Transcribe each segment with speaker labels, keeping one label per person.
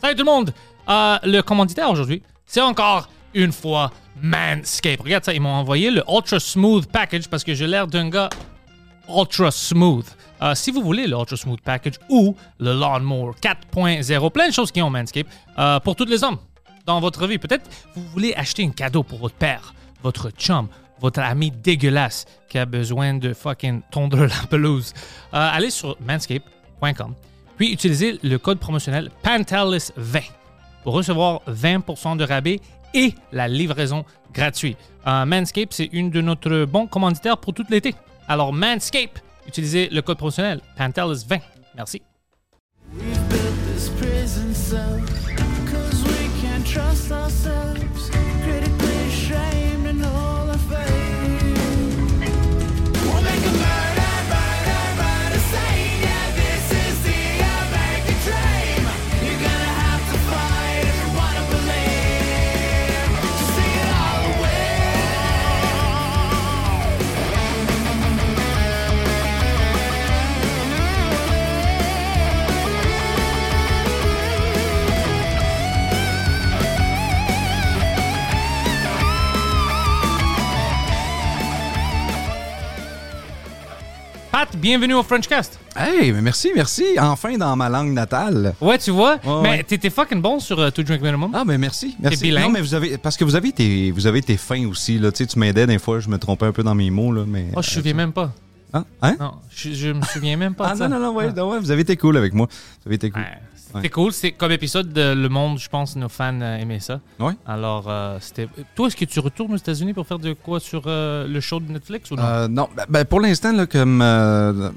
Speaker 1: Salut tout le monde! Euh, le commanditaire aujourd'hui, c'est encore une fois Manscaped. Regarde ça, ils m'ont envoyé le Ultra Smooth Package parce que j'ai l'air d'un gars Ultra Smooth. Euh, si vous voulez le Ultra Smooth Package ou le Lawnmower 4.0, plein de choses qui ont Manscaped euh, pour tous les hommes dans votre vie. Peut-être vous voulez acheter un cadeau pour votre père, votre chum, votre ami dégueulasse qui a besoin de fucking tondre la pelouse. Euh, allez sur manscaped.com puis utilisez le code promotionnel PANTALIS20 pour recevoir 20% de rabais et la livraison gratuite. Euh, Manscaped, c'est une de notre bons commanditaires pour tout l'été. Alors Manscaped, utilisez le code promotionnel PANTALIS20. Merci.
Speaker 2: We've built this prison cell Cause we can't trust ourselves Critically ashamed and all our fame We'll make a murder, murder, murder scene Yeah, this is the American dream You're gonna have to fight if you wanna believe Just take it all away
Speaker 1: Pat, bienvenue au Frenchcast.
Speaker 3: Hey, mais merci, merci. Enfin dans ma langue natale.
Speaker 1: Ouais, tu vois,
Speaker 3: Ouais,
Speaker 1: mais
Speaker 3: ouais.
Speaker 1: t'étais fucking bon sur euh, To Drink Minimum.
Speaker 3: Ah, mais merci, merci.
Speaker 1: bilingue.
Speaker 3: Non, mais vous avez, parce que vous avez été, vous avez été fin aussi. Là. Tu sais, tu m'aidais des fois, je me trompais un peu dans mes mots là, mais.
Speaker 1: oh, je me souviens même pas.
Speaker 3: Hein? Hein?
Speaker 1: Non, je, je me souviens même pas.
Speaker 3: Ah
Speaker 1: de
Speaker 3: non,
Speaker 1: ça.
Speaker 3: non, non, ouais, non, ouais, vous avez été cool avec moi. Vous avez été cool.
Speaker 1: Ouais, C'était cool. C'est comme épisode de Le Monde, je pense, nos fans euh, aimaient ça.
Speaker 3: Ouais.
Speaker 1: Alors, euh, c'était. Toi, est-ce que tu retournes aux États-Unis pour faire de quoi sur euh, le show de Netflix ou non?
Speaker 3: Euh, non, ben, ben, pour l'instant, là, comme. euh,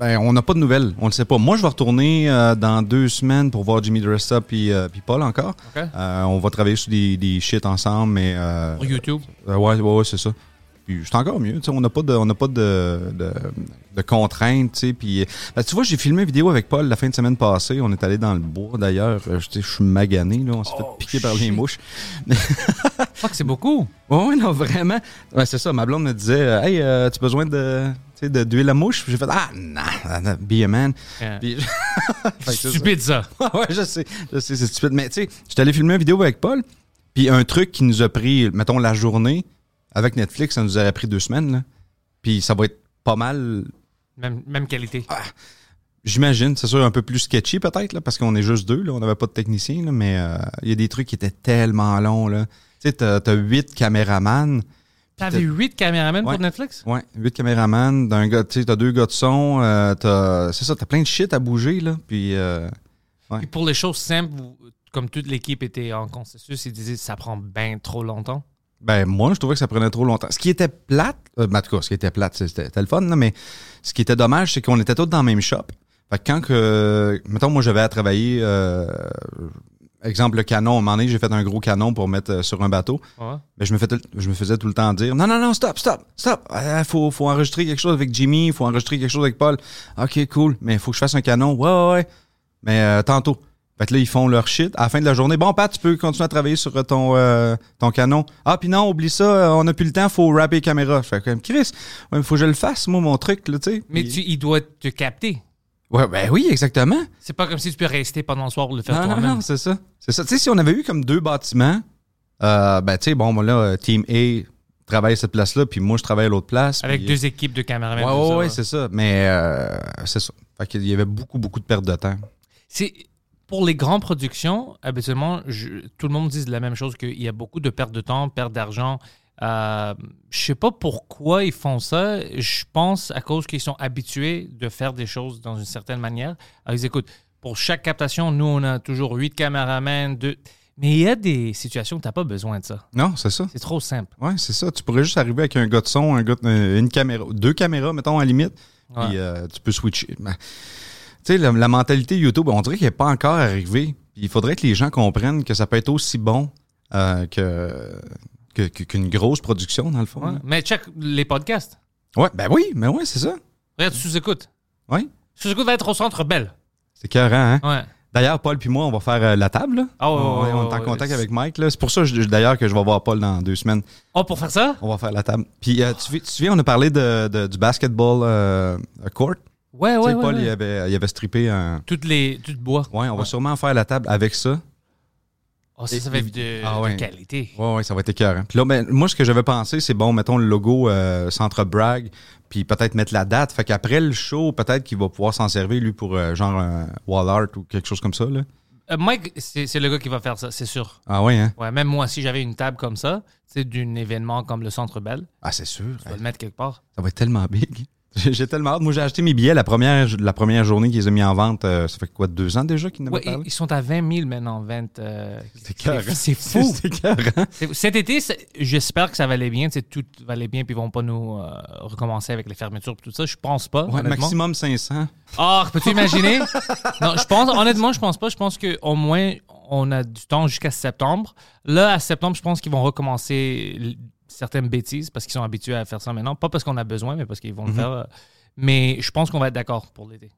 Speaker 3: ben, on n'a pas de nouvelles, on le sait pas. Moi, je vais retourner euh, dans deux semaines pour voir Jimmy Dressa puis euh, puis Paul encore.
Speaker 1: OK.
Speaker 3: Euh, on va travailler sur des, des shit ensemble, mais. euh,
Speaker 1: Pour YouTube.
Speaker 3: Euh, ouais, ouais, ouais, c'est ça. Puis c'est encore mieux, tu sais, on n'a pas de, on n'a pas de, de, de contraintes, tu sais. Puis ben, tu vois, j'ai filmé une vidéo avec Paul la fin de semaine passée. On est allé dans le bois d'ailleurs. Euh, Je tu sais, je suis magané là, on s'est fait piquer par les mouches.
Speaker 1: Fuck, c'est beaucoup.
Speaker 3: Ouais, ouais, non, vraiment. Ouais, c'est ça. Ma blonde me disait, euh, hey, euh, tu as besoin de, tu sais, de d'huile à mouche. Puis J'ai fait, ah, non, non, non, be a man.
Speaker 1: Yeah.
Speaker 3: Puis- Fait que c'est ça.
Speaker 1: Stupide ça.
Speaker 3: Ouais, ouais, je sais, je sais, c'est stupide. Mais tu sais, j'étais allé filmer une vidéo avec Paul, puis un truc qui nous a pris, mettons, la journée, avec Netflix, ça nous aurait pris deux semaines, là. Puis ça va être pas mal,
Speaker 1: Même,
Speaker 3: Ah.
Speaker 1: même qualité.
Speaker 3: j'imagine, c'est sûr, un peu plus sketchy peut-être, là, parce qu'on est juste deux, là, on n'avait pas de technicien, là, mais euh, il y a des trucs qui étaient tellement longs, là. Tu sais, t'as t'as huit caméramans,
Speaker 1: T'avais 8 caméramans
Speaker 3: Ouais.
Speaker 1: pour Netflix?
Speaker 3: ouais, huit caméramans, d'un gars, tu sais, t'as deux gars de son, euh, t'as- c'est ça, t'as plein de shit à bouger, là, puis... euh,
Speaker 1: Puis pour les choses simples, vous- comme toute l'équipe était en consensus, ils disaient ça prend bien trop longtemps.
Speaker 3: Ben, moi, je trouvais que ça prenait trop longtemps. Ce qui était plate, euh, ben, en tout cas, ce qui était plate, c'est- c'était c'était le fun, là, mais ce qui était dommage, c'est qu'on était tous dans le même shop. Fait que quand que, mettons, moi, j'avais à travailler, euh, exemple, le canon, à un moment donné, j'ai fait un gros canon pour mettre euh, sur un bateau,
Speaker 1: Ouais.
Speaker 3: ben, je, me fais tout- je me faisais tout le temps dire, non, non, non, stop, stop, stop, Euh, faut, faut enregistrer quelque chose avec Jimmy, faut enregistrer quelque chose avec Paul. OK, cool, mais faut que je fasse un canon, ouais, ouais, ouais. mais euh, tantôt. Fait que là, ils font leur shit. À la fin de la journée, bon, Pat, tu peux continuer à travailler sur euh, ton, euh, ton canon. Ah, puis non, oublie ça, euh, on n'a plus le temps, faut rapper les caméras. Fait que, Chris, ouais, mais faut que je le fasse, moi, mon truc, là, tu sais.
Speaker 1: Mais
Speaker 3: Puis-
Speaker 1: tu, il doit te capter.
Speaker 3: Ouais, ben oui, exactement.
Speaker 1: C'est pas comme si tu peux rester pendant le soir pour le faire
Speaker 3: Non, non, non,
Speaker 1: toi-même.
Speaker 3: c'est ça. C'est ça. Tu sais, si on avait eu comme deux bâtiments, euh, ben, tu sais, bon, ben là, euh, Team A travaille à cette place-là, puis moi, je travaille à l'autre place.
Speaker 1: Avec
Speaker 3: puis-
Speaker 1: deux équipes de caméramans.
Speaker 3: Ouais,
Speaker 1: tout
Speaker 3: ouais,
Speaker 1: ça,
Speaker 3: ouais,
Speaker 1: ouais.
Speaker 3: c'est ça. Mais, euh, c'est ça. Fait qu'il y avait beaucoup, beaucoup de pertes de temps.
Speaker 1: C'est pour les grandes productions, habituellement, je- tout le monde dit la même chose qu'il y a beaucoup de pertes de temps, pertes d'argent. Euh, je sais pas pourquoi ils font ça. Je pense à cause qu'ils sont habitués de faire des choses dans une certaine manière. Alors, ils écoutent. Pour chaque captation, nous, on a toujours huit caméramans, deux. Mais il y a des situations où tu n'as pas besoin de ça.
Speaker 3: Non, c'est ça.
Speaker 1: C'est trop simple.
Speaker 3: Ouais, c'est ça. Tu pourrais juste arriver avec un gars de son, un gars de- euh, une caméra, deux caméras, mettons, à la limite.
Speaker 1: Ouais.
Speaker 3: Puis euh, tu peux switcher. Ben, tu sais, la, la mentalité YouTube, on dirait qu'elle n'est pas encore arrivée. Puis il faudrait que les gens comprennent que ça peut être aussi bon euh, que que- que- qu'une grosse production, dans le fond.
Speaker 1: Ouais.
Speaker 3: là.
Speaker 1: Mais check les podcasts.
Speaker 3: Ouais, ben oui, mais ouais, c'est ça.
Speaker 1: Regarde, sous-écoute.
Speaker 3: Mm. Ouais.
Speaker 1: Sous-écoute va être au centre Belle.
Speaker 3: C'est carré, hein?
Speaker 1: Ouais.
Speaker 3: D'ailleurs, Paul puis moi, on va faire euh, la table. là.
Speaker 1: Ah ouais,
Speaker 3: on,
Speaker 1: ouais, ouais,
Speaker 3: on est en
Speaker 1: ouais,
Speaker 3: contact
Speaker 1: ouais.
Speaker 3: avec Mike. là. C'est pour ça, je- d'ailleurs, que je vais voir Paul dans deux semaines.
Speaker 1: Oh, pour faire ça?
Speaker 3: On va faire la table. Puis euh, tu, te souviens, on a parlé de, de- du basketball euh, court.
Speaker 1: Ouais, ouais,
Speaker 3: tu sais,
Speaker 1: ouais,
Speaker 3: Paul,
Speaker 1: ouais.
Speaker 3: Il, avait, il avait strippé un.
Speaker 1: Toutes les... Tout le bois.
Speaker 3: Ouais, on va sûrement faire la table avec ça.
Speaker 1: Oh, ça, ça
Speaker 3: Et-
Speaker 1: va être de,
Speaker 3: Ah,
Speaker 1: de
Speaker 3: ouais.
Speaker 1: qualité.
Speaker 3: Ouais, ouais, ça va être écœurant. Puis là, ben, moi, ce que j'avais pensé, c'est bon, mettons le logo euh, Centre Bragg, puis peut-être mettre la date. Fait qu'après le show, peut-être qu'il va pouvoir s'en servir, lui, pour euh, genre un wall art ou quelque chose comme ça. Là.
Speaker 1: Euh, Mike, c'est c'est le gars qui va faire ça, c'est sûr.
Speaker 3: Ah ouais, hein?
Speaker 1: Ouais, même moi, si j'avais une table comme ça, c'est d'un événement comme le Centre Bell,
Speaker 3: Ah, c'est sûr.
Speaker 1: je vais le mettre quelque part.
Speaker 3: Ça va être tellement big. J'ai j'ai tellement hâte. Moi, j'ai acheté mes billets la première, la première journée qu'ils ont mis en vente. euh, ça fait quoi, deux ans déjà qu'ils n'avaient
Speaker 1: Ouais,
Speaker 3: pas
Speaker 1: ils,
Speaker 3: parlé?
Speaker 1: ils sont à 20 000 maintenant, 20. euh,
Speaker 3: écœurant.
Speaker 1: c'est fou.
Speaker 3: C'est écœurant.
Speaker 1: C'est- Cet été, c'est- j'espère que ça va aller bien. tu sais, Tout va aller bien, puis ils vont pas nous euh, recommencer avec les fermetures et tout ça. Je pense pas.
Speaker 3: Ouais,
Speaker 1: honnêtement.
Speaker 3: maximum 500.
Speaker 1: Ah, peux-tu imaginer? non, je pense, honnêtement, je pense pas. Je pense qu'au moins, on a du temps jusqu'à septembre. Là, à septembre, je pense qu'ils vont recommencer l- certaines bêtises parce qu'ils sont habitués à faire ça maintenant. Pas parce qu'on a besoin, mais parce qu'ils vont
Speaker 3: Mhm.
Speaker 1: le faire. euh, Mais je pense qu'on va être d'accord pour l'été.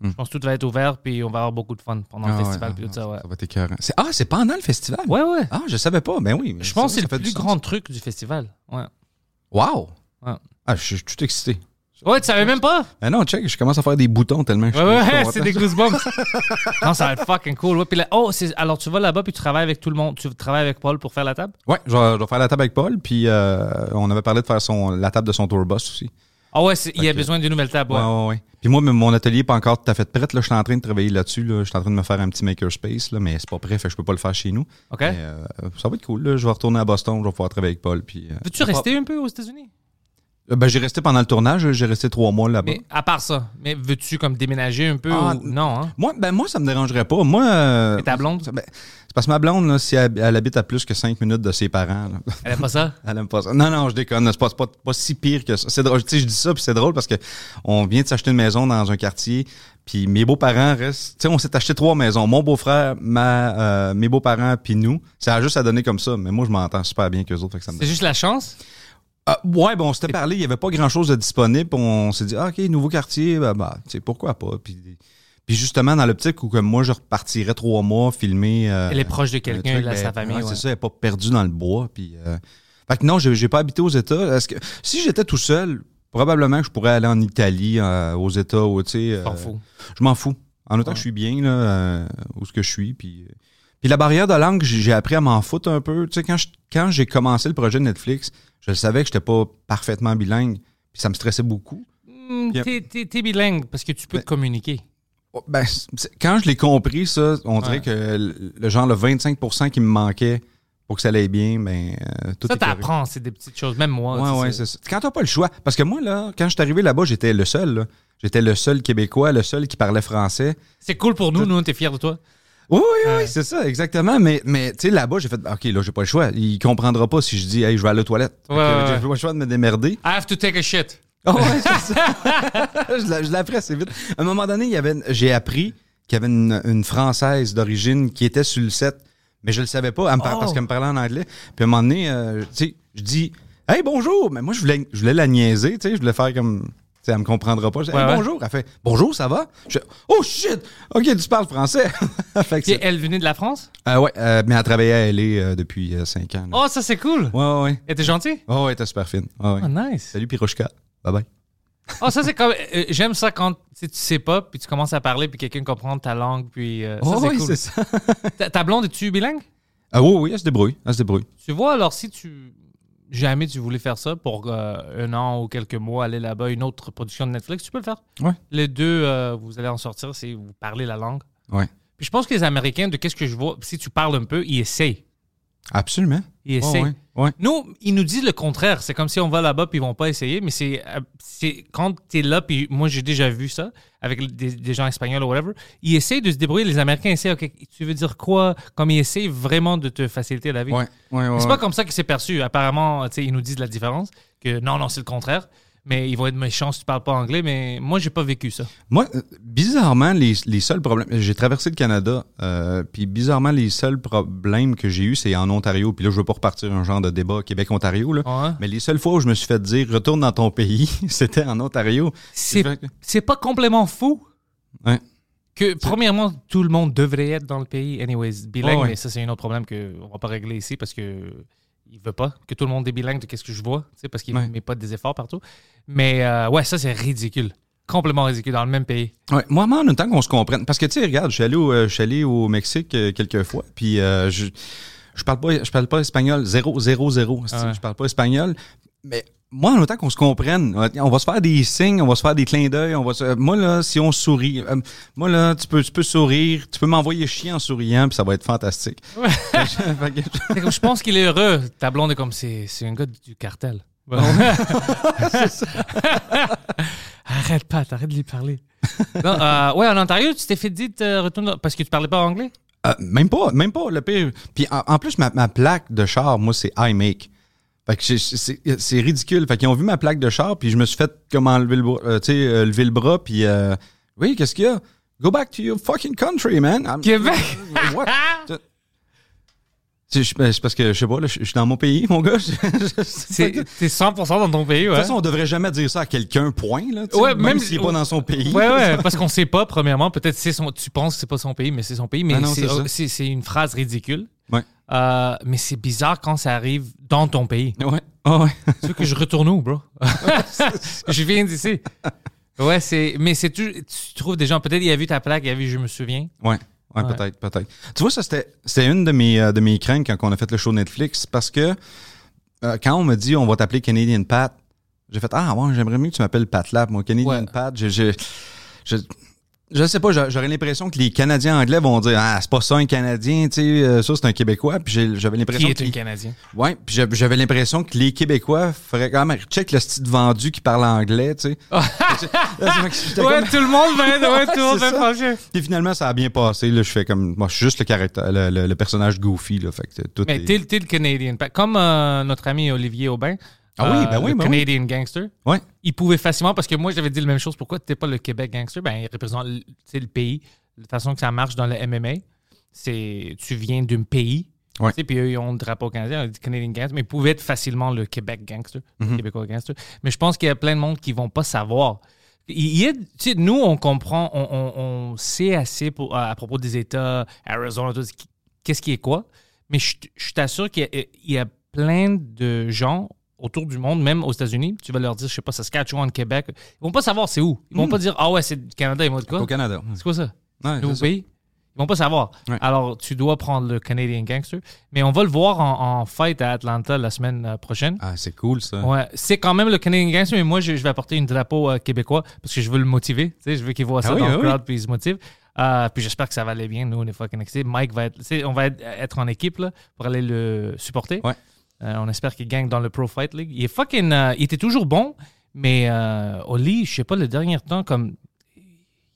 Speaker 1: Je pense que tout va être ouvert, puis on va avoir beaucoup de fun pendant
Speaker 3: Mhm.
Speaker 1: le
Speaker 3: Ah, ouais,
Speaker 1: festival.
Speaker 3: ah,
Speaker 1: puis tout
Speaker 3: ah,
Speaker 1: ça, ouais.
Speaker 3: va être écœurant. C'est- Ah, c'est pendant le festival?
Speaker 1: ouais, ouais.
Speaker 3: Ah, je savais pas. Ben oui. mais
Speaker 1: Je
Speaker 3: ça,
Speaker 1: pense que
Speaker 3: ça
Speaker 1: c'est
Speaker 3: fait
Speaker 1: le
Speaker 3: du
Speaker 1: plus
Speaker 3: sens.
Speaker 1: grand truc du festival. Ouais.
Speaker 3: Wow!
Speaker 1: Ouais.
Speaker 3: Ah, je suis tout excité.
Speaker 1: Ouais, tu savais même pas?
Speaker 3: Ben non, check, je commence à faire des boutons tellement que je
Speaker 1: Ouais,
Speaker 3: suis
Speaker 1: ouais,
Speaker 3: content.
Speaker 1: c'est des goosebumps. non, ça va être fucking cool. Ouais, puis là, oh, c'est- alors tu vas là-bas puis tu travailles avec tout le monde. Tu travailles avec Paul pour faire la table?
Speaker 3: Ouais, je vais, je vais faire la table avec Paul, puis euh, on avait parlé de faire son, la table de son tour bus aussi.
Speaker 1: Ah ouais, c'est- il y a
Speaker 3: Ok.
Speaker 1: besoin d'une nouvelle table.
Speaker 3: Ouais,
Speaker 1: ouais.
Speaker 3: ouais, ouais. Puis moi, même mon atelier n'est pas encore tout à fait prêt. Là, je suis en train de travailler là-dessus. Là. Je suis en train de me faire un petit makerspace, là, mais c'est pas prêt, fait que je peux pas le faire chez nous.
Speaker 1: OK?
Speaker 3: Mais, euh, ça va être cool. là. Je vais retourner à Boston, je vais pouvoir travailler avec Paul. Puis, euh,
Speaker 1: Veux-tu rester un peu aux États-Unis?
Speaker 3: Euh, Ben, j'ai resté pendant le tournage, j'ai resté trois mois là-bas.
Speaker 1: Mais à part ça, mais veux-tu comme déménager un peu
Speaker 3: Ah,
Speaker 1: ou- Non, hein?
Speaker 3: Moi, ben moi, ça me dérangerait pas. Moi, euh,
Speaker 1: Et ta blonde?
Speaker 3: ça- ben, c'est parce que ma blonde, là, si elle, elle habite à plus que cinq minutes de ses parents, là,
Speaker 1: Elle aime pas ça?
Speaker 3: Elle aime pas ça. Non, non, je déconne. C'est pas, c'est pas, pas si pire que ça. C'est drôle. Tu sais, je dis ça, puis c'est drôle parce que on vient de s'acheter une maison dans un quartier, puis mes beaux-parents restent. Tu sais, on s'est acheté trois maisons. Mon beau-frère, ma, euh, mes beaux-parents, puis nous. Ça a juste à donner comme ça. Mais moi, je m'entends super bien qu'eux autres. Fait que ça me
Speaker 1: C'est juste la chance?
Speaker 3: Ah, ouais, bon, on s'était parlé. Il y avait pas grand-chose de disponible. puis On s'est dit, ah, OK, nouveau quartier. bah, bah, tu sais, pourquoi pas? Puis, puis justement, dans l'optique où comme moi, je repartirais trois mois filmer. euh,
Speaker 1: Elle est proche de
Speaker 3: un
Speaker 1: quelqu'un,
Speaker 3: truc,
Speaker 1: elle a
Speaker 3: ben,
Speaker 1: sa famille.
Speaker 3: ouais,
Speaker 1: ouais.
Speaker 3: C'est ça, elle n'est pas perdue dans le bois. Puis, euh, Fait que non, j'ai j'ai pas habité aux États. Est-ce que si j'étais tout seul, probablement que je pourrais aller en Italie, euh, aux États, ou tu sais. euh,
Speaker 1: T'en fous.
Speaker 3: Je m'en fous. En autant
Speaker 1: Ouais.
Speaker 3: que je suis bien là, euh, où ce que je suis. Puis, euh, puis la barrière de langue, j'ai j'ai appris à m'en foutre un peu. Tu sais, quand je- quand j'ai commencé le projet de Netflix, je le savais que j'étais pas parfaitement bilingue. Puis ça me stressait beaucoup.
Speaker 1: Hmm,
Speaker 3: Yep.
Speaker 1: t'es- T'es t'es bilingue parce que tu peux
Speaker 3: Mm, Ben-
Speaker 1: communiquer.
Speaker 3: Oh, Ben, c'est- quand je l'ai compris, ça, on
Speaker 1: Ouais.
Speaker 3: dirait que le, le genre le 25 qui me manquait pour que ça allait bien, ben euh, tout
Speaker 1: Ça,
Speaker 3: est correct.
Speaker 1: t'apprends, c'est des petites choses. Même moi. tu
Speaker 3: Ouais,
Speaker 1: sais,
Speaker 3: ouais, c'est ça. Quand t'as pas le choix. Parce que moi, là, quand je suis arrivé là-bas, j'étais le seul. là. J'étais le seul Québécois, le seul qui parlait français.
Speaker 1: C'est cool pour nous, nous, on était fiers de toi.
Speaker 3: Oui, oui, oui, c'est ça, exactement. Mais, mais tu sais, là-bas, j'ai fait, OK, là, j'ai pas le choix. Il comprendra pas si je dis, hey, je vais aller aux toilettes.
Speaker 1: Ouais,
Speaker 3: Fait que
Speaker 1: ouais, ouais.
Speaker 3: J'ai pas le choix de me démerder.
Speaker 1: I have to take a shit.
Speaker 3: Ah ouais, c'est ça. je l'a- je l'apprends assez vite. À un moment donné, il y avait, une- j'ai appris qu'il y avait une, une Française d'origine qui était sur le set, mais je le savais pas elle me par-
Speaker 1: Oh.
Speaker 3: parce qu'elle me parlait en anglais. Puis à un moment donné, euh, tu sais, je dis Hey, bonjour! Mais moi, je voulais, je voulais la niaiser, tu sais, je voulais faire comme. tu sais, elle me comprendra pas. Je dis,
Speaker 1: Ouais,
Speaker 3: Hey,
Speaker 1: ouais.
Speaker 3: bonjour. Elle fait Bonjour, ça va? Je fais, Oh shit! Ok, tu parles français. Fait que
Speaker 1: Puis
Speaker 3: c'est-
Speaker 1: elle venait de la France?
Speaker 3: Ah ouais, euh, mais elle travaillait à LA euh, depuis 5 ans. là.
Speaker 1: Oh, ça, c'est cool.
Speaker 3: Ouais, ouais, ouais.
Speaker 1: Elle était gentille?
Speaker 3: Ouais, ouais, t'es super fine. Ouais, ouais.
Speaker 1: Oh, nice.
Speaker 3: Salut, Pirochka. Bye bye.
Speaker 1: Oh, ça, c'est comme. euh, J'aime ça quand tu sais, tu sais pas, puis tu commences à parler, puis quelqu'un comprend ta langue, puis. euh, ça,
Speaker 3: Ouais,
Speaker 1: c'est
Speaker 3: ouais,
Speaker 1: cool.
Speaker 3: Oh, c'est ça.
Speaker 1: Ta, ta blonde, es-tu bilingue?
Speaker 3: Ah oui, oui, elle se débrouille. Elle se débrouille.
Speaker 1: Tu vois, alors si tu. Jamais tu voulais faire ça pour euh, un an ou quelques mois, aller là-bas, une autre production de Netflix, tu peux le faire.
Speaker 3: Ouais.
Speaker 1: Les deux, euh, vous allez en sortir si vous parlez la langue.
Speaker 3: Ouais.
Speaker 1: Puis je pense que les Américains, de qu'est-ce que je vois, si tu parles un peu, ils essayent.
Speaker 3: Absolument.
Speaker 1: Ils
Speaker 3: Ouais,
Speaker 1: essayent.
Speaker 3: Oh, ouais, ouais.
Speaker 1: Nous, ils nous disent le contraire. C'est comme si on va là-bas puis ils vont pas essayer. Mais c'est euh, c'est- quand tu es là, puis moi j'ai déjà vu ça avec des, des gens espagnols ou whatever, ils essayent de se débrouiller. Les Américains essayent, OK, tu veux dire quoi? Comme ils essayent vraiment de te faciliter la vie.
Speaker 3: Ouais, ouais,
Speaker 1: Mais
Speaker 3: ouais.
Speaker 1: C'est pas comme ça que c'est perçu. Apparemment, tu sais, ils nous disent la différence, que non, non, c'est le contraire. Mais ils vont être méchants si tu parles pas anglais. Mais moi, j'ai pas vécu ça.
Speaker 3: Moi, euh, bizarrement, les, les seuls problèmes. J'ai traversé le Canada, euh, puis bizarrement, les seuls problèmes que j'ai eu, c'est en Ontario. Puis là, je veux pas repartir un genre de débat Québec-Ontario, là.
Speaker 1: Hein?
Speaker 3: Mais les seules fois où je me suis fait dire retourne dans ton pays, c'était en Ontario.
Speaker 1: C'est c'est pas complètement fou
Speaker 3: Ouais.
Speaker 1: que, premièrement, tout le monde devrait être dans le pays, anyways, bilingue,
Speaker 3: Ouais, ouais.
Speaker 1: mais ça, c'est un autre problème qu'on va pas régler ici parce que il veut pas que tout le monde est bilingue de qu'est-ce que je vois, tu sais, parce qu'il
Speaker 3: Ouais.
Speaker 1: met pas des efforts partout. Mais euh, ouais, ça, c'est ridicule. complètement ridicule dans le même pays.
Speaker 3: Ouais, moi, moi, en même temps qu'on se comprenne. Parce que, tu sais, regarde, je suis allé au, euh, je suis allé au Mexique euh, quelques fois, puis euh, je, je parle pas je parle pas espagnol. Zéro, zéro, zéro. c'est-tu,
Speaker 1: Ouais.
Speaker 3: Je parle pas espagnol. Mais moi, en même temps qu'on se comprenne, on va se faire des signes, on va se faire des clins d'œil. on va se- Moi, là, si on sourit, euh, moi, là, tu peux, tu peux sourire, tu peux m'envoyer chier en souriant, puis ça va être fantastique. Fait que-
Speaker 1: C'est comme, je pense qu'il est heureux. Ta blonde est comme, c'est c'est un gars du cartel. arrête pas, t'arrêtes de lui parler. Non, euh, ouais, en Ontario, tu t'es fait dire euh, retourne là- parce que tu parlais pas anglais.
Speaker 3: Euh, même pas, même pas, le pire. Puis en, en plus, ma, ma plaque de char, moi, c'est I make. Fait que j'ai- c'est c'est ridicule. Fait qu'ils ont vu ma plaque de char, puis je me suis fait comme enlever le bras, euh, tu sais, euh, lever le bras, puis euh, oui, qu'est-ce qu'il y a? Go back to your fucking country, man. I'm-
Speaker 1: Québec.
Speaker 3: What? Tu sais, je- ben, C'est parce que, je sais pas, là, je je suis dans mon pays, mon gars. Je- je-
Speaker 1: C'est- T'es 100% dans ton pays,
Speaker 3: De
Speaker 1: ouais.
Speaker 3: toute façon, on devrait jamais dire ça à quelqu'un, point, là. tu sais,
Speaker 1: Ouais,
Speaker 3: même,
Speaker 1: même-
Speaker 3: s'il est pas dans son pays.
Speaker 1: Ouais, ouais, parce qu'on sait pas, premièrement. Peut-être c'est son, tu penses que c'est pas son pays, mais c'est son pays. Mais
Speaker 3: Ah non,
Speaker 1: c'est- oh,
Speaker 3: c'est ça.
Speaker 1: c'est c'est une phrase ridicule.
Speaker 3: Ouais.
Speaker 1: Euh, mais c'est bizarre quand ça arrive dans ton pays.
Speaker 3: Ouais. Ah ouais.
Speaker 1: Tu veux que je retourne où, bro? je viens d'ici. Ouais, c'est. Mais c'est tu, tu trouves des gens. Peut-être il a vu ta plaque, il a vu, je me souviens.
Speaker 3: Ouais. Ouais,
Speaker 1: Ouais.
Speaker 3: peut-être, peut-être. Tu vois, ça, c'était c'était une de mes, euh, de mes craintes quand on a fait le show Netflix parce que euh, quand on me dit on va t'appeler Canadian Pat, j'ai fait Ah, ouais, j'aimerais mieux que tu m'appelles Pat Lab, moi, Canadian
Speaker 1: Ouais.
Speaker 3: Pat. j'ai- j'ai- Je, je sais pas, j'a- j'aurais l'impression que les Canadiens anglais vont dire Ah, c'est pas ça un Canadien, tu sais, euh, ça c'est un Québécois. Puis j'ai- j'avais
Speaker 1: Qui
Speaker 3: l'impression.
Speaker 1: est
Speaker 3: que
Speaker 1: un
Speaker 3: les-
Speaker 1: Canadien?
Speaker 3: Ouais, puis j'a- j'avais l'impression que les Québécois feraient quand même check le style vendu qui parle anglais, tu sais. Là, c'est- j'étais comme-
Speaker 1: Ah. Ouais, tout le monde va être, ouais, tout le monde va
Speaker 3: C'est
Speaker 1: être
Speaker 3: ça.
Speaker 1: français.
Speaker 3: puis finalement, ça a bien passé. Là, je fais comme. Moi, je suis juste le, caractère, le, le- le personnage goofy. Là, fait que tout
Speaker 1: Mais
Speaker 3: est-
Speaker 1: t'es le- t'es le Canadien. Comme euh, notre ami Olivier Aubin.
Speaker 3: Ah oui,
Speaker 1: euh,
Speaker 3: ben oui,
Speaker 1: le
Speaker 3: ben oui.
Speaker 1: Canadian gangster.
Speaker 3: Ouais.
Speaker 1: Il pouvait facilement, parce que moi, j'avais dit la même chose. Pourquoi t'es pas le Québec gangster? Ben, il représente le, tu sais, le pays. La façon que ça marche dans le MMA, c'est tu viens d'un pays.
Speaker 3: Ouais.
Speaker 1: Tu sais, Puis eux, ils ont le drapeau canadien, le Canadian gangster, mais ils pouvaient être facilement le Québec gangster, le
Speaker 3: Mhm.
Speaker 1: Québécois gangster. Mais je pense qu'il y a plein de monde qui vont pas savoir. Il il y a, tu sais, nous, on comprend, on, on- on sait assez pour, à, à propos des États, Arizona, tout, ce qui- qu'est-ce qui est quoi. Mais je, t- je t'assure qu'il y, a- il y a plein de gens autour du monde, même aux États-Unis, tu vas leur dire, je sais pas, Saskatchewan, Québec, ils vont pas savoir c'est où. Ils vont pas dire, ah ouais, c'est du Canada, ils vont dire quoi?
Speaker 3: Au Canada.
Speaker 1: C'est quoi ça?
Speaker 3: Ouais,
Speaker 1: Nouveau
Speaker 3: Mm. c'est ça.
Speaker 1: pays? Ils vont pas savoir.
Speaker 3: Ouais.
Speaker 1: Alors, tu dois prendre le Canadian Gangster. Mais on va le voir en, en fight à Atlanta la semaine euh, prochaine.
Speaker 3: Ah, c'est cool ça.
Speaker 1: Ouais, c'est quand même le Canadian Gangster, mais moi, je, je vais apporter une drapeau euh, québécois parce que je veux le motiver. Tu sais, je veux qu'il voit ça
Speaker 3: Ah oui,
Speaker 1: dans
Speaker 3: ah
Speaker 1: le
Speaker 3: oui.
Speaker 1: crowd puis il se motive. Euh, puis j'espère que ça va aller bien. Nous, on est fucking excités. Mike va être, tu sais, on va être, être en équipe là, pour aller le supporter.
Speaker 3: Ouais.
Speaker 1: Euh, on espère qu'il gagne dans le Pro Fight League. Il est fucking, euh, il était toujours bon, mais euh, Oli, je sais pas, le dernier temps, comme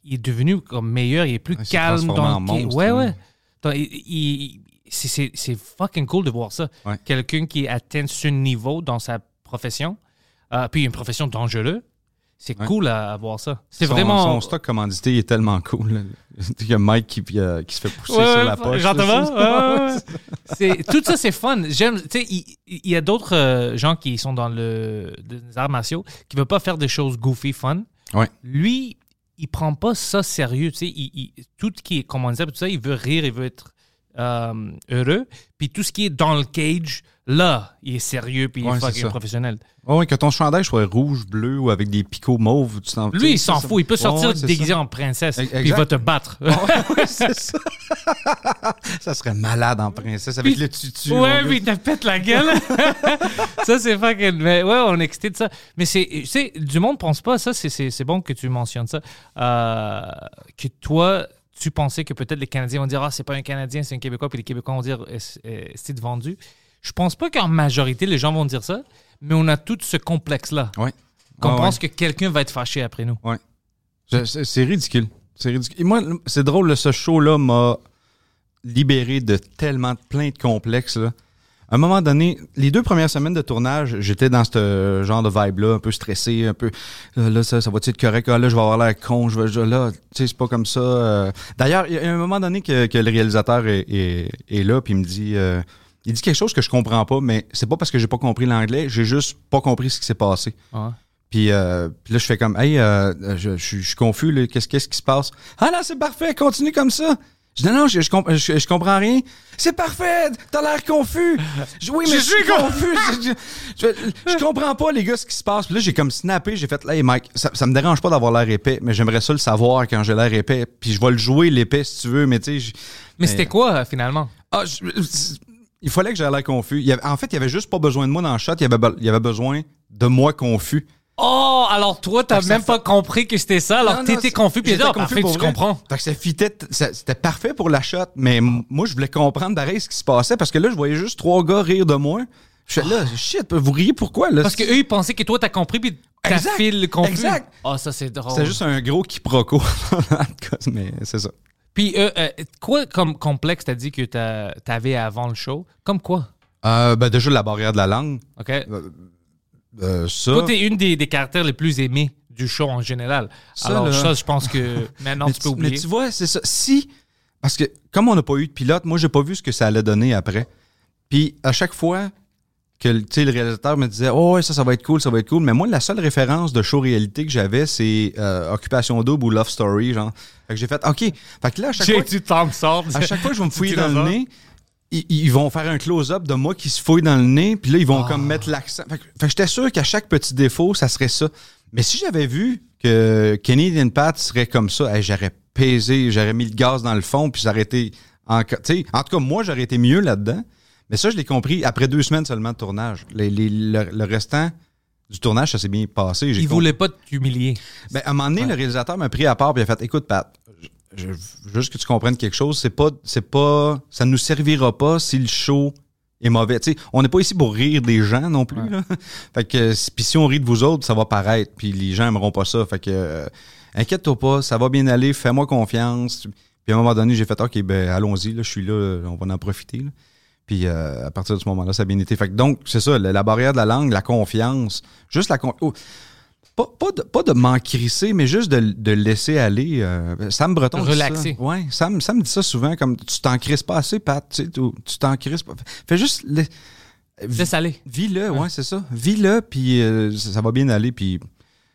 Speaker 1: il est devenu comme meilleur, il est plus
Speaker 3: Ah, il s'est
Speaker 1: calme
Speaker 3: transformé
Speaker 1: dans
Speaker 3: en
Speaker 1: le
Speaker 3: monstre,
Speaker 1: Ouais,
Speaker 3: hein.
Speaker 1: ouais. Attends, il- il- c'est- c'est c'est fucking cool de voir ça.
Speaker 3: Ouais.
Speaker 1: Quelqu'un qui atteint ce niveau dans sa profession, euh, puis une profession dangereuse, c'est
Speaker 3: Ouais.
Speaker 1: cool à, à voir ça. C'est
Speaker 3: Son-
Speaker 1: vraiment.
Speaker 3: Son stock commandité est tellement cool. là. Il y a Mike qui, puis, euh, qui se fait pousser
Speaker 1: Ouais,
Speaker 3: sur
Speaker 1: ouais,
Speaker 3: la poche.
Speaker 1: gentiment,
Speaker 3: là,
Speaker 1: ouais, ouais, ouais. C'est- Tout ça, c'est fun. J'aime. Tu sais, il il y, a d'autres euh, gens qui sont dans le, les arts martiaux qui ne veulent pas faire des choses goofy, fun.
Speaker 3: Ouais.
Speaker 1: Lui, il prend pas ça sérieux. Tu sais, il, il- tout ce qui est commanditaire, tout ça, il veut rire, il veut être euh, heureux. Puis tout ce qui est dans le cage, là, il est sérieux puis il
Speaker 3: Ouais,
Speaker 1: est
Speaker 3: c'est
Speaker 1: fucking
Speaker 3: ça.
Speaker 1: professionnel.
Speaker 3: Oh, Ouais, ouais, que ton chandail soit rouge, bleu ou avec des picots mauves. Tu t'en-
Speaker 1: Lui, il s'en
Speaker 3: ça-
Speaker 1: fout. Il peut
Speaker 3: Ouais,
Speaker 1: sortir
Speaker 3: ouais, c'est
Speaker 1: déguisé
Speaker 3: ça.
Speaker 1: en princesse.
Speaker 3: E-
Speaker 1: Puis il
Speaker 3: exact.
Speaker 1: va te battre.
Speaker 3: Ouais, c'est ça. ça serait malade en princesse avec
Speaker 1: Puis-
Speaker 3: le tutu.
Speaker 1: Ouais,
Speaker 3: mon
Speaker 1: puis il te pète la gueule. ça, c'est fucking. Mais ouais, on est excité de ça. Mais c'est. Tu sais, du monde pense pas à ça. C'est- C'est c'est bon que tu mentionnes ça. Euh, que toi, tu pensais que peut-être les Canadiens vont dire Ah, c'est pas un Canadien, c'est un Québécois. Puis les Québécois vont dire Eh, c'est- eh, C'est vendu. Je pense pas qu'en majorité, les gens vont dire ça. Mais on a tout ce complexe-là.
Speaker 3: gars. Ouais.
Speaker 1: Qu'on
Speaker 3: Ouais, ouais.
Speaker 1: pense que quelqu'un va être fâché après nous.
Speaker 3: Je- C'est c'est ridicule. C'est ridicule. Et moi, le- c'est drôle, là, ce show-là m'a libéré de tellement de plein de complexes. là. À un moment donné, les deux premières semaines de tournage, j'étais dans ce euh, genre de vibe-là, un peu stressé, un peu. euh, Là, ça, ça va-tu être correct? Ah, là, je vais avoir l'air con. Je vais, je- là, tu sais, c'est pas comme ça. euh. D'ailleurs, il y a un moment donné que, que le réalisateur est, est- est là, puis il me dit. euh, il dit quelque chose que je comprends pas, mais c'est pas parce que j'ai pas compris l'anglais, j'ai juste pas compris ce qui s'est passé.
Speaker 1: Ouais.
Speaker 3: Puis, euh, puis là, je euh, fais comme, hey, euh, je, je- je suis confus, là. qu'est-ce qu'est-ce qui se passe? Ah là, c'est parfait, continue comme ça. Je dis, non, non, je, je, comp- je- je comprends rien. C'est parfait! T'as l'air confus! Je, oui, mais je suis confus! Je, je- je- je comprends pas, les gars, ce qui se passe. Puis là, j'ai comme snappé, j'ai fait, là, Mike, ça, ça me dérange pas d'avoir l'air épais, mais j'aimerais ça le savoir quand j'ai l'air épais. Puis je vais le jouer l'épais si tu veux, mais tu sais. je-
Speaker 1: Mais c'était quoi, euh, finalement?
Speaker 3: Ah, je- c'est- il fallait que j'aie l'air confus. Il y avait- en fait, il y avait juste pas besoin de moi dans le chat, il y avait, be- il y avait besoin de moi confus.
Speaker 1: Oh, alors toi, t'as
Speaker 3: Fait que ça
Speaker 1: même pas compris que c'était ça.
Speaker 3: Non,
Speaker 1: Alors
Speaker 3: non,
Speaker 1: t'étais
Speaker 3: c'est-
Speaker 1: confus, puis j'ai dit,
Speaker 3: j'étais
Speaker 1: Ah,
Speaker 3: confus
Speaker 1: parfait,
Speaker 3: pour
Speaker 1: tu
Speaker 3: vrai.
Speaker 1: comprends.
Speaker 3: Fait que ça fitait t- ça- c'était parfait pour la shot, mais m- moi, je voulais comprendre pareil ce qui se passait parce que là, je voyais juste trois gars rire de moi. Je suis là, shit, vous riez pourquoi, là?
Speaker 1: Parce que eux, ils pensaient que toi, t'as compris, puis t'as
Speaker 3: Exact,
Speaker 1: file confus.
Speaker 3: exact.
Speaker 1: Oh, ça, c'est drôle.
Speaker 3: C'est juste un gros quiproquo, en tout cas, mais c'est ça.
Speaker 1: Puis, euh, euh, quoi comme complexe t'as dit que t'as- t'avais avant le show? Comme quoi?
Speaker 3: Euh, ben, déjà, la barrière de la langue,
Speaker 1: OK?
Speaker 3: euh, ça.
Speaker 1: Toi, t'es une des, des caractères les plus aimés du show en général.
Speaker 3: Ça,
Speaker 1: alors
Speaker 3: là.
Speaker 1: ça, je pense que maintenant,
Speaker 3: mais,
Speaker 1: tu peux
Speaker 3: mais
Speaker 1: oublier.
Speaker 3: tu vois, c'est ça. Si, parce que comme on n'a pas eu de pilote, moi, j'ai pas vu ce que ça allait donner après. Puis à chaque fois que le- tu sais, le réalisateur me disait Oh, ouais, ça, ça va être cool, ça va être cool. Mais moi, la seule référence de show réalité que j'avais, c'est euh, Occupation Double ou Love Story, genre. Fait que j'ai fait OK. Fait que là, à chaque fois.
Speaker 1: J'ai du temps sort.
Speaker 3: À chaque fois que je vais me fouiller dans le
Speaker 1: Dinosaure.
Speaker 3: nez, ils, ils vont faire un close-up de moi qui se fouille dans le nez, puis là, ils vont comme mettre l'accent. Fait que, fait que j'étais sûr qu'à chaque petit défaut, ça serait ça. Mais si j'avais vu que Canadian Pat serait comme ça, hey, j'aurais pesé, j'aurais mis le gaz dans le fond, puis j'aurais été. encore- tu sais, En, tout cas, moi, j'aurais été mieux là-dedans. Mais ça, je l'ai compris après deux semaines seulement de tournage. Les- les- le, le restant du tournage, ça s'est bien passé. J'ai
Speaker 1: Ils
Speaker 3: compris.
Speaker 1: voulaient pas t'humilier.
Speaker 3: Ben, à un moment donné, le réalisateur m'a pris à part et a fait Écoute, Pat, je, je veux juste que tu comprennes quelque chose. C'est pas, c'est pas, ça nous servira pas si le show est mauvais. Tu sais, on n'est pas ici pour rire des gens non plus. là. Fait que, euh, si- puis si on rit de vous autres, ça va paraître. Puis les gens aimeront pas ça. Fait que, euh, inquiète-toi pas, ça va bien aller. Fais-moi confiance. Puis à un moment donné, j'ai fait Ok, ben allons-y. Là, je suis là. On va en profiter. là. Puis euh, à partir de ce moment-là, ça a bien été. Fait que donc, c'est ça, la, la barrière de la langue, la confiance, juste la confiance pas, pas de, pas de m'en crisser, mais juste de, de laisser aller. euh, Sam Breton
Speaker 1: Relaxer.
Speaker 3: dit ça. Ouais, Sam, Sam dit ça souvent, comme tu t'en crisses pas assez, Pat. Tu sais, tu tu t'en crisses pas. Fais juste... la-
Speaker 1: Laisse aller.
Speaker 3: Vis-le, ouais, c'est ça. Vis-le, puis euh, ça, ça va bien aller, puis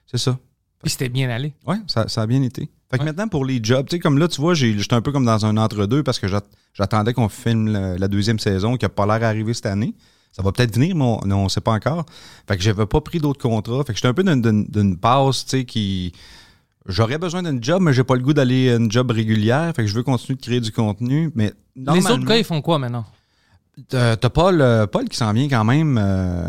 Speaker 3: c'est ça.
Speaker 1: Puis c'était bien allé.
Speaker 3: Ouais, ça, ça a bien été. Fait que
Speaker 1: Ouais.
Speaker 3: maintenant, pour les jobs, tu sais, comme là, tu vois, j'ai- j'étais un peu comme dans un entre-deux parce que j'at- j'attendais qu'on filme la, la deuxième saison qui a pas l'air d'arriver cette année. Ça va peut-être venir, mais on ne sait pas encore. Fait que j'avais pas pris d'autres contrats. Fait que j'étais un peu d'une- d'une d'une pause, tu sais, qui... J'aurais besoin d'une job, mais j'ai pas le goût d'aller à une job régulière. Fait que je veux continuer de créer du contenu, mais
Speaker 1: Les autres
Speaker 3: normalement-
Speaker 1: gars, ils font quoi maintenant?
Speaker 3: T'as t'as Paul, euh, Paul qui s'en vient quand même, euh,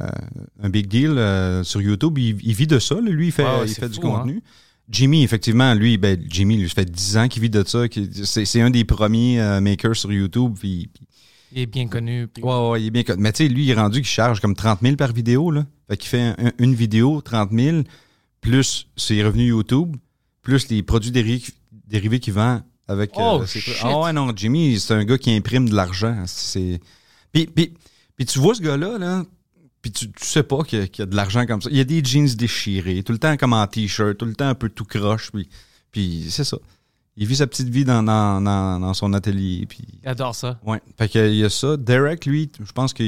Speaker 3: un big deal euh, sur YouTube. Il, il vit de ça, là. lui, il fait,
Speaker 1: Ouais, ouais,
Speaker 3: il
Speaker 1: c'est
Speaker 3: fait du
Speaker 1: fou, hein.
Speaker 3: contenu. Jimmy, effectivement, lui, ben, Jimmy, lui, ça fait 10 ans qu'il vit de ça. qu'il- C'est c'est un des premiers euh, makers sur YouTube. puis- puis-
Speaker 1: Il est bien connu. puis-
Speaker 3: ouais, ouais, il est bien. con- Mais tu sais, lui, il est rendu qu'il charge comme 30 000 par vidéo. Là. Fait qu'il fait un- une vidéo, 30 000, plus ses revenus YouTube, plus les produits déri- dérivés qu'il vend avec.
Speaker 1: Oh,
Speaker 3: ses trucs.
Speaker 1: shit.
Speaker 3: Ah ouais, non, Jimmy, c'est un gars qui imprime de l'argent. hein, C'est. Puis, puis, puis tu vois ce gars-là, là, puis tu, tu sais pas qu'il y, a- qu'il y a de l'argent comme ça. Il y a des jeans déchirés, tout le temps comme en t-shirt, tout le temps un peu tout croche, puis, puis c'est ça. Il vit sa petite vie dans, dans, dans, dans son atelier, puis
Speaker 1: Il adore ça.
Speaker 3: Ouais. Fait que, il y a ça. Derek, lui, t- je pense que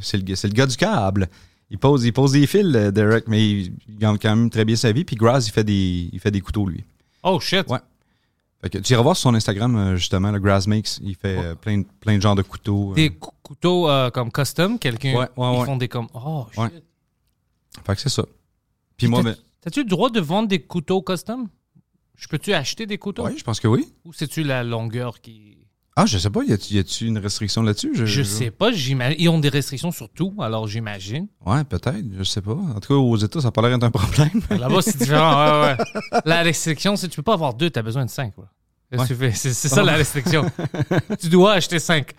Speaker 3: c'est le, gars- c'est le gars du câble. Il pose, il pose des fils, euh, Derek, mais il, il gagne quand même très bien sa vie. Puis Graz, il fait des, il fait des couteaux, lui.
Speaker 1: Oh, shit.
Speaker 3: Ouais. Fait que, tu iras voir sur son Instagram, euh, justement, le Graz Makes. Il fait euh, plein, de- plein de genres de couteaux. euh.
Speaker 1: Des cou- couteaux euh, comme custom, quelqu'un.
Speaker 3: Ouais, ouais,
Speaker 1: ils
Speaker 3: ouais.
Speaker 1: font des comme. Oh, shit.
Speaker 3: Ouais. Fait que c'est ça. Puis moi,
Speaker 1: T'as-
Speaker 3: ben-
Speaker 1: T'as-tu le droit de vendre des couteaux custom? Je peux-tu acheter des couteaux?
Speaker 3: ouais, je pense que oui.
Speaker 1: Ou c'est-tu la longueur qui.
Speaker 3: Ah, je sais pas, y a-tu y a-tu une restriction là-dessus?
Speaker 1: Je sais pas, j'imagine. Ils ont des restrictions sur tout, alors j'imagine.
Speaker 3: Ouais, peut-être, je sais pas. En tout cas, aux États, ça a pas l'air d'être un problème.
Speaker 1: Ah, Là-bas, c'est différent. ouais, ouais. La restriction, c'est que tu peux pas avoir deux, tu as besoin de cinq. quoi. Qu'est-ce que tu fais? C'est c'est ça la restriction. tu dois acheter cinq.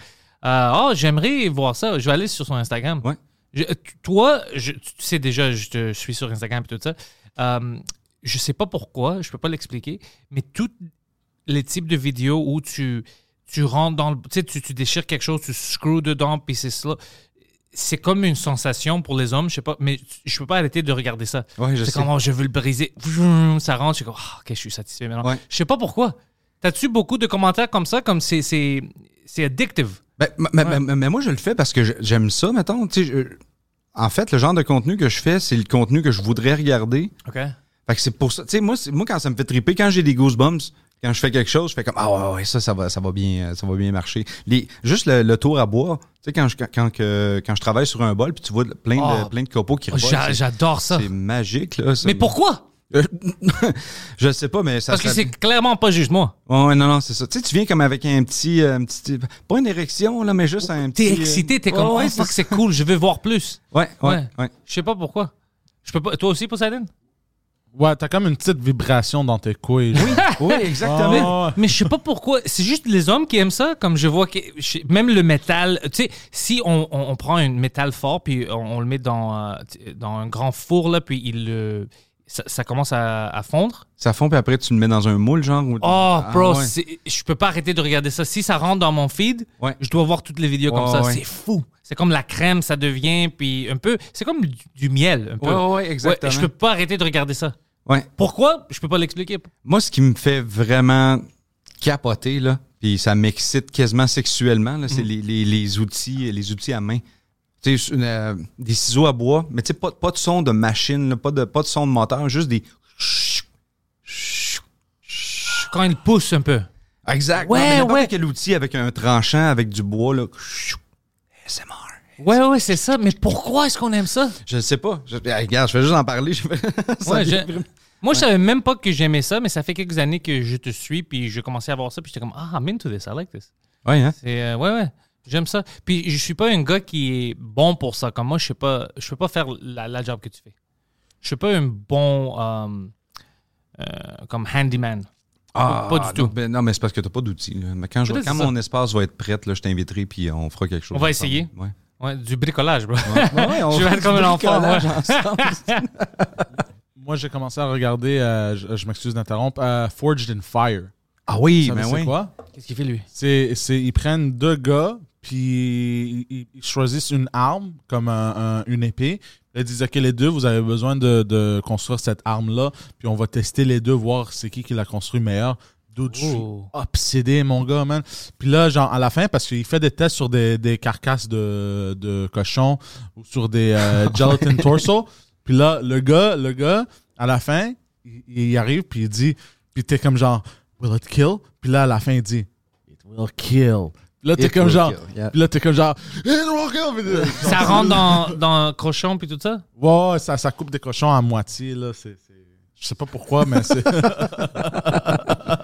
Speaker 1: Euh, oh, j'aimerais voir ça. Je vais aller sur son Instagram.
Speaker 3: Ouais.
Speaker 1: Je- tu- toi, je- tu sais déjà, je, te- je suis sur Instagram et tout ça. Euh, je sais pas pourquoi, je peux pas l'expliquer, mais tous les types de vidéos où tu, tu rentres dans le. Tu sais, tu, tu déchires quelque chose, tu screws dedans, puis c'est cela. C'est comme une sensation pour les hommes, je sais pas, mais tu- je peux pas arrêter de regarder ça.
Speaker 3: Ouais, je
Speaker 1: C'est
Speaker 3: sais.
Speaker 1: comme, oh, je veux le briser. Vroom, Ça rentre, je suis comme, Ah, ok, je suis satisfait maintenant.
Speaker 3: Ouais.
Speaker 1: Je sais pas pourquoi. T'as-tu beaucoup de commentaires comme ça, comme c'est, c'est, c'est addictive?
Speaker 3: Ben, m- m- m- mais moi, je le fais parce que je- j'aime ça, mettons. Tu sais, je- en fait, le genre de contenu que je fais, c'est le contenu que je voudrais regarder.
Speaker 1: OK.
Speaker 3: Fait que c'est pour ça. Tu sais, moi, c'est- moi, quand ça me fait triper, quand j'ai des goosebumps, Quand je fais quelque chose, je fais comme Ah ouais, ouais, ça, ça va, ça va bien, euh, ça va bien marcher. Les, juste le, le tour à boire, tu sais, quand je, quand, quand que- quand je travaille sur un bol, puis tu vois plein de,
Speaker 1: Ah.
Speaker 3: plein de copeaux qui
Speaker 1: Oh,
Speaker 3: revolent,
Speaker 1: j'a-
Speaker 3: c'est-
Speaker 1: J'adore ça.
Speaker 3: c'est magique, là. c'est-
Speaker 1: Mais pourquoi?
Speaker 3: Euh, je sais pas, mais ça.
Speaker 1: Parce que
Speaker 3: ça-
Speaker 1: c'est clairement pas juste moi.
Speaker 3: Ouais, ouais, non, non, c'est ça. Tu sais, tu viens comme avec un petit, euh, un petit- Pas une érection, là, mais juste un petit.
Speaker 1: Oh, T'es
Speaker 3: euh,
Speaker 1: excité, t'es comme,
Speaker 3: ouais, ouais,
Speaker 1: oh,
Speaker 3: c'est
Speaker 1: fuck, c'est cool, je veux voir plus.
Speaker 3: Ouais, ouais,
Speaker 1: Ouais.
Speaker 3: ouais.
Speaker 1: Je sais pas pourquoi. Je peux pas. Toi aussi, Poseidon?
Speaker 4: Ouais, t'as comme une petite vibration dans tes couilles. Ah, Oui,
Speaker 3: Oui, exactement.
Speaker 1: Mais je sais pas pourquoi. C'est juste les hommes qui aiment ça. Comme je vois que je- même le métal. Tu sais, si on, on- on prend un métal fort puis on, on le met dans, euh, t- dans un grand four là, puis il le- ça, ça commence à, à fondre.
Speaker 3: Ça fond, puis après, tu le mets dans un moule, genre. ou-
Speaker 1: Oh,
Speaker 3: Ah,
Speaker 1: bro,
Speaker 3: ouais.
Speaker 1: c'est- je peux pas arrêter de regarder ça. Si ça rentre dans mon feed,
Speaker 3: Ouais.
Speaker 1: je dois voir toutes les vidéos comme
Speaker 3: Ouais,
Speaker 1: ça.
Speaker 3: ouais.
Speaker 1: C'est fou. C'est comme la crème, ça devient puis un peu. C'est comme du, du miel un peu.
Speaker 3: Ouais, ouais, ouais,
Speaker 1: Ouais,
Speaker 3: exactement.
Speaker 1: je peux pas arrêter de regarder ça.
Speaker 3: Ouais.
Speaker 1: Pourquoi Je peux pas l'expliquer.
Speaker 3: Moi, ce qui me fait vraiment capoter, là, puis ça m'excite quasiment sexuellement, là, c'est les, les- les outils, les outils à main. Tu sais, une, euh, des ciseaux à bois, mais tu sais, pas, pas de son de machine, là, pas, de, pas de son de moteur, juste des.
Speaker 1: Quand il pousse un peu.
Speaker 3: Exact.
Speaker 1: Ouais,
Speaker 3: Non, mais n'importe
Speaker 1: ouais.
Speaker 3: quel outil avec un tranchant, avec du bois, là. ASMR.
Speaker 1: Ouais, ouais, c'est ça. Mais pourquoi est-ce qu'on aime ça?
Speaker 3: Je sais pas. Je- eh, regarde, je vais juste en parler. Je- ça
Speaker 1: Ouais,
Speaker 3: vient
Speaker 1: j'ai-
Speaker 3: vraiment-
Speaker 1: Moi, je savais même pas que j'aimais ça, mais ça fait quelques années que je te suis, puis je commençais à voir ça, puis j'étais comme, ah, I'm into this, I like this.
Speaker 3: Ouais, hein?
Speaker 1: C'est, euh, ouais, ouais, j'aime ça. Puis je suis pas un gars qui est bon pour ça. Comme moi, je sais pas, je peux pas faire la, la job que tu fais. Je suis pas un bon, euh, euh, comme handyman.
Speaker 3: Ah,
Speaker 1: pas du
Speaker 3: non,
Speaker 1: tout.
Speaker 3: ben, non, mais c'est parce que t'as pas d'outils. là. Mais quand, je,
Speaker 1: Peut-être
Speaker 3: quand
Speaker 1: c'est
Speaker 3: mon espace va être prêt, là, je t'inviterai, puis on fera quelque chose.
Speaker 1: On va
Speaker 3: ensemble.
Speaker 1: essayer.
Speaker 3: Ouais.
Speaker 1: Ouais, du bricolage, bro.
Speaker 3: Ouais, on
Speaker 1: je vais
Speaker 3: fait
Speaker 1: être comme
Speaker 3: du
Speaker 1: un enfant.
Speaker 3: bricolage
Speaker 1: ouais.
Speaker 3: ensemble.
Speaker 4: Moi, j'ai commencé à regarder, euh, je, je m'excuse d'interrompre, euh, Forged in Fire.
Speaker 3: Ah oui,
Speaker 4: Ça,
Speaker 3: mais
Speaker 4: c'est
Speaker 3: oui.
Speaker 4: quoi?
Speaker 1: Qu'est-ce qu'il fait, lui?
Speaker 4: C'est, c'est- ils prennent deux gars, puis ils, ils choisissent une arme, comme un- un- une épée. Ils disent, OK, les deux, vous avez besoin de, de construire cette arme-là, puis on va tester les deux, voir c'est qui qui l'a construit meilleur. D'autres, je suis
Speaker 1: Oh.
Speaker 4: obsédé, mon gars, man. Puis là, genre, à la fin, parce qu'il fait des tests sur des, des carcasses de, de cochons ou sur des euh, gelatin torso. Puis là, le gars, le gars, à la fin, il, il arrive, puis il dit, puis t'es comme genre, will it kill? Puis là, à la fin, il dit, it will kill. Puis là, t'es
Speaker 3: It
Speaker 4: comme
Speaker 3: will
Speaker 4: genre,
Speaker 3: kill, yeah.
Speaker 4: puis là, t'es comme genre, it will kill. Puis là,
Speaker 1: Ça rentre dans, dans Crochon, puis tout ça?
Speaker 4: Ouais, ouais, ça, ça coupe des cochons à moitié, là. C'est, c'est- je sais pas pourquoi, mais c'est.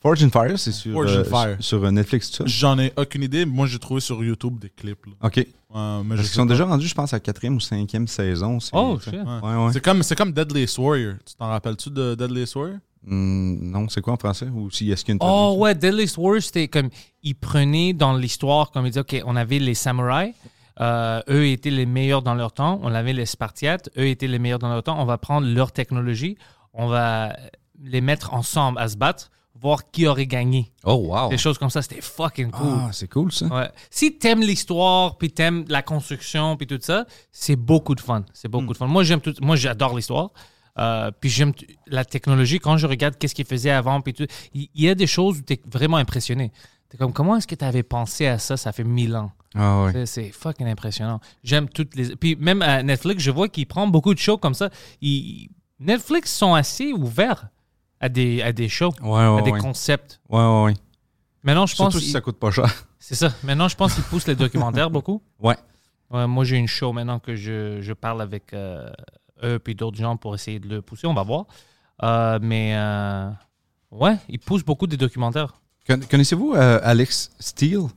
Speaker 3: Forge and Fire, c'est sur,
Speaker 4: Forge and
Speaker 3: euh,
Speaker 4: Fire.
Speaker 3: sur euh, Netflix, tout ça.
Speaker 4: J'en ai aucune idée. Moi, j'ai trouvé sur YouTube des clips, là.
Speaker 3: OK.
Speaker 4: Ouais, mais je
Speaker 3: Parce
Speaker 4: sais
Speaker 3: qu'ils sont
Speaker 4: pas.
Speaker 3: déjà rendus, je pense, à la quatrième ou cinquième saison. c'est-
Speaker 1: Oh,
Speaker 3: c'est-
Speaker 1: shit.
Speaker 4: Ouais.
Speaker 3: Ouais, ouais.
Speaker 4: C'est comme, c'est comme Deadliest Warrior. Tu t'en rappelles-tu de Deadliest Warrior?
Speaker 3: Hum, non, c'est quoi en français? Ou si est-ce qu'il y a une
Speaker 1: Oh ouais, Deadliest Warrior, c'était comme ils prenaient dans l'histoire, comme ils disaient, ok, on avait les samouraïs, euh, eux étaient les meilleurs dans leur temps, on avait les Spartiates, eux étaient les meilleurs dans leur temps. On va prendre leur technologie, on va les mettre ensemble à se battre, voir qui aurait gagné.
Speaker 3: Oh, wow.
Speaker 1: Des choses comme ça, c'était fucking cool.
Speaker 3: Ah, c'est cool, ça.
Speaker 1: Ouais. Si t'aimes l'histoire, puis t'aimes la construction, puis tout ça, c'est beaucoup de fun. C'est
Speaker 3: Hmm.
Speaker 1: beaucoup de fun. Moi, j'aime tout. Moi, j'adore l'histoire. Euh, puis j'aime t- la technologie. Quand je regarde qu'est-ce qu'ils faisaient avant, puis tout, il il y, a des choses où t'es vraiment impressionné. T'es comme, comment est-ce que t'avais pensé à ça? Ça fait mille ans.
Speaker 3: Ah, ouais.
Speaker 1: C'est- C'est fucking impressionnant. J'aime toutes les. Puis même à Netflix, je vois qu'ils prennent beaucoup de shows comme ça. Ils- Netflix sont assez ouverts à des, à des shows,
Speaker 3: Ouais, ouais,
Speaker 1: à des
Speaker 3: Oh, ouais.
Speaker 1: concepts.
Speaker 3: Ouais, ouais, ouais.
Speaker 1: Maintenant, je pense.
Speaker 3: Surtout si ça coûte pas cher.
Speaker 1: C'est ça. Maintenant, je pense qu'ils poussent les documentaires beaucoup.
Speaker 3: Ouais.
Speaker 1: Ouais, moi, j'ai une show maintenant que je, je parle avec euh, eux puis d'autres gens pour essayer de le pousser. On va voir. Euh, mais euh, ouais, ils poussent beaucoup des documentaires.
Speaker 3: Con- Connaissez-vous euh, Alex Steele?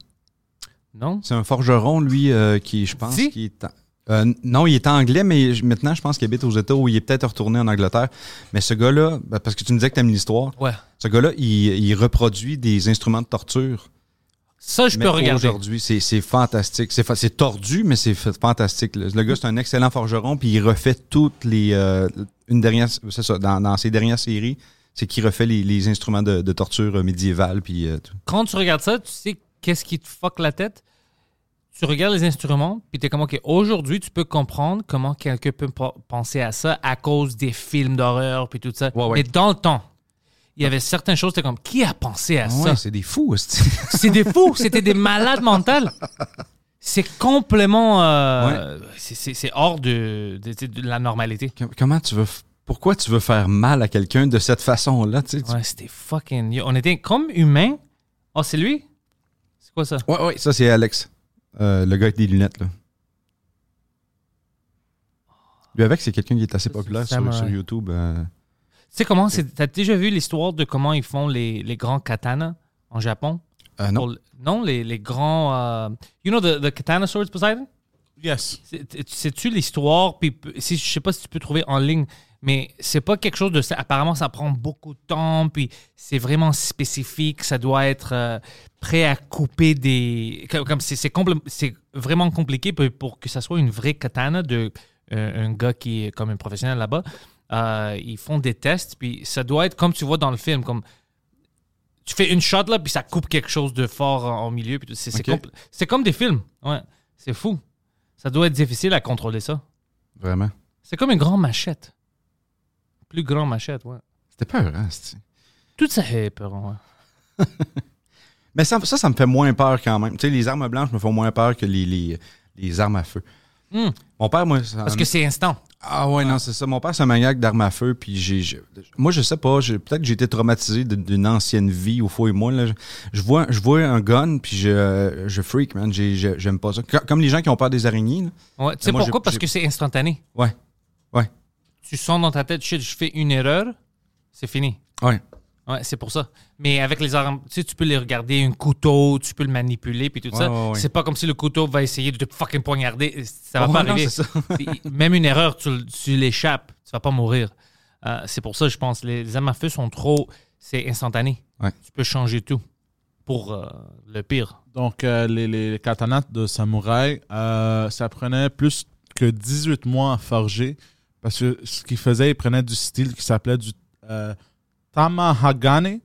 Speaker 1: Non?
Speaker 3: C'est un forgeron, lui, euh, qui, je pense,
Speaker 1: Si.
Speaker 3: qui est. en- Euh, non, il est anglais, mais je- maintenant, je pense qu'il habite aux États où il est peut-être retourné en Angleterre. Mais ce gars-là, ben, parce que tu me disais que tu aimes l'histoire,
Speaker 1: Ouais.
Speaker 3: ce gars-là, il, il reproduit des instruments de torture.
Speaker 1: Ça, je
Speaker 3: Mais
Speaker 1: peux regarder.
Speaker 3: Aujourd'hui, c'est c'est fantastique. C'est fa- c'est tordu, mais c'est fa- fantastique. Le, le gars, c'est un excellent forgeron, puis il refait toutes les. euh, une dernière. C'est ça, dans, dans ses dernières séries, c'est qu'il refait les, les instruments de, de torture euh, médiévale, puis euh, tout.
Speaker 1: Quand tu regardes ça, tu sais qu'est-ce qui te fuck la tête. Tu regardes les instruments, puis t'es comme, OK, aujourd'hui, tu peux comprendre comment quelqu'un peut po- penser à ça à cause des films d'horreur, puis tout ça.
Speaker 3: Ouais,
Speaker 1: Mais
Speaker 3: ouais.
Speaker 1: dans le temps, il y avait certaines choses, t'es comme, qui a pensé à ça?
Speaker 3: Ouais, c'est des fous, c'est-
Speaker 1: C'est des fous, c'était des malades mentales. C'est complètement. euh, c'est- C'est c'est hors de, de- de la normalité.
Speaker 3: Com- Comment tu veux f- pourquoi tu veux faire mal à quelqu'un de cette façon-là? tu sais, tu-
Speaker 1: Ouais, c'était fucking. yo, on était comme humains. Oh, c'est lui? C'est quoi ça?
Speaker 3: Ouais, ouais, ça c'est Alex. Euh, le gars avec des lunettes, là. Lui avec, c'est quelqu'un qui est assez
Speaker 1: Ça,
Speaker 3: populaire
Speaker 1: c'est
Speaker 3: sur,
Speaker 1: Samurai.
Speaker 3: sur YouTube. euh.
Speaker 1: Tu sais comment c'est. T'as déjà vu l'histoire de comment ils font les, les grands katanas en Japon?
Speaker 3: Euh, non.
Speaker 1: Pour le- non, les, les grands. euh, you know the, the katana swords, Poseidon?
Speaker 4: Yes.
Speaker 1: C'est- tu- Sais-tu l'histoire? Puis p- si, je sais pas si tu peux trouver en ligne, mais c'est pas quelque chose de. ça- Apparemment, ça prend beaucoup de temps, puis c'est vraiment spécifique. Ça doit être euh, prêt à couper des. Comme comme c'est c'est complé- c'est vraiment compliqué pour, pour que ça soit une vraie katana de euh, un gars qui est comme un professionnel là-bas. Euh, ils font des tests, puis ça doit être comme tu vois dans le film, comme tu fais une shot là, puis ça coupe quelque chose de fort en, en milieu. puis tout. C'est c'est
Speaker 3: Ok.
Speaker 1: compl- c'est comme des films. Ouais, c'est fou. Ça doit être difficile à contrôler ça.
Speaker 3: Vraiment.
Speaker 1: C'est comme une grande machette. Plus grande machette, ouais.
Speaker 3: C'était peur, hein, c'est-
Speaker 1: Tout ça est peur,
Speaker 3: Euh,
Speaker 1: ouais.
Speaker 3: Mais ça, ça, ça me fait moins peur quand même. Tu sais, les armes blanches me font moins peur que les, les, les armes à feu.
Speaker 1: Hmm.
Speaker 3: Mon père, moi. ça-
Speaker 1: Parce que c'est instant.
Speaker 3: Ah ouais, non, c'est ça. Mon père, c'est un maniaque d'armes à feu. Puis j'ai, j'ai- moi, je sais pas. j'ai- peut-être que j'ai été traumatisé d- d'une ancienne vie au fond et moi. Là, je, je vois, je vois un gun, puis je, je freak, man. J'ai- j'ai- j'aime pas ça. Co- Comme les gens qui ont peur des araignées. là.
Speaker 1: Ouais. Tu sais
Speaker 3: Mais moi,
Speaker 1: pourquoi?
Speaker 3: j'ai-
Speaker 1: Parce
Speaker 3: j'ai-
Speaker 1: que c'est instantané.
Speaker 3: Ouais. Ouais.
Speaker 1: Tu sens dans ta tête, shit, je fais une erreur, c'est fini.
Speaker 3: Ouais.
Speaker 1: Ouais, c'est pour ça. Mais avec les armes, tu sais, tu peux les regarder, un couteau, tu peux le manipuler, puis tout
Speaker 3: Ouais,
Speaker 1: ça.
Speaker 3: ouais, ouais.
Speaker 1: C'est pas comme si le couteau va essayer de te fucking poignarder. Ça va
Speaker 3: Oh,
Speaker 1: pas
Speaker 3: non,
Speaker 1: arriver.
Speaker 3: c'est ça.
Speaker 1: C'est- Même une erreur, tu, l- tu l'échappes, tu vas pas mourir. Euh, c'est pour ça, je pense, les, les armes à feu sont trop. C'est instantané.
Speaker 3: Ouais.
Speaker 1: Tu peux changer tout pour euh, le pire.
Speaker 4: Donc, euh, les, les, les katanas de samouraï, euh, ça prenait plus que 18 mois à forger. Parce que ce qu'ils faisaient, ils prenaient du style qui s'appelait du euh, tamahagane.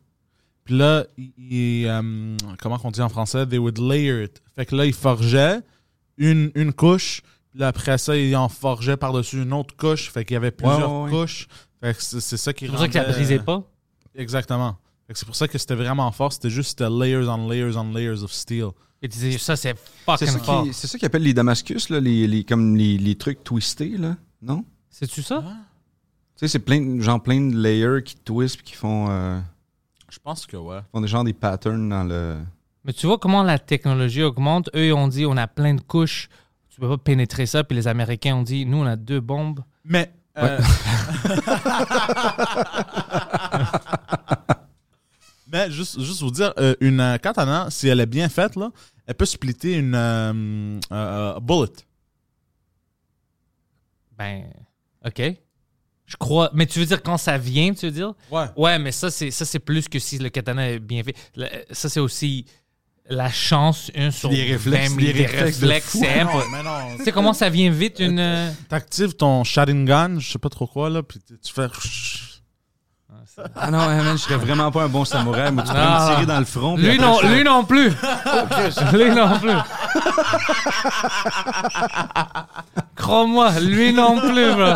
Speaker 4: Puis là, ils- ils, euh, comment qu'on dit en français? They would layer it. Fait que là, ils forgeaient une, une couche. Puis là, après ça, ils en forgeaient par-dessus une autre couche. Fait qu'il y avait plusieurs
Speaker 3: ouais, ouais.
Speaker 4: couches. Fait que c'est c'est ça qui
Speaker 1: C'est pour ça que ça
Speaker 3: euh,
Speaker 4: rendait-
Speaker 1: brisait pas.
Speaker 4: Exactement. Fait que C'est pour ça que c'était vraiment fort. C'était juste c'était layers on layers on layers of steel.
Speaker 1: Et tu disais, ça, Ah, c'est
Speaker 3: C'est ça
Speaker 1: fucking fort.
Speaker 3: qui- c'est ça qu'ils appellent les Damascus, là, les, les, comme les, les trucs twistés, là. Non? Tu
Speaker 1: C'est-tu ça?
Speaker 3: sais, c'est plein, de- genre plein de layers qui twistent, puis qui font, euh,
Speaker 4: Je pense que ouais.
Speaker 3: font des, genre des patterns dans le.
Speaker 1: Mais tu vois comment la technologie augmente. Eux, ils ont dit, on a plein de couches. Tu peux pas pénétrer ça. Puis les Américains ont dit, nous, on a deux bombes.
Speaker 4: Mais euh, Mais juste, juste vous dire, euh, une euh, katana, si elle est bien faite, là, elle peut splitter une euh, euh, bullet.
Speaker 1: Ben, OK. Je crois. Mais tu veux dire quand ça vient, tu veux dire?
Speaker 4: Ouais.
Speaker 1: Ouais, mais ça, c'est ça c'est plus que si le katana est bien fait. Le- ça, c'est aussi la chance, un sur
Speaker 3: Les réflexes,
Speaker 1: 20,
Speaker 3: les
Speaker 1: des
Speaker 3: réflexes de
Speaker 1: réflexes,
Speaker 3: fou.
Speaker 1: c'est
Speaker 4: Non,
Speaker 1: impo-
Speaker 4: mais non.
Speaker 1: Tu sais comment ça vient vite, une... euh,
Speaker 4: T'actives ton Sharingan, je sais pas trop quoi, là, puis tu tu fais.
Speaker 3: Ah non, ouais, man, je serais vraiment pas un bon samouraï, mais tu peux
Speaker 1: Ah.
Speaker 3: me tirer dans le front. puis
Speaker 1: Lui
Speaker 3: après,
Speaker 1: non,
Speaker 3: je-
Speaker 1: lui non plus! lui non plus! Crois-moi, lui non plus, bro!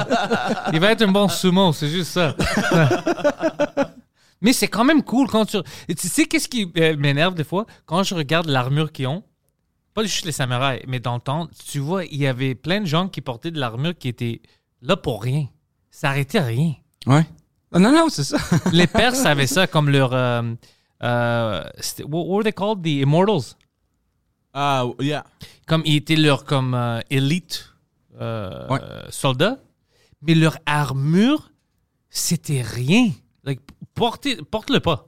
Speaker 1: Il va être un bon sumo, c'est juste ça. Mais c'est quand même cool quand tu... Et Tu sais qu'est-ce qui euh, m'énerve des fois? Quand je regarde l'armure qu'ils ont, pas juste les samouraïs, mais dans le temps, tu vois, il y avait plein de gens qui portaient de l'armure qui étaient là pour rien. Ça arrêtait rien.
Speaker 3: Ouais. Ah, Non, non, c'est ça.
Speaker 1: Les Perses avaient ça comme leur... euh, euh, c'était- what were they called? The Immortals.
Speaker 4: Ah, yeah.
Speaker 1: Comme ils étaient leur comme euh, élite euh,
Speaker 3: Ouais.
Speaker 1: euh, soldats, mais leur armure, c'était rien. Like, portez- Porte-le pas.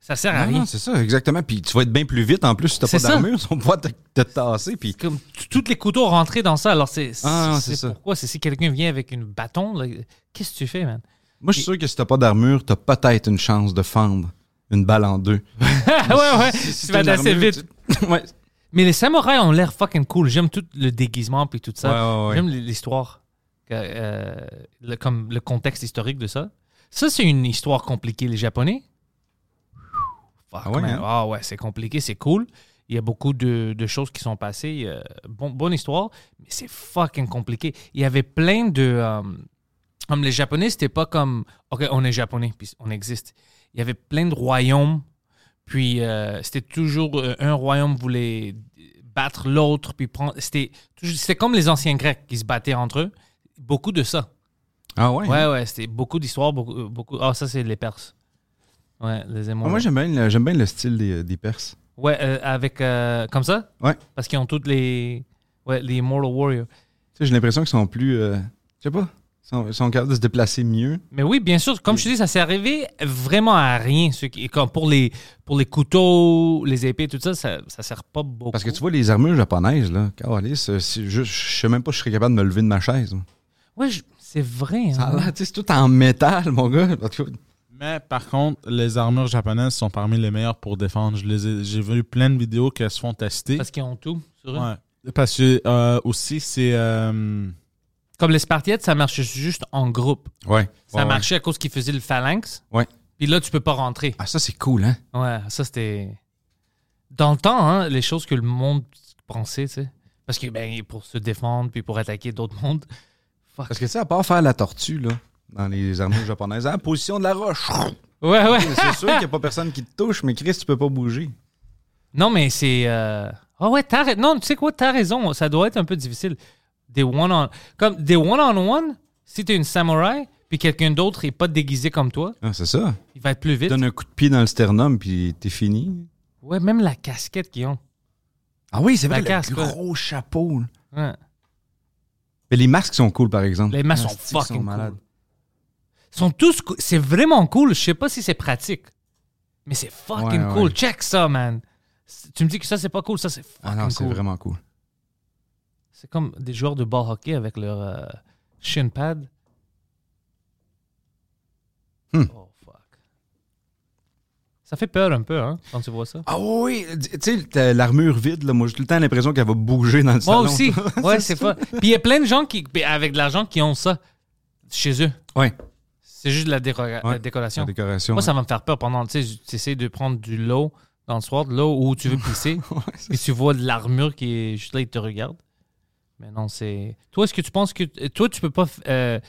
Speaker 1: Ça sert à
Speaker 3: Non,
Speaker 1: rien.
Speaker 3: non, c'est ça, exactement. Puis tu vas être bien plus vite en plus si t'as
Speaker 1: Ah, C'est
Speaker 3: pas
Speaker 1: ça.
Speaker 3: d'armure, on va te, te tasser. Puis
Speaker 1: comme t- toutes les couteaux rentraient dans ça. Alors, c'est
Speaker 3: Ah,
Speaker 1: c'est-
Speaker 3: c'est
Speaker 1: c'est
Speaker 3: ça.
Speaker 1: pourquoi c'est si quelqu'un vient avec une bâton, là, qu'est-ce que tu fais, man?
Speaker 3: moi, je suis sûr que si t'as pas d'armure, t'as peut-être une chance de fendre une balle en deux.
Speaker 1: Ah, ouais, ouais,
Speaker 3: Si- si
Speaker 1: tu
Speaker 3: t'as
Speaker 1: vas
Speaker 3: une
Speaker 1: assez
Speaker 3: armure,
Speaker 1: vite.
Speaker 3: tu- ouais.
Speaker 1: Mais les samouraïs ont l'air fucking cool. J'aime tout le déguisement puis tout ça.
Speaker 3: Ouais, ouais, ouais.
Speaker 1: J'aime l'histoire, que, euh, le- comme le contexte historique de ça. Ça, c'est une histoire compliquée, les Japonais. Fuck,
Speaker 3: Ah ouais,
Speaker 1: man.
Speaker 3: hein?
Speaker 1: Ah ouais, c'est compliqué, c'est cool. Il y a beaucoup de, de choses qui sont passées. euh, bon- bonne histoire, mais c'est fucking compliqué. Il y avait plein de... euh, comme les Japonais, c'était pas comme... OK, on est Japonais, puis on existe. Il y avait plein de royaumes, puis euh, c'était toujours... euh, un royaume voulait battre l'autre, puis prendre... C'était toujours- c'était comme les anciens Grecs qui se battaient entre eux. Beaucoup de ça.
Speaker 3: Ah ouais?
Speaker 1: Ouais, ouais, c'était beaucoup d'histoires, beaucoup. euh, beaucoup... Ah, ça, c'est les Perses. Ouais, les
Speaker 3: Ah,
Speaker 1: émois.
Speaker 3: moi, j'aime bien, le- j'aime bien le style des, des Perses.
Speaker 1: Ouais, euh, avec. euh, comme ça?
Speaker 3: Ouais.
Speaker 1: Parce qu'ils ont toutes les. Ouais, les Mortal Warriors.
Speaker 3: Tu sais, J'ai l'impression qu'ils sont plus. euh, je sais pas. Ils sont, ils sont capables de se déplacer mieux.
Speaker 1: Mais oui, bien sûr, comme je te dis, ça s'est arrivé vraiment à rien. Ce qui, comme pour les, pour les couteaux, les épées, tout ça, ça, ça sert pas beaucoup.
Speaker 3: Parce que tu vois, les armures japonaises, là, calice, euh, c'est juste- je sais même pas si je serais capable de me lever de ma chaise. moi.
Speaker 1: Ouais, je- c'est vrai.
Speaker 3: Ça a
Speaker 1: hein.
Speaker 3: l'air, tu sais, c'est tout en métal, mon gars. En tout cas,
Speaker 4: Mais par contre, les armures japonaises sont parmi les meilleures pour défendre. Je les ai- J'ai vu plein de vidéos qu'elles se font tester.
Speaker 1: Parce qu'ils ont tout sur eux.
Speaker 4: Ouais. Parce que euh, aussi, c'est. euh,
Speaker 1: Comme les Spartiates, ça marchait juste en groupe.
Speaker 3: ouais.
Speaker 1: Ça
Speaker 3: Ouais, ouais.
Speaker 1: marchait à cause qu'ils faisaient le phalanx.
Speaker 3: Ouais.
Speaker 1: Puis là, tu peux pas rentrer.
Speaker 3: Ah, ça, c'est cool, hein?
Speaker 1: Ouais, ça c'était. Dans le temps, hein, les choses que le monde pensait, tu sais. Parce que ben, pour se défendre, puis pour attaquer d'autres mondes. Fuck.
Speaker 3: Parce que, tu sais, à part faire la tortue, là, dans les armures japonaises, à la position de la roche.
Speaker 1: Ouais, ouais.
Speaker 3: c'est sûr qu'il n'y a pas personne qui te touche, mais Chris, tu peux pas bouger.
Speaker 1: Non, mais c'est. euh, Ah ouais, t'as raison. Non, tu sais quoi, t'as raison. Ça doit être un peu difficile. Des one-on. Comme des one-on-one, si t'es une samouraï, puis quelqu'un d'autre est pas déguisé comme toi,
Speaker 3: Ah, c'est ça.
Speaker 1: il va être plus vite.
Speaker 3: Donne un coup de pied dans le sternum, puis t'es fini.
Speaker 1: Ouais, même la casquette qu'ils ont.
Speaker 3: Ah oui, c'est
Speaker 1: La
Speaker 3: vrai,
Speaker 1: casse,
Speaker 3: le
Speaker 1: quoi.
Speaker 3: gros chapeau. là.
Speaker 1: Ouais.
Speaker 3: Mais les masques sont cool, par exemple.
Speaker 1: Les masques
Speaker 3: Ah,
Speaker 1: sont
Speaker 3: c'est-tu qu'ils
Speaker 1: fucking
Speaker 3: malades.
Speaker 1: cool. Ils sont tous. cou- C'est vraiment cool. Je sais pas si c'est pratique, mais c'est fucking
Speaker 3: Ouais, ouais.
Speaker 1: cool. Check ça, man. C'est- Tu me dis que ça, c'est pas cool. Ça, c'est fucking
Speaker 3: Ah non, c'est
Speaker 1: cool.
Speaker 3: vraiment cool.
Speaker 1: C'est comme des joueurs de ball hockey avec leur euh, shin pad.
Speaker 3: Hmm.
Speaker 1: Oh fuck. Ça fait peur un peu, hein, quand tu vois ça.
Speaker 3: Ah oui, tu sais, t'as l'armure vide, là, moi, j'ai tout le temps l'impression qu'elle va bouger dans le
Speaker 1: Moi
Speaker 3: salon.
Speaker 1: aussi. Ouais, c'est pas. Puis il y a plein de gens qui, ben, avec de l'argent qui ont ça chez eux.
Speaker 3: Ouais,
Speaker 1: C'est juste de la, déroga-
Speaker 3: Ouais,
Speaker 1: la décoration.
Speaker 3: la décoration.
Speaker 1: Moi, ça va me faire peur pendant, tu sais, tu essaies de prendre du lot dans le soir, de l'eau où tu veux pisser,
Speaker 3: ouais, c'est-
Speaker 1: puis tu vois de l'armure qui est juste là, il te regarde. Mais non, c'est. Toi, est-ce que tu penses que. Toi, tu peux pas. f- euh,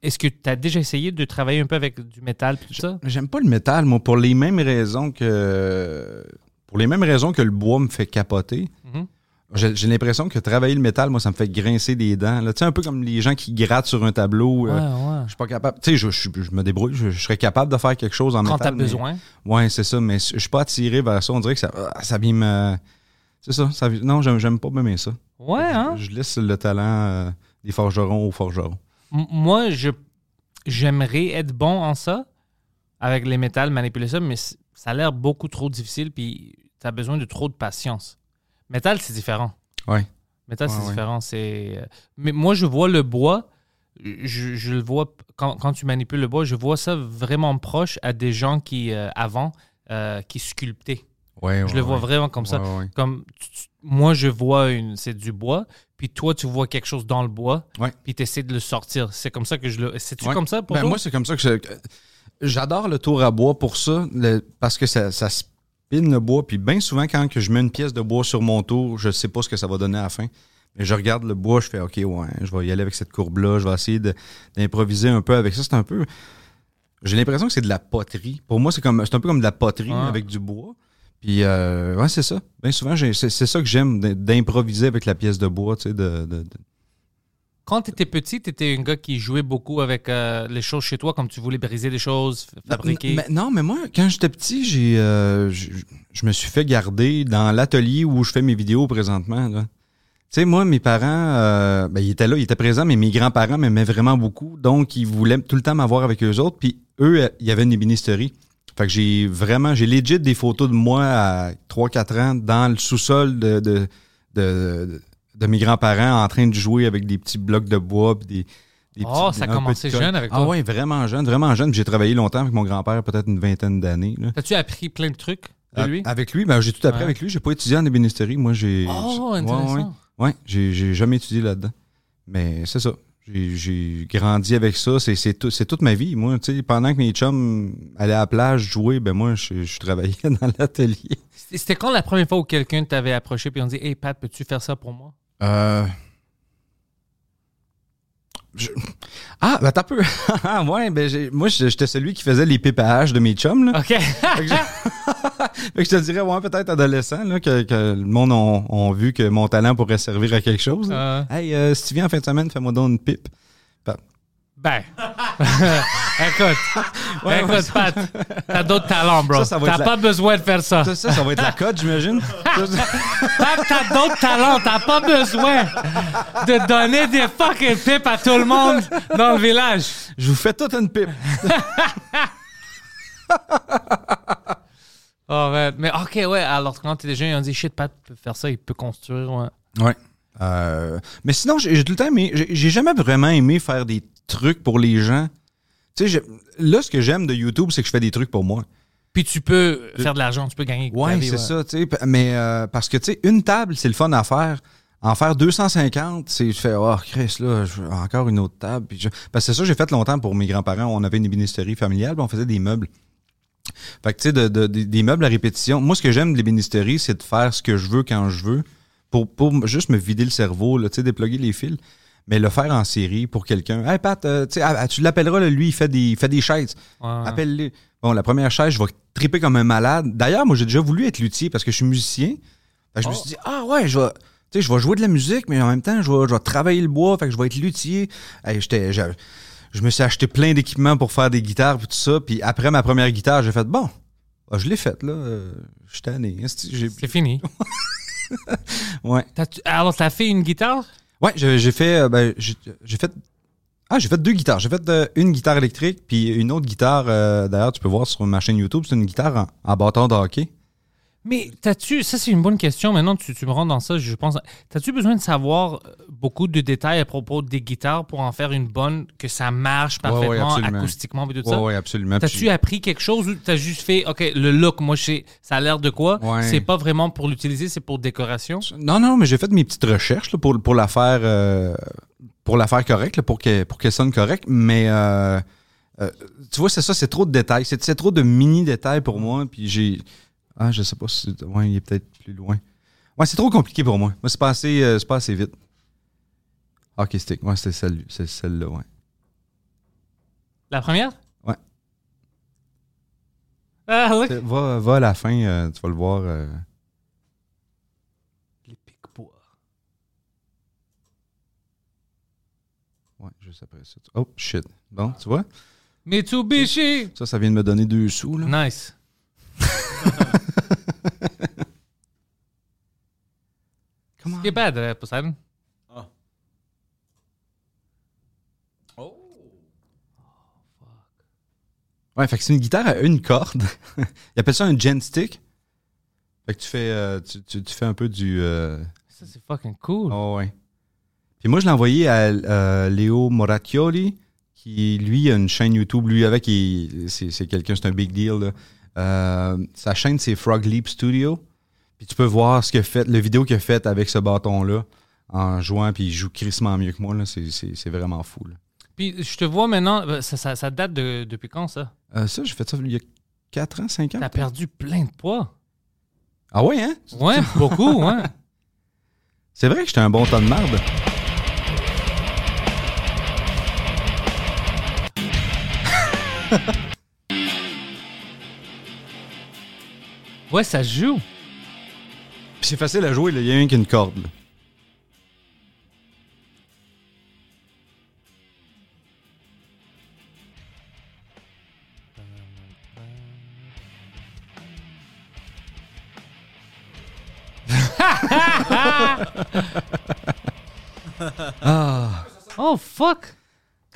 Speaker 1: Est-ce que tu as déjà essayé de travailler un peu avec du métal puis tout ça?
Speaker 3: J'aime pas le métal, moi, pour les mêmes raisons que... Pour les mêmes raisons que le bois me fait capoter,
Speaker 1: Mhm.
Speaker 3: j'ai j'ai l'impression que travailler le métal, moi, ça me fait grincer des dents. là. Tu sais, un peu comme les gens qui grattent sur un tableau.
Speaker 1: Ouais,
Speaker 3: euh,
Speaker 1: ouais.
Speaker 3: Je suis pas capable. Tu sais, je, je- je me débrouille. Je, je serais capable de faire quelque chose en
Speaker 1: Quand
Speaker 3: métal.
Speaker 1: t'as
Speaker 3: mais-
Speaker 1: besoin.
Speaker 3: Ouais, c'est ça, mais je suis pas attiré vers ça. On dirait que ça, ah, ça vient me. C'est ça, ça vient- Non, j'aime- j'aime pas même ça.
Speaker 1: Ouais, hein?
Speaker 3: Je, je laisse le talent euh, des forgerons aux forgerons.
Speaker 1: M- Moi, je j'aimerais être bon en ça, avec les métals, manipuler ça, mais c- ça a l'air beaucoup trop difficile, puis tu as besoin de trop de patience. Métal, c'est différent.
Speaker 3: Ouais.
Speaker 1: Métal,
Speaker 3: Ouais,
Speaker 1: c'est
Speaker 3: ouais.
Speaker 1: différent. C'est... euh, Mais moi, je vois le bois, je, je le vois, p- quand, quand tu manipules le bois, je vois ça vraiment proche à des gens qui, euh, avant, euh, qui sculptaient.
Speaker 3: Ouais,
Speaker 1: Je le vois vraiment comme ça. Comme tu- tu- moi, je vois une, c'est du bois, puis toi, tu vois quelque chose dans le bois,
Speaker 3: Ouais.
Speaker 1: puis tu essaies de le sortir. C'est comme ça que je le. C'est-tu
Speaker 3: Ouais.
Speaker 1: comme ça pour
Speaker 3: Ben,
Speaker 1: toi?
Speaker 3: moi, c'est comme ça que je- j'adore le tour à bois pour ça, le- parce que ça, ça spine le bois. Puis bien souvent, quand que je mets une pièce de bois sur mon tour, je sais pas ce que ça va donner à la fin. Mais je regarde le bois, je fais OK, ouais, je vais y aller avec cette courbe-là, je vais essayer de- d'improviser un peu avec ça. C'est un peu. J'ai l'impression que c'est de la poterie. Pour moi, c'est comme c'est un peu comme de la poterie
Speaker 1: Ah.
Speaker 3: avec du bois. Puis, euh, ouais, c'est ça. Bien souvent, j'ai- c'est c'est ça que j'aime, d'im- d'improviser avec la pièce de bois, tu sais, de- de, de-
Speaker 1: Quand tu étais petit, tu étais un gars qui jouait beaucoup avec euh, les choses chez toi, comme tu voulais briser des choses, f- fabriquer.
Speaker 3: Ben, Mais- non, mais moi, quand j'étais petit, j'ai, euh, je, je me suis fait garder dans l'atelier où je fais mes vidéos présentement. là. Tu sais, moi, mes parents, euh, ben, ils étaient là, ils étaient présents, mais mes grands-parents m'aimaient vraiment beaucoup. Donc, ils voulaient tout le temps m'avoir avec eux autres. Puis, eux, euh, il y avait une ébénisterie. Fait que j'ai vraiment, j'ai legit des photos de moi à 3-4 ans dans le sous-sol de, de, de, de mes grands-parents en train de jouer avec des petits blocs de bois. Puis des, des
Speaker 1: Oh,
Speaker 3: petits-
Speaker 1: ça a
Speaker 3: un peu de
Speaker 1: commencé
Speaker 3: colle.
Speaker 1: jeune avec
Speaker 3: Ah
Speaker 1: toi.
Speaker 3: oui, vraiment jeune, vraiment jeune. Puis J'ai travaillé longtemps avec mon grand-père, peut-être une vingtaine d'années. là.
Speaker 1: T'as-tu appris plein de trucs de lui?
Speaker 3: Euh, Avec lui, ben, j'ai tout appris
Speaker 1: Ouais.
Speaker 3: avec lui. J'ai pas étudié en ébénisterie. Moi, j'ai.
Speaker 1: oh,
Speaker 3: j'ai- ouais,
Speaker 1: intéressant.
Speaker 3: ouais. Ouais, j'ai, j'ai jamais étudié là-dedans. Mais c'est ça. J'ai, j'ai grandi avec ça. C'est, c'est, tout- c'est toute ma vie. Moi, tu sais, pendant que mes chums allaient à la plage jouer, ben moi, je, je travaillais dans l'atelier.
Speaker 1: C'était c'était quand la première fois où quelqu'un t'avait approché puis on dit Hey Pat, peux-tu faire ça pour moi?
Speaker 3: Euh. je- Ah, ben t'as peu. Ah, ouais, ben j'ai- moi, j'étais celui qui faisait les PPH de mes chums. Là.
Speaker 1: OK.
Speaker 3: Fait que je- Fait que je te dirais, ouais, peut-être adolescent, là, que, que le monde ont ont vu que mon talent pourrait servir à quelque chose. là.
Speaker 1: Euh,
Speaker 3: Hey, euh, si tu viens en fin de semaine, fais-moi donc une pipe. Bah,
Speaker 1: Ben. écoute, écoute, Pat, t'as d'autres talents, bro.
Speaker 3: Ça, ça va
Speaker 1: T'as
Speaker 3: être la-
Speaker 1: pas besoin de faire ça.
Speaker 3: Ça, ça, ça va être la cote, j'imagine.
Speaker 1: Pat, t'as d'autres talents. T'as pas besoin de donner des fucking pipes à tout le monde dans le village.
Speaker 3: Je vous fais toute une pipe.
Speaker 1: Oh, man. Mais OK, ouais. Alors, quand t'es jeune, ils ont dit, shit, Pat peut faire ça, il peut construire. Ouais.
Speaker 3: Ouais. Euh, mais sinon, j'ai j'ai tout le temps aimé, j'ai j'ai jamais vraiment aimé faire des trucs pour les gens. Tu sais, j'ai- là, ce que j'aime de YouTube, c'est que je fais des trucs pour moi.
Speaker 1: Puis tu peux faire de l'argent, tu peux gagner. ta
Speaker 3: Ouais,
Speaker 1: vie,
Speaker 3: c'est ça, tu sais. p- Mais euh, parce que, tu sais, une table, c'est le fun à faire. En faire 250, c'est je fais oh Chris là, je veux encore une autre table puis je- parce que c'est ça que j'ai fait longtemps pour mes grands-parents, on avait une ébénisterie familiale, puis on faisait des meubles. Fait que tu sais de- de- des- des meubles à répétition. Moi ce que j'aime de l'ébénisterie, c'est de faire ce que je veux quand je veux pour pour m- juste me vider le cerveau là, tu sais déploguer les fils. Mais le faire en série pour quelqu'un. Hey Pat, euh, tu sais, ah, tu l'appelleras, là, lui, il fait des, il fait des chaises.
Speaker 1: Ouais.
Speaker 3: Appelle-les. Bon, la première chaise, je vais triper comme un malade. D'ailleurs, moi, j'ai déjà voulu être luthier parce que je suis musicien. Fait que je me suis dit, ah ouais, je vais. Tu sais, je vais jouer de la musique, mais en même temps, je vais, je vais travailler le bois, fait que je vais être luthier. Hey, j'étais- j'avais- je me suis acheté plein d'équipements pour faire des guitares puis tout ça. Puis après ma première guitare, j'ai fait bon, bah, je l'ai faite là. euh, Je suis tanné. hein, c'est- j'ai-
Speaker 1: C'est fini.
Speaker 3: Ouais,
Speaker 1: T'as- tu- Alors, t'as fait une guitare?
Speaker 3: ouais, j'ai j'ai fait, euh, ben, j'ai j'ai fait, ah, j'ai fait deux guitares. J'ai fait euh, une guitare électrique puis une autre guitare. euh, D'ailleurs, tu peux voir sur ma chaîne YouTube, c'est une guitare en, en bâton de hockey.
Speaker 1: Mais t'as-tu, ça c'est une bonne question, maintenant tu, tu me rends dans ça, je pense. T'as-tu besoin de savoir euh, beaucoup de détails à propos des guitares pour en faire une bonne, que ça marche
Speaker 3: ouais,
Speaker 1: parfaitement
Speaker 3: absolument.
Speaker 1: acoustiquement et tout
Speaker 3: Oui,
Speaker 1: ça?
Speaker 3: ouais, absolument.
Speaker 1: T'as-tu
Speaker 3: Puis-
Speaker 1: appris quelque chose ou t'as juste fait, OK, le look, moi je sais, ça a l'air de quoi?
Speaker 3: Ouais.
Speaker 1: C'est pas vraiment pour l'utiliser, c'est pour décoration?
Speaker 3: Non, non, mais j'ai fait mes petites recherches là, pour, pour la faire euh, pour la faire correcte, là, pour qu'elle pour qu'elle sonne correcte. Mais euh, euh, tu vois, c'est ça, c'est trop de détails. C'est c'est trop de mini-détails pour moi. Puis j'ai. Ah, je sais pas si. Ouais, il est peut-être plus loin. Ouais, c'est trop compliqué pour moi. Moi, c'est pas assez, euh, c'est pas assez vite. Ok, stick. Ouais, c'est celle- c'est celle-là, ouais.
Speaker 1: La première?
Speaker 3: Ouais.
Speaker 1: Ah oui?
Speaker 3: C'est- Va, va à la fin, euh, tu vas le voir. euh.
Speaker 1: Les pics-bois.
Speaker 3: Ouais, juste après ça. Oh, shit. Bon, tu vois?
Speaker 1: Mitsubishi!
Speaker 3: Ça, ça vient de me donner deux sous, là.
Speaker 1: Nice.
Speaker 3: Come on.
Speaker 1: C'est bad, euh, Poseidon.
Speaker 3: Ouais, fait que c'est une guitare à une corde. Ils appellent ça un gen stick. Fait que tu fais, euh, tu, tu- tu fais un peu du. euh,
Speaker 1: Ça c'est fucking cool.
Speaker 3: oh, ouais. Puis moi, je l'ai envoyé à euh, Léo Moracchioli, qui lui a une chaîne YouTube, lui avec, il- c'est c'est quelqu'un, c'est un big deal. là. Euh, sa chaîne, c'est Frog Leap Studio. Puis tu peux voir ce que fait, le vidéo qu'il a fait avec ce bâton-là en jouant, puis il joue crissement mieux que moi. là. C'est- C'est c'est vraiment fou. là.
Speaker 1: Puis je te vois maintenant, euh, ça, ça- ça date de- depuis quand ça?
Speaker 3: Euh, ça, j'ai fait ça il y a 4 ans, 5 ans.
Speaker 1: T'as perdu plein de poids.
Speaker 3: Ah ouais, hein?
Speaker 1: Ouais, beaucoup, ouais.
Speaker 3: C'est vrai que j'étais un bon tas de marde.
Speaker 1: Ouais, ça se joue.
Speaker 3: Puis c'est facile à jouer, là. il y a rien qu'une corde. là.
Speaker 1: Oh fuck!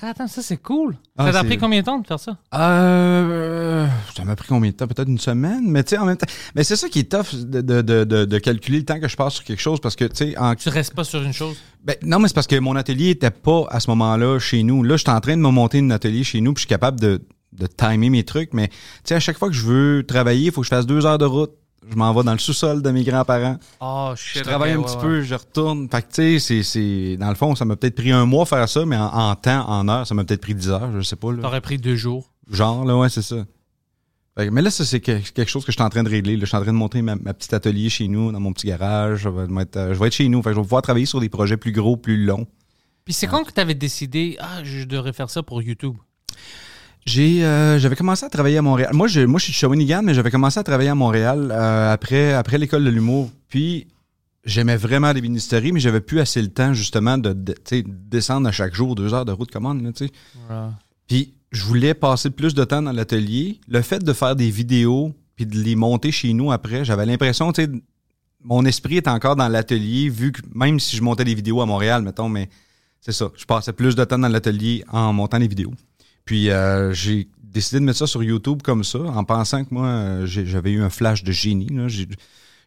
Speaker 1: Attends, ça c'est cool.
Speaker 3: Ah,
Speaker 1: ça t'a
Speaker 3: c'est-
Speaker 1: pris combien de temps de faire ça?
Speaker 3: Euh, ça m'a pris combien de temps? Peut-être une semaine, mais tu sais, en même temps. Mais c'est ça qui est tough de, de- de- de- de calculer le temps que je passe sur quelque chose parce que, tu sais, en-
Speaker 1: Tu restes pas sur une chose.
Speaker 3: ben, non, mais c'est parce que mon atelier était pas à ce moment-là chez nous. Là, je suis en train de me monter un atelier chez nous, puis je suis capable de, de timer mes trucs, mais tu sais, à chaque fois que je veux travailler, il faut que je fasse deux heures de route. Je m'en vais dans le sous-sol de mes grands-parents.
Speaker 1: Oh
Speaker 3: Je
Speaker 1: shit.
Speaker 3: travaille
Speaker 1: ok,
Speaker 3: un petit
Speaker 1: ouais, ouais.
Speaker 3: peu, je retourne. Fait que, tu sais, c'est- c'est. Dans le fond, ça m'a peut-être pris un mois faire ça, mais en, en temps, en heure, ça m'a peut-être pris 10 heures, je sais pas. Là.
Speaker 1: T'aurais pris deux jours.
Speaker 3: Genre, là, ouais, c'est ça. Fait que- mais là, ça, c'est que- quelque chose que je suis en train de régler. là. Je suis en train de monter ma, ma petite atelier chez nous, dans mon petit garage. Je vais, mettre, euh, je vais être chez nous. Fait que je vais pouvoir travailler sur des projets plus gros, plus longs.
Speaker 1: Puis c'est quand que t'avais décidé, ah, je devrais faire ça pour YouTube?
Speaker 3: J'ai, euh, j'avais commencé à travailler à Montréal. Moi, je, moi, je suis de Shawinigan, mais j'avais commencé à travailler à Montréal euh, après, après l'école de l'humour. Puis, j'aimais vraiment les ministéries, mais j'avais plus assez le temps, justement, de, de- tu sais, descendre à chaque jour deux heures de route commande. là, tu sais. Puis je voulais passer plus de temps dans l'atelier. Le fait de faire des vidéos puis de les monter chez nous après, j'avais l'impression, tu sais, mon esprit est encore dans l'atelier, vu que même si je montais des vidéos à Montréal, mettons, mais c'est ça. Je passais plus de temps dans l'atelier en montant des vidéos. Puis euh, j'ai décidé de mettre ça sur YouTube comme ça, en pensant que moi, euh, j'ai- j'avais eu un flash de génie. là. J'ai-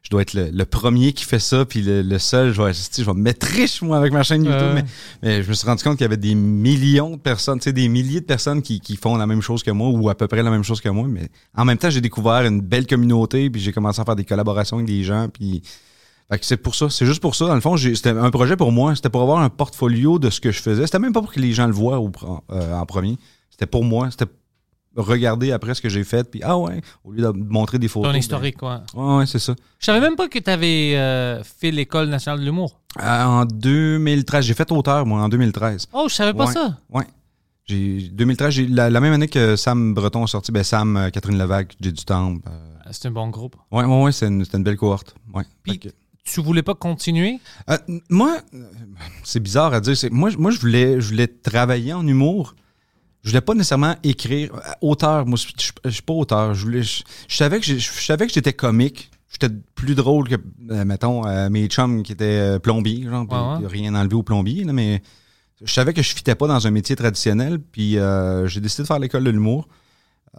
Speaker 3: Je dois être le, le premier qui fait ça, puis le, le seul. Je vais, tu sais, je vais me mettre riche, moi, avec ma chaîne YouTube.
Speaker 1: Ouais.
Speaker 3: Mais, mais je me suis rendu compte qu'il y avait des millions de personnes, tu sais, des milliers de personnes qui, qui font la même chose que moi ou à peu près la même chose que moi. Mais en même temps, j'ai découvert une belle communauté, puis j'ai commencé à faire des collaborations avec des gens, puis fait que c'est pour ça, c'est juste pour ça. Dans le fond, j'ai- c'était un projet pour moi. C'était pour avoir un portfolio de ce que je faisais. C'était même pas pour que les gens le voient au pr- euh, en premier. C'était pour moi. C'était regarder après ce que j'ai fait. Puis, ah ouais, au lieu de montrer des photos.
Speaker 1: Ton
Speaker 3: ben-
Speaker 1: historique, quoi.
Speaker 3: ouais, ouais, c'est ça.
Speaker 1: Je savais même pas que t'avais avais fait l'École nationale de l'humour.
Speaker 3: Euh, en 2013, j'ai fait auteur, moi, en 2013.
Speaker 1: Oh, je savais pas
Speaker 3: Ouais.
Speaker 1: ça.
Speaker 3: Ouais. J'ai 2013, j'ai la, la même année que Sam Breton a sorti, ben Sam, euh, Catherine Levac, J'ai du temps.
Speaker 1: Ah, C'est un bon groupe.
Speaker 3: euh, ouais, ouais, ouais, c'est une, c'était une belle cohorte. Ouais.
Speaker 1: Puis-
Speaker 3: Fait que-
Speaker 1: Tu voulais pas continuer?
Speaker 3: Euh, moi, euh, c'est bizarre à dire. c'est- Moi, je- moi je, voulais, je voulais travailler en humour. Je voulais pas nécessairement écrire. Euh, Auteur, moi, je je- je suis pas auteur. Je, voulais, je, je savais que j'ai- je, savais que j'étais comique. J'étais plus drôle que, euh, mettons, euh, mes chums qui étaient euh, plombiers. Genre, puis
Speaker 1: Ouais, ouais.
Speaker 3: rien enlevé aux plombiers. là, mais je savais que je fitais pas dans un métier traditionnel. Puis euh, j'ai décidé de faire l'école de l'humour.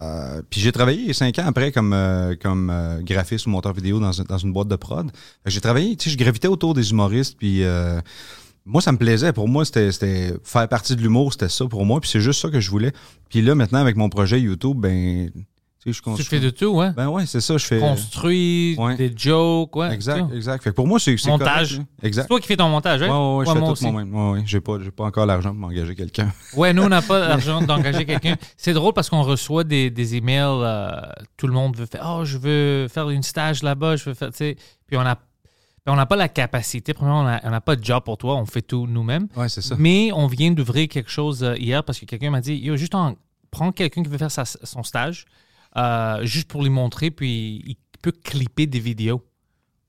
Speaker 3: Euh, puis j'ai travaillé cinq ans après comme, euh, comme euh, graphiste ou monteur vidéo dans, un- dans une boîte de prod. Fait que J'ai travaillé, tu sais, je gravitais autour des humoristes, puis euh, moi, ça me plaisait. Pour moi, c'était- c'était faire partie de l'humour, c'était ça pour moi, puis c'est juste ça que je voulais. Puis là, maintenant, avec mon projet YouTube, ben, tu sais, je
Speaker 1: Tu
Speaker 3: construis.
Speaker 1: fais de tout, ouais.
Speaker 3: Ben ouais, c'est ça, je fais.
Speaker 1: Construis,
Speaker 3: Ouais.
Speaker 1: des jokes, ouais.
Speaker 3: Exact,
Speaker 1: tout.
Speaker 3: exact. Fait que pour moi, c'est. c'est
Speaker 1: Montage.
Speaker 3: correct, hein.
Speaker 1: C'est
Speaker 3: exact.
Speaker 1: toi qui fais ton montage,
Speaker 3: Ouais,
Speaker 1: hein?
Speaker 3: ouais, ouais, je
Speaker 1: Ouais,
Speaker 3: fais
Speaker 1: moi
Speaker 3: tout
Speaker 1: aussi.
Speaker 3: moi-même. Ouais, ouais, j'ai pas, j'ai pas encore l'argent pour m'engager quelqu'un.
Speaker 1: Ouais, nous, on n'a pas d'argent d'engager quelqu'un. C'est drôle parce qu'on reçoit des, des emails. euh, tout le monde veut faire Oh, je veux faire une stage là-bas, je veux faire. tu sais. Puis on n'a on n'a pas la capacité. Premièrement, on n'a- on n'a pas de job pour toi, on fait tout nous-mêmes.
Speaker 3: Ouais, c'est ça.
Speaker 1: Mais on vient d'ouvrir quelque chose euh, hier parce que quelqu'un m'a dit Yo, juste en, prends quelqu'un qui veut faire sa- son stage, euh, juste pour lui montrer, puis il peut clipper des vidéos.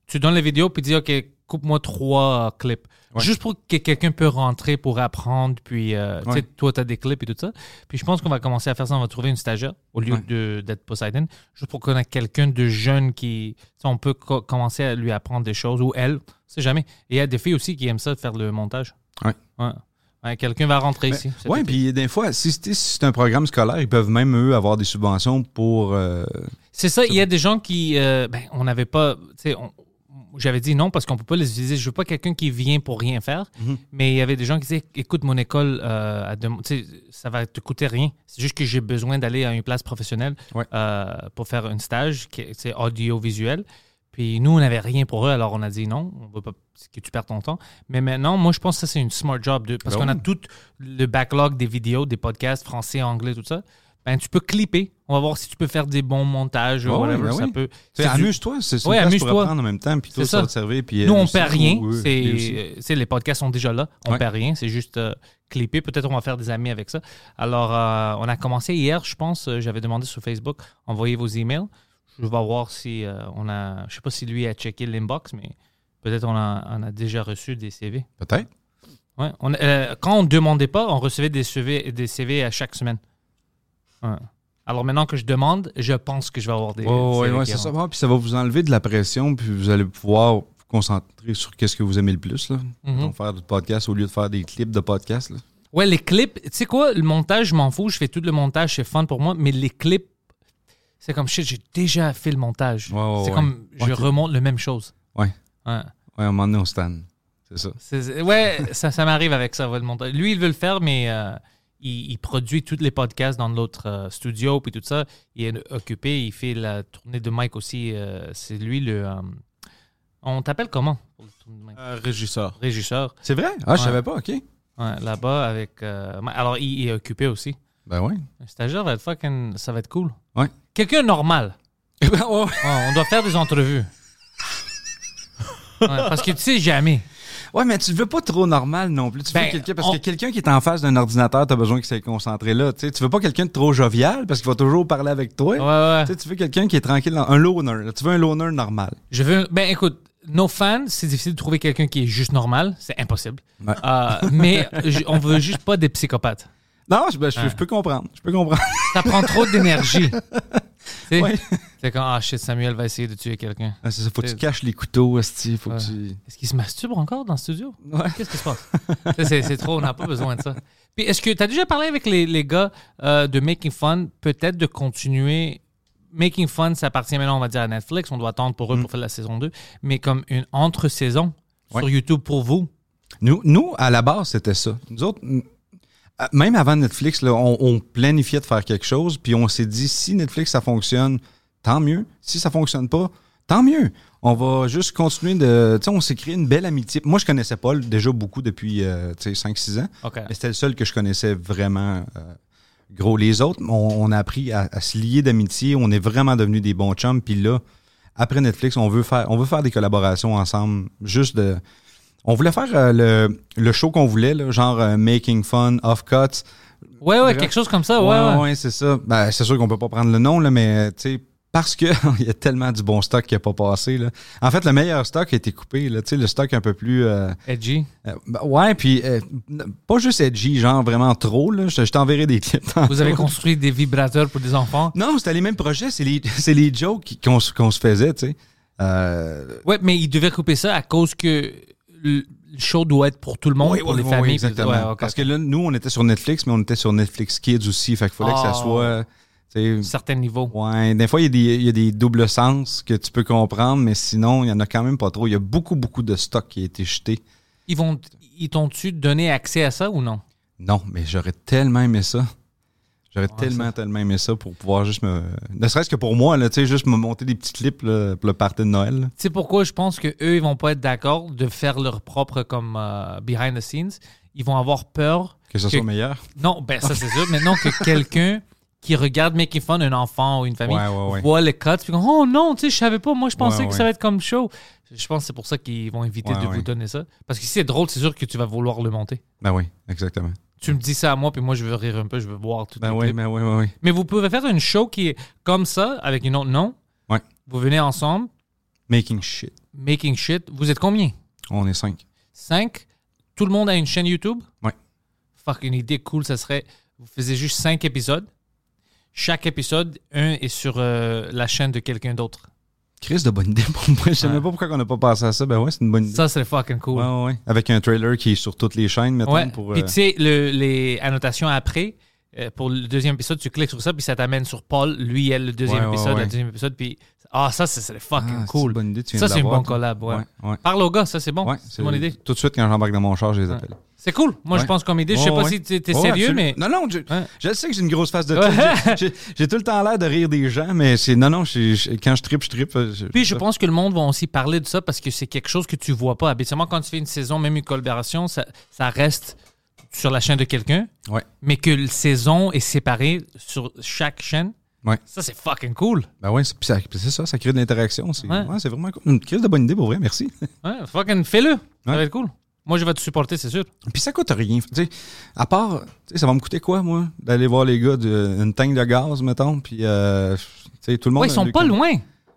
Speaker 1: Tu donnes les vidéos, puis dis Ok, coupe-moi trois euh, clips.
Speaker 3: Ouais.
Speaker 1: Juste pour que quelqu'un peut rentrer pour apprendre, puis euh, tu sais,
Speaker 3: Ouais.
Speaker 1: toi, tu as des clips et tout ça. Puis je pense qu'on va commencer à faire ça. On va trouver une stagiaire au lieu
Speaker 3: Ouais.
Speaker 1: de- d'être Poseidon, juste pour qu'on ait quelqu'un de jeune qui. tu sais, On peut co- commencer à lui apprendre des choses, ou elle, on sait jamais. Et il y a des filles aussi qui aiment ça, faire le montage.
Speaker 3: Ouais.
Speaker 1: Ouais. Ouais, quelqu'un va rentrer ici. cet
Speaker 3: Oui,
Speaker 1: été.
Speaker 3: puis des fois, si, c'est- si c'est un programme scolaire, ils peuvent même, eux, avoir des subventions pour. euh,
Speaker 1: C'est ça, il y a des gens qui. euh, ben, on n'avait pas. tu sais, on- J'avais dit non parce qu'on peut pas les utiliser. Je veux pas quelqu'un qui vient pour rien faire.
Speaker 3: Mhm.
Speaker 1: Mais il y avait des gens qui disaient écoute, mon école, euh, à dem- tu sais, ça va te coûter rien. C'est juste que j'ai besoin d'aller à une place professionnelle
Speaker 3: Ouais.
Speaker 1: euh, pour faire un stage qui est tu sais, audiovisuel. Puis nous, on n'avait rien pour eux, alors on a dit non, on veut pas que tu perds ton temps. Mais maintenant, moi, je pense que ça, c'est une smart job de- parce
Speaker 3: Ben
Speaker 1: qu'on a
Speaker 3: oui.
Speaker 1: tout le backlog des vidéos, des podcasts français, anglais, tout ça. Ben, tu peux clipper. On va voir si tu peux faire des bons montages,
Speaker 3: Ouais,
Speaker 1: whatever.
Speaker 3: ben
Speaker 1: ça
Speaker 3: oui.
Speaker 1: peut.
Speaker 3: tu sais,
Speaker 1: c'est du-
Speaker 3: Amuse-toi, c'est c'est
Speaker 1: Ouais,
Speaker 3: une place pour
Speaker 1: amuse-toi.
Speaker 3: apprendre en même temps, puis toi,
Speaker 1: C'est ça.
Speaker 3: ça va te servir. puis euh,
Speaker 1: Nous,
Speaker 3: elle
Speaker 1: on
Speaker 3: aussi,
Speaker 1: perd rien.
Speaker 3: ou eux,
Speaker 1: C'est-
Speaker 3: lui aussi.
Speaker 1: euh, c'est- les podcasts sont déjà là. On
Speaker 3: Ouais.
Speaker 1: perd rien. C'est juste euh, clipper. Peut-être on va faire des amis avec ça. Alors, euh, on a commencé hier, je pense. euh, J'avais demandé sur Facebook, envoyez vos emails. Je vais voir si euh, on a. Je sais pas si lui a checké l'inbox, mais peut-être on a, on a déjà reçu des CV.
Speaker 3: Peut-être.
Speaker 1: Ouais, on- euh, quand on ne demandait pas, on recevait des CV, des CV à chaque semaine. Ouais. Alors maintenant que je demande, je pense que je vais avoir des.
Speaker 3: Oui, ouais,
Speaker 1: CV
Speaker 3: ouais,
Speaker 1: qui
Speaker 3: c'est ça.
Speaker 1: rentrent.
Speaker 3: Ouais, puis ça va vous enlever de la pression, puis vous allez pouvoir vous concentrer sur qu'est-ce que vous aimez le plus. Là.
Speaker 1: Mhm.
Speaker 3: Donc, faire du podcast au lieu de faire des clips de podcast. Là.
Speaker 1: Ouais, les clips, tu sais quoi, le montage, je m'en fous, je fais tout le montage, c'est fun pour moi, mais les clips, c'est comme shit, j'ai déjà fait le montage.
Speaker 3: Ouais, ouais,
Speaker 1: c'est
Speaker 3: ouais.
Speaker 1: comme, je
Speaker 3: Ouais, t'es-
Speaker 1: remonte la même chose.
Speaker 3: Ouais.
Speaker 1: Ouais,
Speaker 3: Ouais, à un moment donné, on stand. C'est ça.
Speaker 1: C'est- c'est- ouais, ça, ça m'arrive avec ça, ouais, le montage. Lui, il veut le faire, mais euh, il, il produit tous les podcasts dans l'autre euh, studio, puis tout ça. Il est occupé, il fait la tournée de Mike aussi. euh, c'est lui le. euh, on t'appelle comment pour le tournée de Mike?
Speaker 4: Euh, régisseur.
Speaker 1: Régisseur,
Speaker 3: C'est vrai? Ah, je
Speaker 1: Ouais.
Speaker 3: savais pas, OK.
Speaker 1: ouais, là-bas avec. euh, alors, il- il est occupé aussi.
Speaker 3: Ben oui.
Speaker 1: Un stagiaire va être fucking. Ça va être cool.
Speaker 3: Ouais.
Speaker 1: Quelqu'un normal. Ouais, on doit faire des entrevues. Ouais, parce que tu sais jamais.
Speaker 3: ouais, mais tu le veux pas trop normal non plus. Tu
Speaker 1: Ben,
Speaker 3: veux quelqu'un, parce
Speaker 1: on-
Speaker 3: que quelqu'un qui est en face d'un ordinateur, t'as besoin qu'il s'est concentré là. Tu sais, tu veux pas quelqu'un de trop jovial, parce qu'il va toujours parler avec toi.
Speaker 1: Ouais, ouais.
Speaker 3: Tu sais, tu veux quelqu'un qui est tranquille, dans- un loner. là. Tu veux un loner normal.
Speaker 1: Je veux. Ben écoute, nos fans, c'est difficile de trouver quelqu'un qui est juste normal. C'est impossible. Euh, mais j- on veut juste pas des psychopathes.
Speaker 3: Non, je, ben, je- je peux comprendre. Je peux comprendre.
Speaker 1: Ça prend trop d'énergie. Tu sais?
Speaker 3: Ouais.
Speaker 1: C'est quand, ah shit, Samuel va essayer de tuer quelqu'un.
Speaker 3: Ah, c'est ça, faut que tu
Speaker 1: C'est-
Speaker 3: caches les couteaux, esti, faut
Speaker 1: Ouais.
Speaker 3: que tu...
Speaker 1: Est-ce qu'il se masturbe encore dans le studio?
Speaker 3: Ouais.
Speaker 1: Qu'est-ce qui se passe? Ça, c'est, c'est trop, on n'a pas besoin de ça. Puis est-ce que tu as déjà parlé avec les, les gars euh, de Making Fun, peut-être de continuer. Making Fun, ça appartient maintenant, on va dire, à Netflix. On doit attendre pour eux pour faire la saison 2. Mais comme une entre-saison sur
Speaker 3: Mm. Ouais.
Speaker 1: YouTube pour vous.
Speaker 3: Nous, nous, à la base, c'était ça. Nous autres, n- à- même avant Netflix, là, on, on planifiait de faire quelque chose, puis on s'est dit, si Netflix, ça fonctionne, tant mieux. Si ça fonctionne pas, tant mieux. On va juste continuer de... Tu sais, on s'est créé une belle amitié. Moi, je connaissais Paul déjà beaucoup depuis, euh, tu sais, 5-6 ans.
Speaker 1: OK.
Speaker 3: Ah. Mais c'était le seul que je connaissais vraiment euh, gros. Les autres, on, on a appris à, à se lier d'amitié. On est vraiment devenus des bons chums. Puis là, après Netflix, on veut faire, on veut faire des collaborations ensemble. Juste de. On voulait faire euh, le, le show qu'on voulait, là, genre euh, Making Fun, Off Cuts.
Speaker 1: Ouais, ouais, quelque chose comme ça. Ah, Ouais, ouais.
Speaker 3: ouais, c'est ça. Ben, c'est sûr qu'on peut pas prendre le nom, là, mais euh, tu sais. Parce qu'il y a tellement du bon stock qui n'a pas passé. Là. En fait, le meilleur stock a été coupé. Là, Tu sais, le stock un peu plus euh,
Speaker 1: Edgy.
Speaker 3: euh, ben ouais, puis euh, n- pas juste edgy, genre vraiment trop. Là. Je, je t'enverrai des clips.
Speaker 1: Vous avez construit des vibrateurs pour des enfants.
Speaker 3: Non, c'était les mêmes projets, c'est les, c'est les jokes qui- qu'on, se- qu'on se faisait, tu sais. Euh,
Speaker 1: Ouais, mais ils devaient couper ça à cause que le le show doit être pour tout le monde,
Speaker 3: oui,
Speaker 1: pour
Speaker 3: oui,
Speaker 1: les
Speaker 3: oui,
Speaker 1: familles. puis-
Speaker 3: exactement.
Speaker 1: ouais, ok,
Speaker 3: Parce
Speaker 1: ok.
Speaker 3: que là, nous, on était sur Netflix, mais on était sur Netflix Kids aussi. Fait qu'il fallait que ça
Speaker 1: Oh.
Speaker 3: soit. euh, tu sais,
Speaker 1: Certains niveaux.
Speaker 3: Ouais, des fois, il y, a des, il y a des doubles sens que tu peux comprendre, mais sinon, il y en a quand même pas trop. Il y a beaucoup, beaucoup de stock qui a été jeté.
Speaker 1: Ils vont, ils t'ont-tu donné accès à ça ou non?
Speaker 3: Non, mais j'aurais tellement aimé ça. J'aurais tellement,
Speaker 1: ça.
Speaker 3: tellement aimé ça pour pouvoir juste me. Ne serait-ce que pour moi, là, tu sais, juste me monter des petits clips là, pour le party de Noël. là.
Speaker 1: C'est pourquoi je pense que eux, ils vont pas être d'accord de faire leur propre comme euh, behind the scenes. Ils vont avoir peur.
Speaker 3: Que ce
Speaker 1: Que-
Speaker 3: soit meilleur.
Speaker 1: Non, ben ça c'est sûr, mais non que quelqu'un qui regarde Making Fun, un enfant ou une famille,
Speaker 3: Ouais, ouais, ouais.
Speaker 1: voit le cut, puis oh non, tu sais, je savais pas, moi je pensais
Speaker 3: Ouais,
Speaker 1: que
Speaker 3: ouais.
Speaker 1: ça va être comme show. Je pense que c'est pour ça qu'ils vont éviter
Speaker 3: Ouais,
Speaker 1: de
Speaker 3: ouais.
Speaker 1: vous donner ça. Parce que si c'est drôle, c'est sûr que tu vas vouloir le monter.
Speaker 3: Ben oui, exactement.
Speaker 1: Tu me dis ça à moi, puis moi je veux rire un peu, je veux voir tout
Speaker 3: Ben
Speaker 1: les
Speaker 3: oui,
Speaker 1: clips.
Speaker 3: ben oui, ben oui.
Speaker 1: Mais vous pouvez faire une show qui est comme ça, avec une autre nom.
Speaker 3: Ouais.
Speaker 1: Vous venez ensemble,
Speaker 3: Making shit.
Speaker 1: making shit. Vous êtes combien?
Speaker 3: On est cinq.
Speaker 1: 5. Tout le monde a une chaîne YouTube.
Speaker 3: Ouais.
Speaker 1: Fuck, une idée cool, ça serait. Vous faisiez juste 5 épisodes. Chaque épisode, un est sur euh, la chaîne de quelqu'un d'autre.
Speaker 3: Chris, de bonne idée pour moi. Je sais
Speaker 1: Ouais.
Speaker 3: même pas pourquoi on n'a pas pensé à ça. Ben ouais, c'est une bonne idée.
Speaker 1: Ça serait fucking cool.
Speaker 3: Ouais, ouais, ouais. Avec un trailer qui est sur toutes les chaînes, mettons,
Speaker 1: Ouais.
Speaker 3: pour.
Speaker 1: Puis
Speaker 3: euh,
Speaker 1: tu sais, le- les annotations après, euh, pour le deuxième épisode, tu cliques sur ça, puis ça t'amène sur Paul, lui, elle, le deuxième
Speaker 3: Ouais, ouais,
Speaker 1: épisode,
Speaker 3: ouais.
Speaker 1: le deuxième épisode, puis. Ah, ça, ça serait
Speaker 3: ah,
Speaker 1: fucking
Speaker 3: c'est
Speaker 1: cool.
Speaker 3: une bonne idée, tu viens
Speaker 1: Ça,
Speaker 3: de
Speaker 1: c'est une
Speaker 3: l'avoir,
Speaker 1: bonne
Speaker 3: toi.
Speaker 1: collab, ouais.
Speaker 3: Ouais, ouais.
Speaker 1: Parle aux gars, ça, c'est bon.
Speaker 3: Ouais,
Speaker 1: c'est une bonne idée.
Speaker 3: Tout de suite, quand j'embarque dans mon char, je les appelle.
Speaker 1: C'est cool. Moi, je
Speaker 3: Ouais.
Speaker 1: pense comme idée. Je sais
Speaker 3: Ouais,
Speaker 1: pas
Speaker 3: ouais.
Speaker 1: si t'es t'es
Speaker 3: Ouais,
Speaker 1: sérieux,
Speaker 3: absolument.
Speaker 1: mais.
Speaker 3: Non, non, je,
Speaker 1: Ouais.
Speaker 3: je sais que j'ai une grosse face de
Speaker 1: Ouais.
Speaker 3: tête. J'ai- j'ai- J'ai tout le temps l'air de rire des gens, mais c'est non, non, je- je- quand je tripe, je tripe. euh, Je-
Speaker 1: Puis je pense que le monde va aussi parler de ça parce que c'est quelque chose que tu vois pas. Habituellement, quand tu fais une saison, même une collaboration, ça, ça reste sur la chaîne de quelqu'un.
Speaker 3: Ouais.
Speaker 1: Mais que la saison est séparée sur chaque chaîne.
Speaker 3: Ouais.
Speaker 1: Ça, c'est fucking cool.
Speaker 3: Ben ouais, c'est puis ça- puis c'est ça, ça crée de l'interaction. C'est
Speaker 1: Ouais.
Speaker 3: ouais, c'est vraiment cool. Une crise de bonne idée pour vrai, merci.
Speaker 1: Ouais, Hein? fucking fais-le. Ça
Speaker 3: Ouais.
Speaker 1: va être cool. Moi, je vais te supporter, c'est sûr.
Speaker 3: Puis ça coûte rien. Tu sais, à part, tu sais, ça va me coûter quoi, moi, d'aller voir les gars d'une tank de gaz, mettons, puis euh, tu sais, tout le monde.
Speaker 1: Ouais, ils sont
Speaker 3: le-
Speaker 1: pas loin.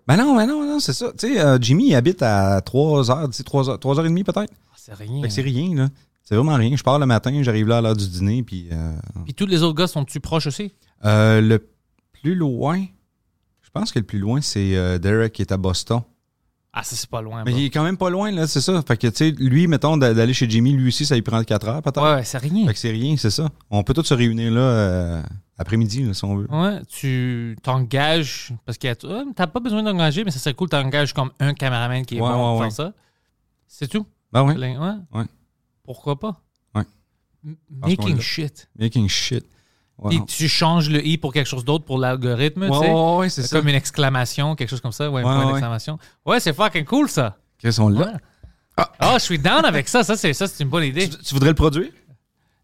Speaker 3: Ben non, ben non, non, c'est ça. Tu sais, euh, Jimmy, il habite à 3 heures, d'ici 3 heures, 3 heures et demie peut-être.
Speaker 1: Ah, c'est rien.
Speaker 3: Fait que c'est rien, là. C'est vraiment rien. Je pars le matin, j'arrive là à l'heure du dîner, puis. euh,
Speaker 1: Puis tous les autres gars sont-tu proches aussi?
Speaker 3: Euh, le plus loin, je pense que le plus loin, c'est euh, Derek qui est à Boston.
Speaker 1: Ah, ça, c'est pas loin.
Speaker 3: Mais
Speaker 1: bro.
Speaker 3: il est quand même pas loin, là, c'est ça. Fait que, tu sais, lui, mettons, d'a- d'aller chez Jimmy, lui aussi, ça lui prend 4 heures, peut-être.
Speaker 1: Ouais, ouais, c'est rien.
Speaker 3: Fait que c'est rien, c'est ça. On peut tous se réunir, là, euh, après-midi, là, si on veut.
Speaker 1: Ouais, tu t'engages parce que t'as pas besoin d'engager, mais ça serait cool, t'engages comme un caméraman qui est
Speaker 3: Ouais,
Speaker 1: bon pour
Speaker 3: ouais,
Speaker 1: faire ça. C'est tout.
Speaker 3: Ben ouais.
Speaker 1: Plein- ouais.
Speaker 3: Ouais.
Speaker 1: Pourquoi pas?
Speaker 3: Ouais.
Speaker 1: M-
Speaker 3: Parce qu'on
Speaker 1: Making
Speaker 3: l'a.
Speaker 1: shit.
Speaker 3: Making shit. Ouais,
Speaker 1: Puis
Speaker 3: non.
Speaker 1: tu changes le i pour quelque chose d'autre pour l'algorithme,
Speaker 3: Ouais,
Speaker 1: tu sais.
Speaker 3: ouais, ouais, c'est ça.
Speaker 1: Comme une exclamation, quelque chose comme ça, ouais, un
Speaker 3: Ouais,
Speaker 1: point
Speaker 3: ouais.
Speaker 1: d'exclamation. Ouais, c'est fucking cool ça.
Speaker 3: Chris, on l'a.
Speaker 1: Ouais. Ah, je suis down avec ça, ça c'est ça c'est une bonne idée.
Speaker 3: Tu, tu voudrais le produire?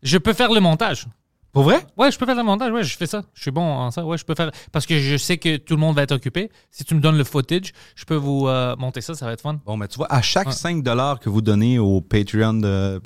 Speaker 1: Je peux faire le montage.
Speaker 3: Pour vrai?
Speaker 1: Ouais, je peux faire le montage, ouais, je fais ça. Je suis bon en ça, ouais, je peux faire parce que je sais que tout le monde va être occupé. Si tu me donnes le footage, je peux vous euh, monter ça, ça va être fun.
Speaker 3: Bon, mais tu vois, à chaque
Speaker 1: Ouais.
Speaker 3: 5 5$ que vous donnez au Patreon de, de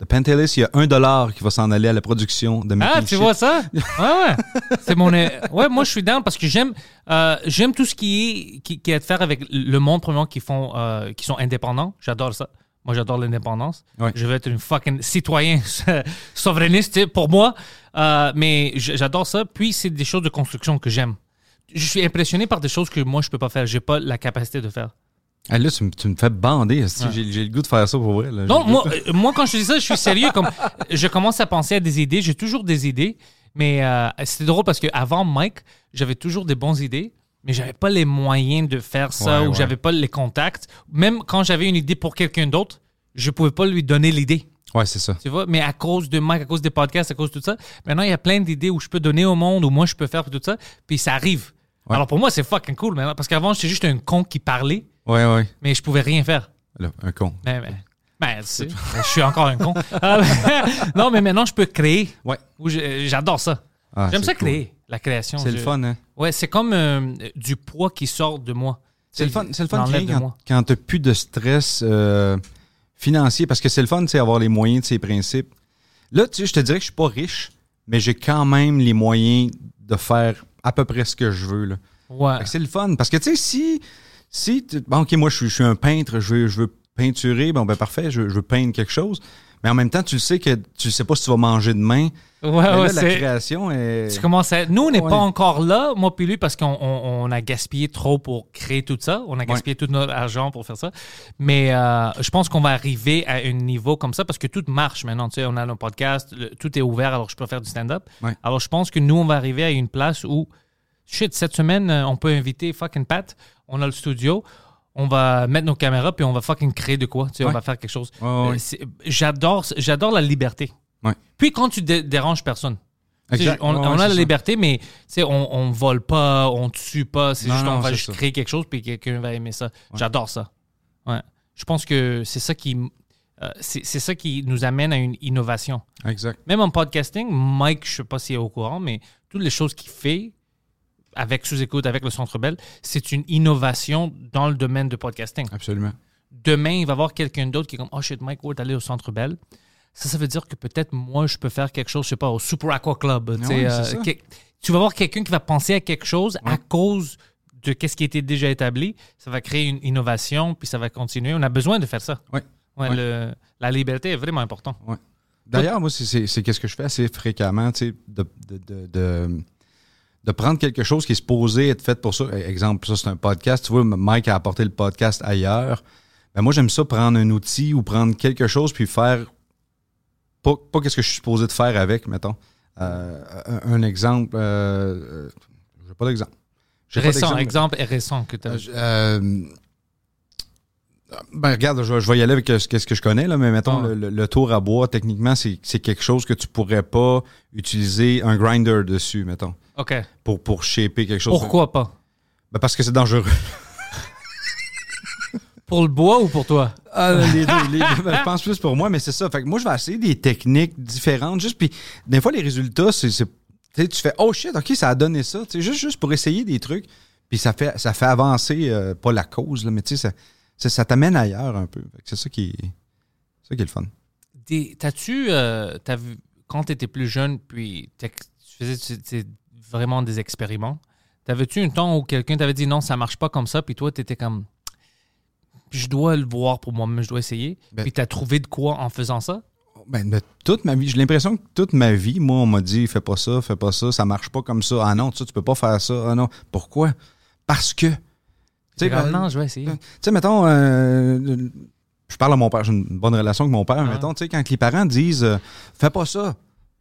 Speaker 3: The Pantelis, il y a un dollar qui va s'en aller à la production de
Speaker 1: Ah,
Speaker 3: Making
Speaker 1: tu
Speaker 3: Shit.
Speaker 1: vois ça? Ouais, ouais. C'est mon. euh, Ouais, moi, je suis down parce que j'aime euh, j'aime tout ce qui est qui, qui a à faire avec le monde, premièrement, qui, font, euh, qui sont indépendants. J'adore ça. Moi, j'adore l'indépendance.
Speaker 3: Ouais.
Speaker 1: Je veux être une fucking citoyen souverainiste tu sais, pour moi. Euh, mais j- j'adore ça. Puis, c'est des choses de construction que j'aime. Je suis impressionné par des choses que moi, je peux pas faire. J'ai pas la capacité de faire.
Speaker 3: Ah, là, tu, me- tu me fais bander. esti. J'ai j'ai le goût de faire ça pour vrai. là.
Speaker 1: Non, moi, euh, moi, quand je te dis ça, je suis sérieux. Comme, je commence à penser à des idées. J'ai toujours des idées. Mais euh, c'était drôle parce qu'avant Mike, j'avais toujours des bonnes idées, mais j'avais pas les moyens de faire ça
Speaker 3: Ouais,
Speaker 1: ou
Speaker 3: ouais.
Speaker 1: j'avais pas les contacts. Même quand j'avais une idée pour quelqu'un d'autre, je pouvais pas lui donner l'idée.
Speaker 3: Ouais, c'est ça.
Speaker 1: Tu vois, mais à cause de Mike, à cause des podcasts, à cause de tout ça, maintenant, il y a plein d'idées où je peux donner au monde, où moi, je peux faire tout ça, puis ça arrive.
Speaker 3: Ouais.
Speaker 1: Alors pour moi, c'est fucking cool maintenant, parce qu'avant, j'étais juste un con qui parlait,
Speaker 3: Ouais, ouais.
Speaker 1: mais je pouvais rien faire.
Speaker 3: Là, un con.
Speaker 1: Ben, ben, ben, tu sais, ben, je suis encore un con. Euh, non, mais maintenant, je peux créer.
Speaker 3: Ouais.
Speaker 1: Ou je- euh, J'adore ça.
Speaker 3: Ah,
Speaker 1: J'aime
Speaker 3: c'est
Speaker 1: ça
Speaker 3: cool.
Speaker 1: créer, la création.
Speaker 3: C'est le
Speaker 1: Je-
Speaker 3: fun, hein?
Speaker 1: Ouais, c'est comme euh, du poids qui sort de moi.
Speaker 3: C'est le fun, c'est le fun de
Speaker 1: L'enlève
Speaker 3: créer
Speaker 1: de
Speaker 3: quand,
Speaker 1: moi.
Speaker 3: quand t'as plus de stress euh, financier, parce que c'est le fun, c'est avoir les moyens de ses principes. Là, tu sais, je te dirais que je suis pas riche, mais j'ai quand même les moyens de faire à peu près ce que je veux. Là.
Speaker 1: Ouais.
Speaker 3: Fait que C'est le fun, parce que tu sais, si, si tu- bon, ok, moi je suis, je suis un peintre, je veux, je veux peinturer, bon ben parfait, je, veux- je veux peindre quelque chose, mais en même temps, tu le sais que tu sais pas si tu vas manger demain.
Speaker 1: Ouais, Ah
Speaker 3: Mais
Speaker 1: ouais,
Speaker 3: Ben là, la
Speaker 1: c'est-
Speaker 3: création est.
Speaker 1: Tu commences à... Nous, on n'est
Speaker 3: Ouais.
Speaker 1: pas encore là, moi puis lui, parce qu'on on- on a gaspillé trop pour créer tout ça. On a gaspillé tout notre argent pour faire ça. Mais euh, je pense qu'on va arriver à un niveau comme ça parce que tout marche maintenant. Tu sais, on a nos podcasts, le- tout est ouvert, alors je peux faire du stand-up.
Speaker 3: Ouais.
Speaker 1: Alors je pense que nous, on va arriver à une place où, shit, cette semaine, euh, on peut inviter fucking Pat. On a le studio. On va mettre nos caméras puis on va fucking créer de quoi. Tu sais, on
Speaker 3: Ouais.
Speaker 1: va faire quelque chose.
Speaker 3: Ouais, ouais,
Speaker 1: Euh,
Speaker 3: ouais.
Speaker 1: c'est- J'adore j'adore la liberté.
Speaker 3: Ouais.
Speaker 1: Puis quand tu dé- déranges personne. Tu sais,
Speaker 3: Exact.
Speaker 1: On,
Speaker 3: Ouais,
Speaker 1: on
Speaker 3: ouais,
Speaker 1: a la
Speaker 3: c'est ça.
Speaker 1: liberté, mais tu sais, on, on vole pas, on tue pas. C'est
Speaker 3: Non,
Speaker 1: juste on
Speaker 3: non,
Speaker 1: va
Speaker 3: c'est
Speaker 1: juste
Speaker 3: ça.
Speaker 1: créer quelque chose puis quelqu'un va aimer ça. J'adore ça. Ouais. Je pense que c'est ça qui euh, c'est c'est ça qui nous amène à une innovation.
Speaker 3: Exact.
Speaker 1: Même en podcasting, Mike, je sais pas s'il est au courant, mais toutes les choses qu'il fait avec sous-écoute, avec le Centre Bell, c'est une innovation dans le domaine de podcasting
Speaker 3: Absolument.
Speaker 1: demain, il va y avoir quelqu'un d'autre qui est comme Oh shit, Mike Ward, allé au Centre Bell. Ça, ça veut dire que peut-être moi, je peux faire quelque chose, je sais pas, au Super Aqua Club. tu sais,
Speaker 3: ouais,
Speaker 1: euh,
Speaker 3: c'est ça.
Speaker 1: que- tu vas voir quelqu'un qui va penser à quelque chose à cause de qu'est-ce qui était déjà établi. Ça va créer une innovation, puis ça va continuer. On a besoin de faire ça.
Speaker 3: Ouais.
Speaker 1: Ouais,
Speaker 3: Ouais.
Speaker 1: le- la liberté est vraiment importante.
Speaker 3: D'ailleurs, moi, c'est- c'est c'est qu'est-ce que je fais assez fréquemment, tu sais, de, de, de, de, de prendre quelque chose qui est supposé être fait pour ça. Eh, Exemple, ça, c'est un podcast. Tu vois, Mike a apporté le podcast ailleurs. Ben, moi, j'aime ça prendre un outil ou prendre quelque chose puis faire pas, pas qu'est-ce que je suis supposé de faire avec, mettons. Euh, un, un exemple, euh, euh, j'ai pas d'exemple. J'ai pas
Speaker 1: Récent,
Speaker 3: d'exemple.
Speaker 1: exemple est récent que tu as.
Speaker 3: Euh, je- euh, ben regarde, je, vais- je vais y aller avec euh, ce que- ce que je connais, là, mais mettons,
Speaker 1: Ah.
Speaker 3: le, le- le tour à bois, techniquement, c'est c'est quelque chose que tu pourrais pas utiliser un grinder dessus, mettons,
Speaker 1: OK.
Speaker 3: pour, pour shaper quelque chose.
Speaker 1: Pourquoi pas
Speaker 3: Ben, parce que c'est dangereux.
Speaker 1: Pour le bois ou pour toi
Speaker 3: Ah, les deux, les deux. Ben, je pense plus pour moi, mais c'est ça. Fait que moi, je vais essayer des techniques différentes, juste puis des fois, les résultats, c'est... c'est- tu sais, tu fais « Oh shit, OK, ça a donné ça. » Tu sais, juste, juste pour essayer des trucs, puis ça fait, ça fait avancer, euh, pas la cause, là, mais tu sais, ça, ça, ça t'amène ailleurs un peu. Fait que C'est ça qui, est- c'est ça qui est le fun.
Speaker 1: Des- T'as-tu, euh, t'as vu- quand tu étais plus jeune, puis t'ex- tu faisais tu- tu- vraiment des expériments, t'avais-tu un temps où quelqu'un t'avait dit non, ça marche pas comme ça, puis toi, t'étais comme, je dois le voir pour moi-même, je dois essayer,
Speaker 3: Ben-
Speaker 1: puis t'as trouvé de quoi en faisant ça?
Speaker 3: Ben, de toute ma vie, j'ai l'impression que toute ma vie, moi, on m'a dit fais pas ça, fais pas ça, ça marche pas comme ça. Ah non, tu sais, tu peux pas faire ça. Ah non. Pourquoi? Parce que. Tu
Speaker 1: T'es
Speaker 3: sais,
Speaker 1: comme,
Speaker 3: ben,
Speaker 1: non, je vais essayer.
Speaker 3: tu sais, mettons, euh, je parle à mon père, j'ai une bonne relation avec mon
Speaker 1: Ah.
Speaker 3: père, mais mettons, tu sais, quand les parents disent euh, fais pas ça,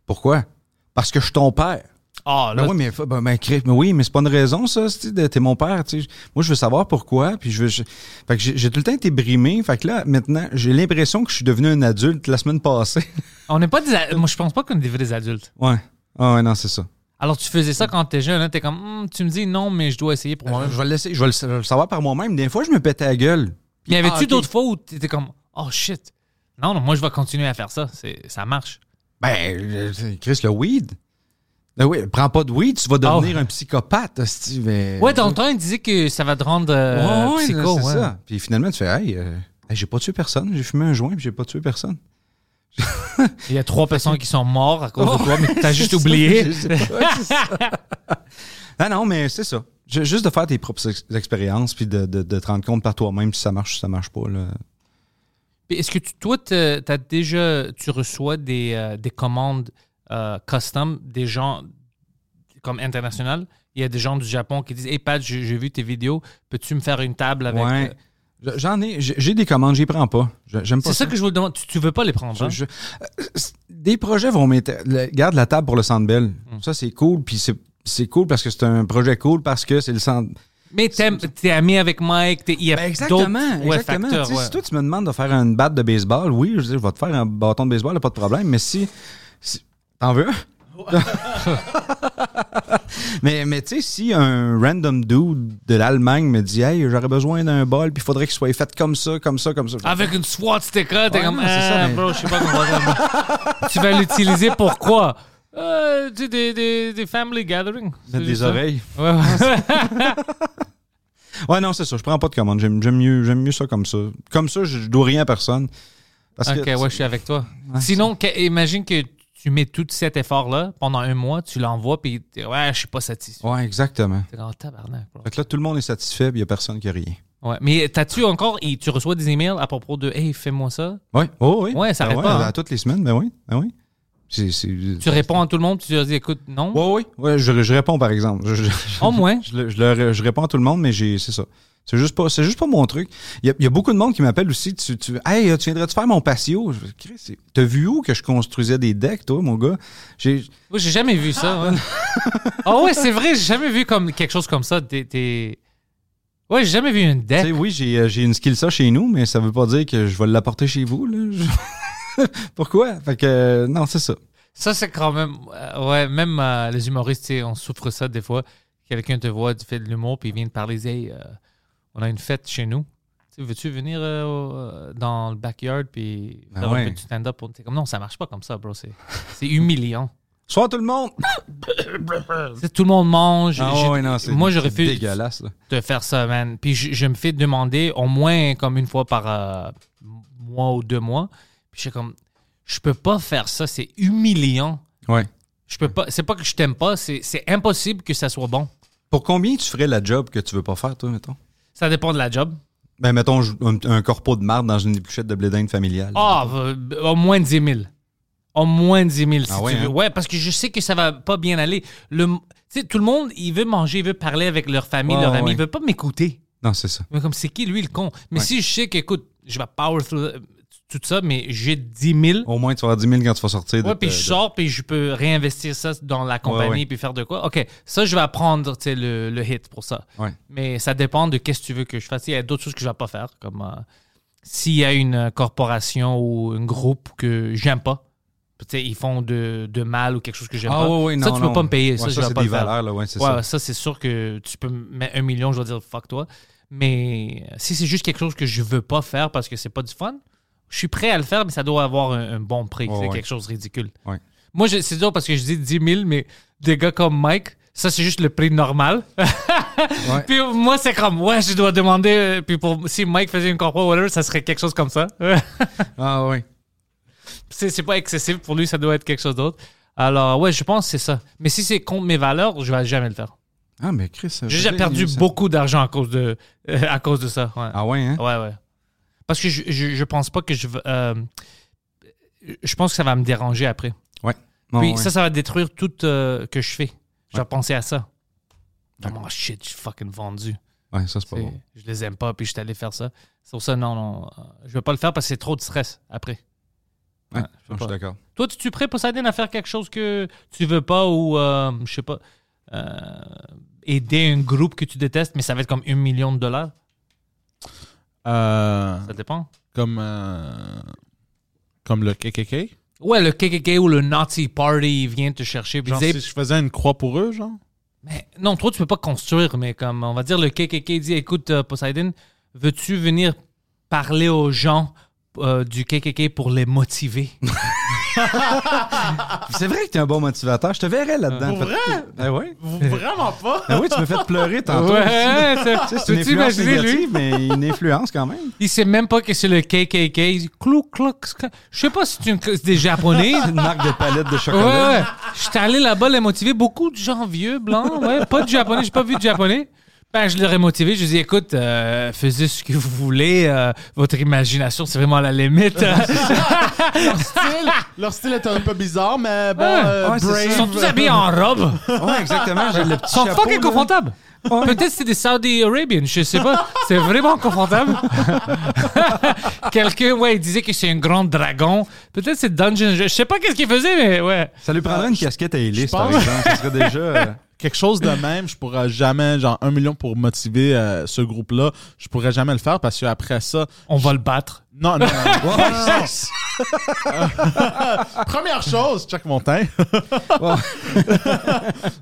Speaker 3: pourquoi? Parce que je suis ton père.
Speaker 1: Ah, là,
Speaker 3: Ben oui, mais, fa- ben, ben, crée- ben oui, mais c'est pas une raison, ça. c'est- de- T'es mon père. tu sais. Moi, je veux savoir pourquoi. Puis je veux. je- fait que j'ai j'ai tout le temps été brimé. Fait que là, maintenant, j'ai l'impression que je suis devenu un adulte la semaine passée.
Speaker 1: on n'est pas des, a- moi, je pense pas qu'on est des adultes.
Speaker 3: Ouais. Ah ouais, non, c'est ça.
Speaker 1: Alors, tu faisais ça quand t'es jeune, hein, t'es comme, Hum, tu me dis non, mais je dois essayer pour moi-même.
Speaker 3: Mm. Ben, Je vais le laisser, je vais le, je vais le savoir par moi-même. Des fois, je me pétais la gueule.
Speaker 1: Mais y avait-tu
Speaker 3: Ah, ok.
Speaker 1: d'autres fois où t'étais comme, oh shit, non, non, moi, je vais continuer à faire ça, c'est, ça marche.
Speaker 3: Ben, je- Chris, le weed. Ben oui, prends pas de weed, tu vas devenir
Speaker 1: Ah ouais.
Speaker 3: un psychopathe, hostie, mais-
Speaker 1: Ouais, dans le temps, il disait que ça va te rendre euh,
Speaker 3: Euh, Ouais, ouais,
Speaker 1: psycho.
Speaker 3: c'est
Speaker 1: ouais.
Speaker 3: ça. Puis finalement, tu fais, hey, euh, hey, j'ai pas tué personne, j'ai fumé un joint, puis j'ai pas tué personne.
Speaker 1: Il y a trois personnes qui sont mortes à cause de toi, mais t'as juste oublié.
Speaker 3: Je sais pas, c'est ça. ah non, mais c'est ça. Ju- Juste de faire tes propres ex- expériences puis de, de- de te rendre compte par toi-même si ça marche ou si ça marche pas. là.
Speaker 1: Puis Est-ce que tu, toi, tu as déjà, tu reçois des, euh, des commandes euh, custom des gens comme international? Il y a des gens du Japon qui disent Hey Pat, j'ai j'ai vu tes vidéos, peux-tu me faire une table avec.
Speaker 3: Ouais.
Speaker 1: euh,
Speaker 3: Je- J'en ai, j'ai j'ai des commandes, j'y prends pas. Je- J'aime pas
Speaker 1: C'est ça que je vous demande. Tu, tu veux pas les prendre. hein?
Speaker 3: Je- je- c'est- des projets vont mettre. le- Garde la table pour le Centre Bell.
Speaker 1: Mm.
Speaker 3: Ça, c'est cool. Puis c'est, c'est cool parce que c'est un projet cool parce que c'est le Centre.
Speaker 1: Mais t'aimes- t'es ami avec Mike, t'es- il y a
Speaker 3: Ben,
Speaker 1: d'autres, ouais,
Speaker 3: exactement.
Speaker 1: facteurs,
Speaker 3: Tu sais,
Speaker 1: ouais.
Speaker 3: Si toi, tu me demandes de faire une batte de baseball, oui, je, veux dire, je vais te faire un bâton de baseball, pas de problème. Mais si. si- t'en veux un? mais mais tu sais, si un random dude de l'Allemagne me dit Hey, j'aurais besoin d'un bol, puis il faudrait qu'il soit fait comme ça, comme ça, comme ça.
Speaker 1: Avec une swastika, t'es
Speaker 3: Ouais,
Speaker 1: comme
Speaker 3: non, c'est ça,
Speaker 1: Ah,
Speaker 3: mais-
Speaker 1: bro, je sais pas comment ça- Tu vas l'utiliser pour quoi Euh, tu sais, des, des, des family gatherings. C'est
Speaker 3: Mettre des
Speaker 1: ça.
Speaker 3: oreilles.
Speaker 1: Ouais, ouais.
Speaker 3: Ouais, non, c'est ça. Je prends pas de commande. J'aime j'aime mieux, j'aime mieux ça comme ça. Comme ça, je, je dois rien à personne. Parce
Speaker 1: Ok,
Speaker 3: que,
Speaker 1: ouais, je suis avec toi. Sinon, que- imagine que tu mets tout cet effort-là pendant un mois, tu l'envoies, puis t'es, ouais, je suis pas satisfait.
Speaker 3: Ouais, exactement.
Speaker 1: T'es comme, tabarnak, bro.
Speaker 3: Fait que là, tout le monde est satisfait, puis il n'y a personne qui a rien.
Speaker 1: Ouais. Mais t'as-tu encore, et tu reçois des emails à propos de Hey, fais-moi ça.
Speaker 3: Ouais. Oh, oui.
Speaker 1: Ouais, ça
Speaker 3: Ben
Speaker 1: arrête pas, hein.
Speaker 3: À toutes les semaines, ben oui. Ben oui. C'est. c'est-
Speaker 1: Tu réponds à tout le monde, tu leur dis écoute, non.
Speaker 3: Ouais, oui. Ouais, je, je réponds, par exemple. Je, je-
Speaker 1: Au moins.
Speaker 3: je le- je leur- je réponds à tout le monde, mais j'ai, c'est ça. C'est juste pas, c'est juste pas mon truc. Il y a, il y a beaucoup de monde qui m'appelle aussi. Tu, tu, hey, tu viendrais-tu faire mon patio? Je fais, Chris, c'est- T'as vu où que je construisais des decks, toi, mon gars? J'ai,
Speaker 1: Moi, j'ai jamais vu ça. ouais. Ah ouais, c'est vrai, j'ai jamais vu comme quelque chose comme ça. T'es- t'es- Ouais, j'ai jamais vu une
Speaker 3: Tu sais,
Speaker 1: dette.
Speaker 3: oui, j'ai, euh, j'ai une skill ça chez nous, mais ça veut pas dire que je vais l'apporter chez vous. Là. Je- Pourquoi? Fait que, euh, non, c'est ça.
Speaker 1: Ça, c'est quand même. euh, ouais, même euh, les humoristes, tu sais, on souffre ça des fois. Quelqu'un te voit, tu fais de l'humour, puis il vient te parler. Hey, euh, on a une fête chez nous. Tu sais, Veux-tu venir euh, au- euh, dans le backyard puis
Speaker 3: Ah
Speaker 1: faire un
Speaker 3: ouais.
Speaker 1: peu de stand-up? pour- t'es comme, non, ça marche pas comme ça, bro. C'est c'est humiliant.
Speaker 3: Soir tout le monde!
Speaker 1: Tu sais, tout le monde mange.
Speaker 3: Ah
Speaker 1: j'ai-
Speaker 3: ouais, non, c'est-
Speaker 1: moi, je
Speaker 3: c'est
Speaker 1: refuse.
Speaker 3: dégueulasse. là.
Speaker 1: de faire ça, man. Puis je, je me fais demander au moins comme une fois par euh, mois ou deux mois. Puis je suis comme, je peux pas faire ça, c'est humiliant.
Speaker 3: Ouais.
Speaker 1: Je peux pas, c'est pas que je t'aime pas, c'est c'est impossible que ça soit bon.
Speaker 3: Pour combien tu ferais la job que tu veux pas faire, toi, mettons?
Speaker 1: Ça dépend de la job.
Speaker 3: Ben, mettons je- un, un corpo de marde dans une épluchette de blé d'Inde familiale.
Speaker 1: Ah, euh, au moins 10 000. Au moins 10 000, si
Speaker 3: Ah ouais,
Speaker 1: tu veux.
Speaker 3: hein?
Speaker 1: Ouais, parce que je sais que ça va pas bien aller. Le, tu sais, tout le monde, il veut manger, il veut parler avec leur famille,
Speaker 3: Ouais,
Speaker 1: leur ami,
Speaker 3: ouais.
Speaker 1: il veut pas m'écouter.
Speaker 3: Non, c'est ça.
Speaker 1: Mais comme c'est qui lui le con? Mais
Speaker 3: Ouais.
Speaker 1: si je sais que, écoute, je vais power through euh, tout ça, mais j'ai 10 000.
Speaker 3: Au moins, tu vas avoir 10 000 quand tu vas sortir. de
Speaker 1: Ouais, puis
Speaker 3: ta-
Speaker 1: je
Speaker 3: de-
Speaker 1: sors, puis je peux réinvestir ça dans la compagnie,
Speaker 3: ouais.
Speaker 1: puis faire de quoi. OK, ça, je vais apprendre tu sais, le, le hit pour ça.
Speaker 3: Ouais.
Speaker 1: Mais ça dépend de qu'est-ce que tu veux que je fasse. Il y a d'autres choses que je ne vais pas faire, comme euh, s'il y a une euh, corporation ou un groupe que j'aime pas, tu sais, ils font de, de mal ou quelque chose que j'aime
Speaker 3: Ah,
Speaker 1: pas.
Speaker 3: ouais, ouais, non,
Speaker 1: ça, tu
Speaker 3: non.
Speaker 1: peux pas me payer.
Speaker 3: Ouais,
Speaker 1: ça, je vais
Speaker 3: c'est
Speaker 1: pas
Speaker 3: des
Speaker 1: le faire.
Speaker 3: valeurs, là, ouais, c'est
Speaker 1: Ouais,
Speaker 3: ça.
Speaker 1: ça, c'est sûr que tu peux me mettre un million, je vais dire fuck toi. Mais euh, si c'est juste quelque chose que je veux pas faire parce que c'est pas du fun, je suis prêt à le faire, mais ça doit avoir un, un bon prix.
Speaker 3: Ouais,
Speaker 1: c'est
Speaker 3: ouais.
Speaker 1: quelque chose de ridicule.
Speaker 3: Ouais.
Speaker 1: Moi, je- c'est dur parce que je dis 10 000, mais des gars comme Mike, ça, c'est juste le prix normal. Puis moi, c'est comme, ouais, je dois demander. euh, Puis pour, si Mike faisait une corpo, whatever, ça serait quelque chose comme ça.
Speaker 3: Ah, oui.
Speaker 1: c'est c'est pas excessif. Pour lui, ça doit être quelque chose d'autre. Alors, ouais, je pense que c'est ça. Mais si c'est contre mes valeurs, je vais jamais le faire.
Speaker 3: Ah, mais Chris. ça
Speaker 1: J'ai
Speaker 3: veut
Speaker 1: déjà
Speaker 3: dire,
Speaker 1: perdu
Speaker 3: ça-
Speaker 1: beaucoup d'argent à cause de euh, à cause de ça. Ouais,
Speaker 3: Ah, ouais, hein?
Speaker 1: ouais, ouais. Parce que je, je, je pense pas que je veux- euh, je pense que ça va me déranger après.
Speaker 3: Non,
Speaker 1: Puis
Speaker 3: Ah ouais.
Speaker 1: ça, ça va détruire tout euh, que je fais. Je vais penser à ça. Comme, oh shit, je suis fucking vendu.
Speaker 3: Ouais, ça, c'est pas
Speaker 1: Tu sais,
Speaker 3: bon.
Speaker 1: Je les aime pas, puis je suis allé faire ça. C'est pour ça, non, non. euh, Je vais pas le faire parce que c'est trop de stress après. Ouais, je
Speaker 3: Ouais, non,
Speaker 1: sais
Speaker 3: je suis
Speaker 1: pas.
Speaker 3: d'accord.
Speaker 1: Toi, tu tu es prêt, Poseidon, à faire quelque chose que tu veux pas ou, euh, je sais pas, euh, aider un groupe que tu détestes, mais ça va être comme un million de dollars?
Speaker 4: Euh,
Speaker 1: Ça dépend.
Speaker 4: comme, euh, comme le KKK.
Speaker 1: Ouais, le KKK ou le Nazi Party vient te chercher. puis
Speaker 4: Genre,
Speaker 1: disait,
Speaker 4: si je faisais une croix pour eux, genre.
Speaker 1: mais non, toi, tu peux pas construire, mais comme on va dire, le KKK dit écoute, euh, Poseidon, veux-tu venir parler aux gens euh, du KKK pour les motiver
Speaker 3: C'est vrai que t'es un bon motivateur. Je te verrais là-dedans.
Speaker 4: Pour vrai?
Speaker 3: Ben oui.
Speaker 4: Vraiment pas.
Speaker 3: Ben oui, tu me fais pleurer tantôt.
Speaker 1: Ouais,
Speaker 3: Tu
Speaker 1: c'est-
Speaker 3: sais, C'est
Speaker 1: peux-tu
Speaker 3: une influence
Speaker 1: imaginer lui?
Speaker 3: négative, mais une influence quand même.
Speaker 1: Il sait même pas que c'est le KKK. Il dit, Clou, clou, clou. Je sais pas si tu c'est des Japonais.
Speaker 3: Une marque de palette de
Speaker 1: Ouais,
Speaker 3: chocolat.
Speaker 1: ouais. J'étais allé là-bas les motiver. Beaucoup de gens vieux, blancs, ouais. Pas de japonais. J'ai pas vu de japonais. Ben, je leur ai motivé. Je dis, écoute, euh, faisez ce que vous voulez. euh, votre imagination, c'est vraiment à la limite.
Speaker 4: Style, leur style est un peu bizarre, mais bon,
Speaker 1: Ouais.
Speaker 4: euh,
Speaker 3: Ouais, c'est
Speaker 4: brave.
Speaker 1: Ils sont tous habillés en robe.
Speaker 3: Ouais, exactement. J'ai le
Speaker 1: Ils
Speaker 3: petit
Speaker 1: sont
Speaker 3: chapeau.
Speaker 1: fucking
Speaker 3: là.
Speaker 1: confortables. Peut-être c'est des Saudi Arabians, je sais pas. C'est vraiment confortable. Quelqu'un, ouais, il disait que c'est un grand dragon. Peut-être c'est Dungeon. Je sais pas qu'est-ce qu'il faisait, mais ouais.
Speaker 3: Ça lui prendrait
Speaker 1: Ah,
Speaker 3: une casquette à hélice, par
Speaker 4: pense-
Speaker 3: exemple. Ça serait déjà. euh,
Speaker 4: quelque chose de même, je pourrais jamais, genre, un million pour motiver euh, ce groupe-là, je pourrais jamais le faire parce que après ça,
Speaker 1: On va le battre.
Speaker 4: non, non, non, non, non, non,
Speaker 3: Ah.
Speaker 4: non. Première chose, check mon teint.
Speaker 3: Bon.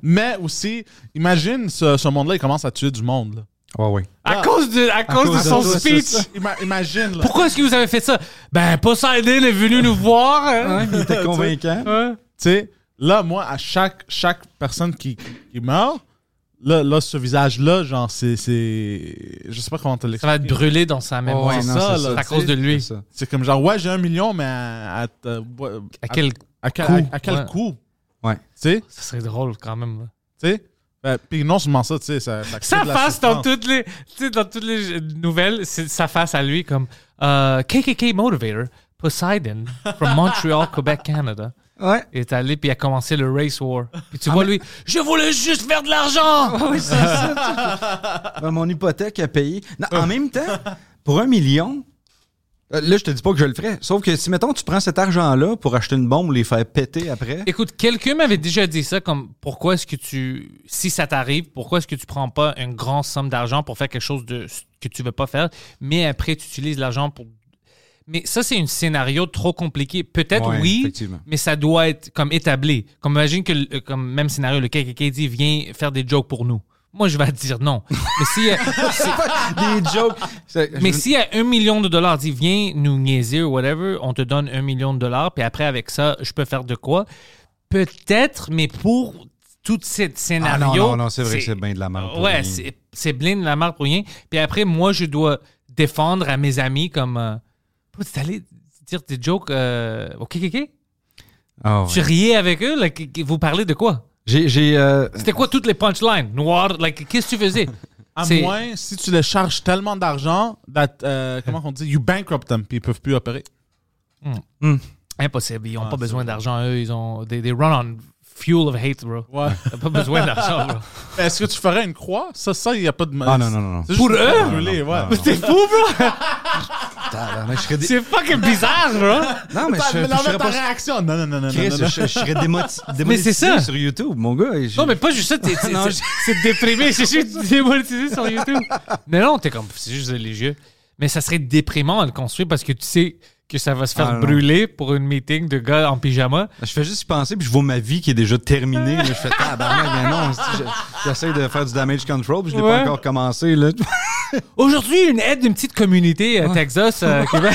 Speaker 4: Mais aussi, imagine ce, ce monde-là, il commence à tuer du monde. là.
Speaker 3: Ouais, ouais.
Speaker 1: À cause de, à cause
Speaker 3: cause
Speaker 1: de
Speaker 3: de
Speaker 1: son
Speaker 3: toi, c'est
Speaker 1: speech.
Speaker 3: ça.
Speaker 4: Ima- imagine, là.
Speaker 1: Pourquoi est-ce que vous avez fait ça? Ben, Poseidon est venu nous voir. hein.
Speaker 3: Il était convaincant.
Speaker 1: Ouais.
Speaker 4: Tu sais, là, moi, à chaque, chaque personne qui, qui meurt, là, là, ce visage-là, genre, c'est, c'est. Je sais pas comment te
Speaker 1: Ça va
Speaker 4: l'expliquer.
Speaker 1: être brûlé dans sa mémoire.
Speaker 3: Ouais, Oh, non,
Speaker 4: ça,
Speaker 3: c'est
Speaker 4: là,
Speaker 1: à
Speaker 4: tu
Speaker 1: cause
Speaker 4: sais.
Speaker 1: de lui.
Speaker 3: C'est ça.
Speaker 4: C'est comme genre, ouais, j'ai un million, mais à, à, te-
Speaker 1: À quel
Speaker 4: à quel,
Speaker 1: coup?
Speaker 4: à- à quel
Speaker 1: Ouais.
Speaker 4: coup?
Speaker 3: Ouais.
Speaker 4: Tu sais?
Speaker 1: Ça serait drôle quand même.
Speaker 4: Tu sais? Ben, Puis non seulement ça, tu sais, ça. Ça, crée
Speaker 1: Sa
Speaker 4: de la
Speaker 1: face dans
Speaker 4: souffrance.
Speaker 1: toutes les, tu sais, dans toutes les euh, nouvelles, c'est sa face à lui comme euh, KKK motivator Poseidon from Montreal, Quebec, Canada.
Speaker 3: Ouais.
Speaker 1: Il est allé puis il a commencé le race war. Puis
Speaker 4: Ah,
Speaker 1: tu vois lui, je voulais juste faire de
Speaker 4: Oh,
Speaker 1: l'argent.
Speaker 3: Ben, mon hypothèque à payer. Non, en même temps, pour un million, euh, là, je te dis pas que je le ferais. Sauf que si, mettons, tu prends cet argent-là pour acheter une bombe, les faire péter après.
Speaker 1: Écoute, quelqu'un m'avait déjà dit ça comme pourquoi est-ce que tu si ça t'arrive, pourquoi est-ce que tu prends pas une grande somme d'argent pour faire quelque chose de que tu veux pas faire, mais après tu utilises l'argent pour mais ça, c'est un scénario trop compliqué. Peut-être
Speaker 3: Ouais,
Speaker 1: oui,
Speaker 3: effectivement.
Speaker 1: mais ça doit être comme établi. Comme imagine que, le- comme même scénario, le KKK dit viens faire des jokes pour nous. Moi, je vais dire non. Mais s'il y a,
Speaker 3: Des jokes. C'est-
Speaker 1: mais
Speaker 3: je-
Speaker 1: s'il y a un million de dollars, dit viens nous niaiser ou whatever, on te donne un million de dollars, puis après, avec ça, je peux faire de quoi Peut-être, mais pour tout ce
Speaker 3: Ah,
Speaker 1: scénario.
Speaker 3: non, non, non, c'est vrai que c'est bien de la merde. pour
Speaker 1: Ouais,
Speaker 3: rien.
Speaker 1: c'est- c'est blind la marque pour rien. Puis après, moi, je dois défendre à mes amis comme. Euh, Bro, t'es allé dire des jokes euh, au KKK?
Speaker 3: Ah, ouais.
Speaker 1: Tu riais avec eux? like, vous parlez de quoi?
Speaker 3: J'ai- J'ai. euh,
Speaker 1: C'était quoi toutes les punchlines? Noir, like, qu'est-ce que tu faisais?
Speaker 4: À
Speaker 1: C'est-
Speaker 4: moins, si tu les charges tellement d'argent, that, euh, comment on dit, you bankrupt them, puis ils peuvent plus opérer.
Speaker 1: Impossible. Ils n'ont
Speaker 4: Ah,
Speaker 1: pas
Speaker 4: c'est
Speaker 1: besoin d'argent, eux. Ils ont. They, they run on fuel of hate, bro.
Speaker 4: Ouais.
Speaker 1: T'as pas besoin d'argent, bro.
Speaker 4: Est-ce que tu ferais une croix? Ça, ça, il n'y a pas de.
Speaker 3: Ah, non, non, non. non.
Speaker 4: C'est juste
Speaker 1: Pour eux?
Speaker 4: brûler, ouais.
Speaker 3: Non, non, non.
Speaker 1: T'es fou, bro?
Speaker 3: Putain, mais je serais dé-
Speaker 1: C'est fucking bizarre, bro.
Speaker 3: Non, mais je,
Speaker 4: Attends,
Speaker 3: je
Speaker 4: mais non, mais
Speaker 3: serais
Speaker 4: ta
Speaker 3: pas.
Speaker 4: réaction. Non, non, non, non.
Speaker 3: Chris,
Speaker 4: non,
Speaker 3: je,
Speaker 4: non.
Speaker 3: je serais démoti- démonétisé
Speaker 1: ça.
Speaker 3: sur YouTube, mon gars. et j'ai-
Speaker 1: Non, mais pas juste ça. t'es- t'es-
Speaker 3: Non,
Speaker 1: c'est- C'est déprimé. C'est juste démonétisé sur YouTube. Mais non, t'es comme. C'est juste religieux. Mais ça serait déprimant à le construire parce que tu sais que ça va se faire
Speaker 3: Ah, non.
Speaker 1: brûler pour une meeting de gars en pyjama.
Speaker 3: Je fais juste y penser, puis je vois ma vie qui est déjà terminée. là. je fais tabarnak, mais non. c'est- je- J'essaie de faire du damage control, puis je l'ai
Speaker 1: Ouais.
Speaker 3: pas encore commencé. Là.
Speaker 1: Aujourd'hui, une aide d'une petite communauté à Texas, euh, Québec.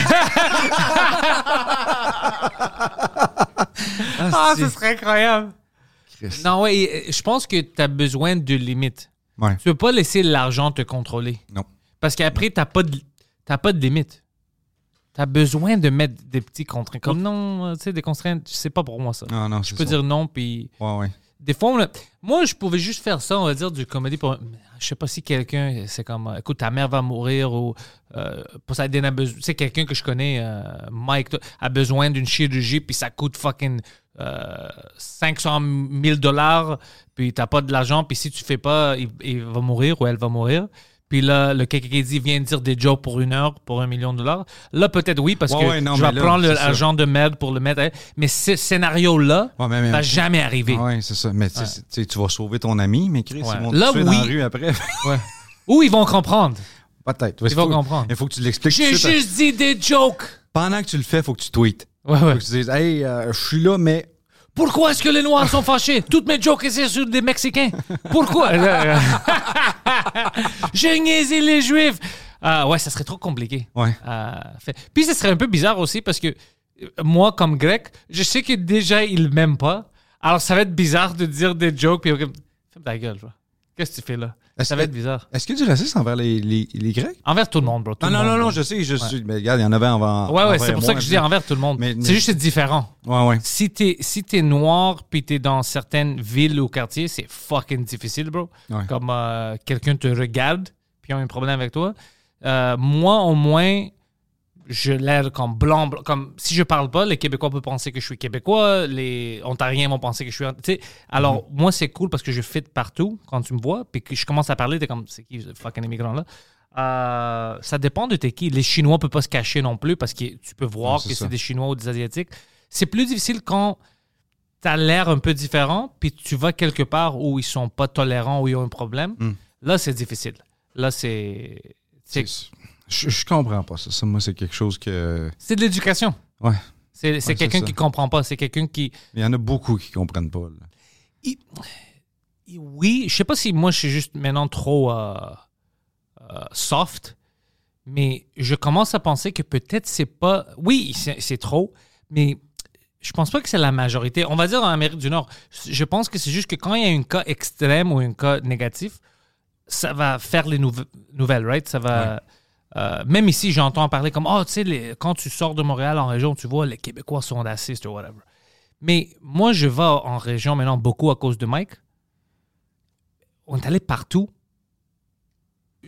Speaker 1: Ah, ce serait incroyable.
Speaker 3: Christ.
Speaker 1: Non, ouais, et, euh, je pense que tu as besoin de limites.
Speaker 3: Ouais.
Speaker 1: Tu veux pas laisser l'argent te contrôler.
Speaker 3: Non.
Speaker 1: Parce qu'après, t'as pas de, t'as pas de limites. Tu as besoin de mettre des petits contraintes. Comme non, euh, tu sais, des contraintes, c'est pas pour moi ça.
Speaker 3: Non, non, c'est
Speaker 1: je peux
Speaker 3: ça.
Speaker 1: dire non, puis
Speaker 3: Ouais, ouais.
Speaker 1: des fois, on a- moi, je pouvais juste faire ça, on va dire, du comédie. Pour... Je sais pas si quelqu'un, c'est comme, euh, écoute, ta mère va mourir ou euh, pour ça, a besoin. Tu sais, quelqu'un que je connais, euh, Mike, toi, a besoin d'une chirurgie, puis ça coûte fucking euh, 500 000 dollars, puis t'as pas de l'argent, puis si tu fais pas, il, il va mourir ou elle va mourir. Puis là, le KKK dit, viens dire des jokes pour une heure, pour un million de dollars. Là, peut-être oui, parce
Speaker 3: Ouais,
Speaker 1: que
Speaker 3: ouais, non,
Speaker 1: je vais
Speaker 3: mais là,
Speaker 1: prendre
Speaker 3: c'est ça.
Speaker 1: l'argent de merde pour le mettre. à- Mais ce scénario-là
Speaker 3: Ouais, mais, mais-
Speaker 1: va jamais arriver.
Speaker 3: Ah ouais, c'est ça. Mais tu sais, c'est- tu sais, tu vas sauver ton ami, mais Chris,
Speaker 1: Ouais.
Speaker 3: ils vont
Speaker 1: Là,
Speaker 3: te tuer dans
Speaker 1: oui.
Speaker 3: la rue après.
Speaker 1: Ou ils vont comprendre.
Speaker 3: Peut-être.
Speaker 1: Ils vont comprendre.
Speaker 3: Il faut que tu l'expliques tout de
Speaker 1: J'ai
Speaker 3: suite.
Speaker 1: juste dit des jokes.
Speaker 3: Pendant que tu le fais, il faut que tu tweets.
Speaker 1: Ouais, ouais.
Speaker 3: Faut que tu dises, hey, euh, je suis là, mais.
Speaker 1: Pourquoi est-ce que les Noirs sont fâchés? Toutes mes jokes étaient sur des Mexicains. Pourquoi? J'ai niaisé les Juifs. Ah ouais, ça serait trop compliqué.
Speaker 3: Ouais.
Speaker 1: à faire. Puis ça serait un peu bizarre aussi parce que euh, moi, comme grec, je sais que déjà, ils m'aiment pas. Alors, ça va être bizarre de dire des jokes. Puis, comme, ferme ta gueule, bro. Qu'est-ce que tu fais là?
Speaker 3: Est-ce
Speaker 1: Ça va
Speaker 3: que-
Speaker 1: être bizarre.
Speaker 3: Est-ce qu'il y a du racisme envers les, les, les Grecs?
Speaker 1: Envers tout le monde, bro. tout
Speaker 3: Ah, Non,
Speaker 1: le
Speaker 3: non,
Speaker 1: monde,
Speaker 3: non,
Speaker 1: bro.
Speaker 3: non, je sais, je suis. Mais regarde, il y en avait envers.
Speaker 1: Ouais, ouais,
Speaker 3: envers
Speaker 1: c'est pour
Speaker 3: moi,
Speaker 1: ça que je dis
Speaker 3: puis-
Speaker 1: envers tout le monde.
Speaker 3: Mais- mais-
Speaker 1: C'est juste que c'est différent.
Speaker 3: Ouais, ouais.
Speaker 1: Si t'es si t'es noir puis t'es dans certaines villes ou quartiers, c'est fucking difficile, bro.
Speaker 3: Ouais.
Speaker 1: Comme euh, quelqu'un te regarde puis a un problème avec toi. Euh, moi, au moins, je l'air comme blanc, blanc. Comme si je parle pas, les Québécois peuvent penser que je suis Québécois, les Ontariens vont penser que je suis. Ont- tu sais. Alors,
Speaker 3: Mhm.
Speaker 1: moi, c'est cool parce que je fit partout quand tu me vois puis que je commence à parler, t'es comme, c'est qui ce fucking immigrant là? Euh, ça dépend de t'es qui. Les Chinois peuvent pas se cacher non plus parce que tu peux voir
Speaker 3: Non, c'est
Speaker 1: que
Speaker 3: ça.
Speaker 1: c'est des Chinois ou des Asiatiques. C'est plus difficile quand t'as l'air un peu différent, puis tu vas quelque part où ils sont pas tolérants, où ils ont un problème.
Speaker 3: Mm.
Speaker 1: Là, c'est difficile. Là, c'est. C'est
Speaker 3: C'est- Je, je comprends pas ça. Ça, moi, c'est quelque chose que.
Speaker 1: c'est de l'éducation.
Speaker 3: Ouais.
Speaker 1: C'est c'est
Speaker 3: Ouais,
Speaker 1: quelqu'un
Speaker 3: c'est ça.
Speaker 1: qui comprend pas. C'est quelqu'un qui.
Speaker 3: Il y en a beaucoup qui comprennent pas. là.
Speaker 1: Oui, je sais pas si moi je suis juste maintenant trop euh, euh, soft, mais je commence à penser que peut-être c'est pas. Oui, c'est c'est trop, mais je pense pas que c'est la majorité. On va dire en Amérique du Nord, je pense que c'est juste que quand il y a un cas extrême ou un cas négatif, ça va faire les nouve- nouvelles, right? Ça va. euh, même ici, j'entends parler comme, oh, tu sais, les- quand tu sors de Montréal en région, tu vois, les Québécois sont racistes ou whatever. Mais moi, je vais en région maintenant beaucoup à cause de Mike on est allé partout.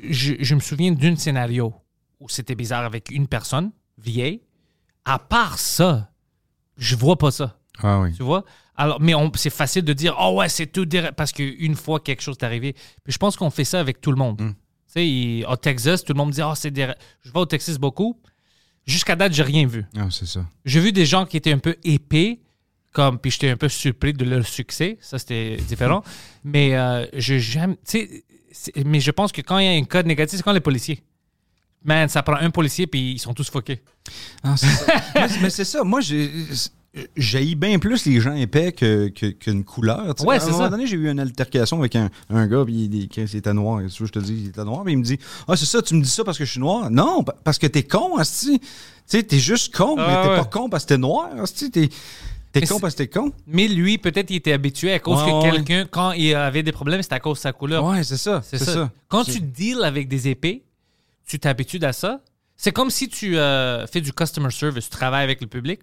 Speaker 1: Je, je me souviens d'un scénario où c'était bizarre avec une personne vieille. À part ça, je vois pas ça.
Speaker 3: Ah oui.
Speaker 1: Tu vois? Alors, mais on- c'est facile de dire, oh ouais, c'est tout direct, parce qu'une fois quelque chose est arrivé. Puis je pense qu'on fait ça avec tout le monde.
Speaker 3: Mm.
Speaker 1: Tu sais, il- au Texas, tout le monde dit, oh, c'est direct. Je vais au Texas beaucoup. Jusqu'à date, j'ai rien vu.
Speaker 3: Ah, c'est ça.
Speaker 1: J'ai vu des gens qui étaient un peu épais, comme, puis j'étais un peu surpris de leur succès. Ça, c'était différent. mais euh, je j'aime. tu sais, c'est- Mais je pense que quand il y a un code négatif, c'est quand les policiers. Man, ça prend un policier, puis ils sont tous fuckés.
Speaker 3: Ah, c'est ça. Moi, c'est- mais c'est ça. Moi, j'ai. J'ai bien plus les gens épais que- que- qu'une couleur. tu sais.
Speaker 1: Ouais,
Speaker 3: à
Speaker 1: c'est
Speaker 3: un moment
Speaker 1: ça.
Speaker 3: donné, j'ai eu une altercation avec un, un gars, puis il, il- Chris, il était noir. Qu'est-ce que je te dis, il était noir, mais il me dit Ah, c'est ça, tu me dis ça parce que je suis noir. Non, pa- parce que t'es con, Asti. Tu sais, t'es juste con,
Speaker 1: Ah,
Speaker 3: mais t'es
Speaker 1: ouais.
Speaker 3: pas con parce que t'es noir, Asti. T'es t'es
Speaker 1: Mais
Speaker 3: con
Speaker 1: c'est-
Speaker 3: parce que t'es con.
Speaker 1: Mais lui, peut-être, il était habitué à cause
Speaker 3: Ouais,
Speaker 1: que
Speaker 3: ouais.
Speaker 1: quelqu'un, quand il avait des problèmes, c'était à cause de sa couleur.
Speaker 3: Ouais, c'est ça.
Speaker 1: C'est ça. Quand tu deals avec des épées, tu t'habitues à ça. C'est comme si tu euh, fais du customer service, tu travailles avec le public,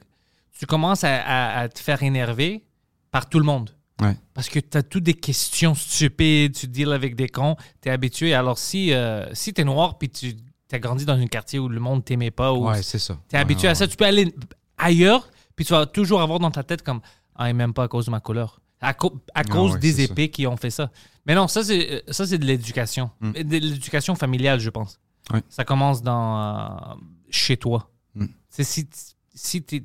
Speaker 1: tu commences à, à- à te faire énerver par tout le monde.
Speaker 3: Ouais.
Speaker 1: Parce que tu as toutes des questions stupides, tu deals avec des cons, tu es habitué. Alors si, euh, si tu es noir puis tu as grandi dans un quartier où le monde t'aimait pas, ou
Speaker 3: Ouais, c'est ça.
Speaker 1: tu es habitué
Speaker 3: Ouais,
Speaker 1: à
Speaker 3: Ah, ouais.
Speaker 1: ça, tu peux aller ailleurs puis tu vas toujours avoir dans ta tête comme Ah, et même pas à cause de ma couleur. À, co- à cause
Speaker 3: Ah ouais,
Speaker 1: des
Speaker 3: c'est ça.
Speaker 1: épées qui ont fait ça. Mais non, ça c'est euh, ça c'est de l'éducation,
Speaker 3: Mm.
Speaker 1: Et de l'éducation familiale, je pense.
Speaker 3: Ouais.
Speaker 1: Ça commence dans euh, chez toi.
Speaker 3: Mm.
Speaker 1: C'est si si t'es-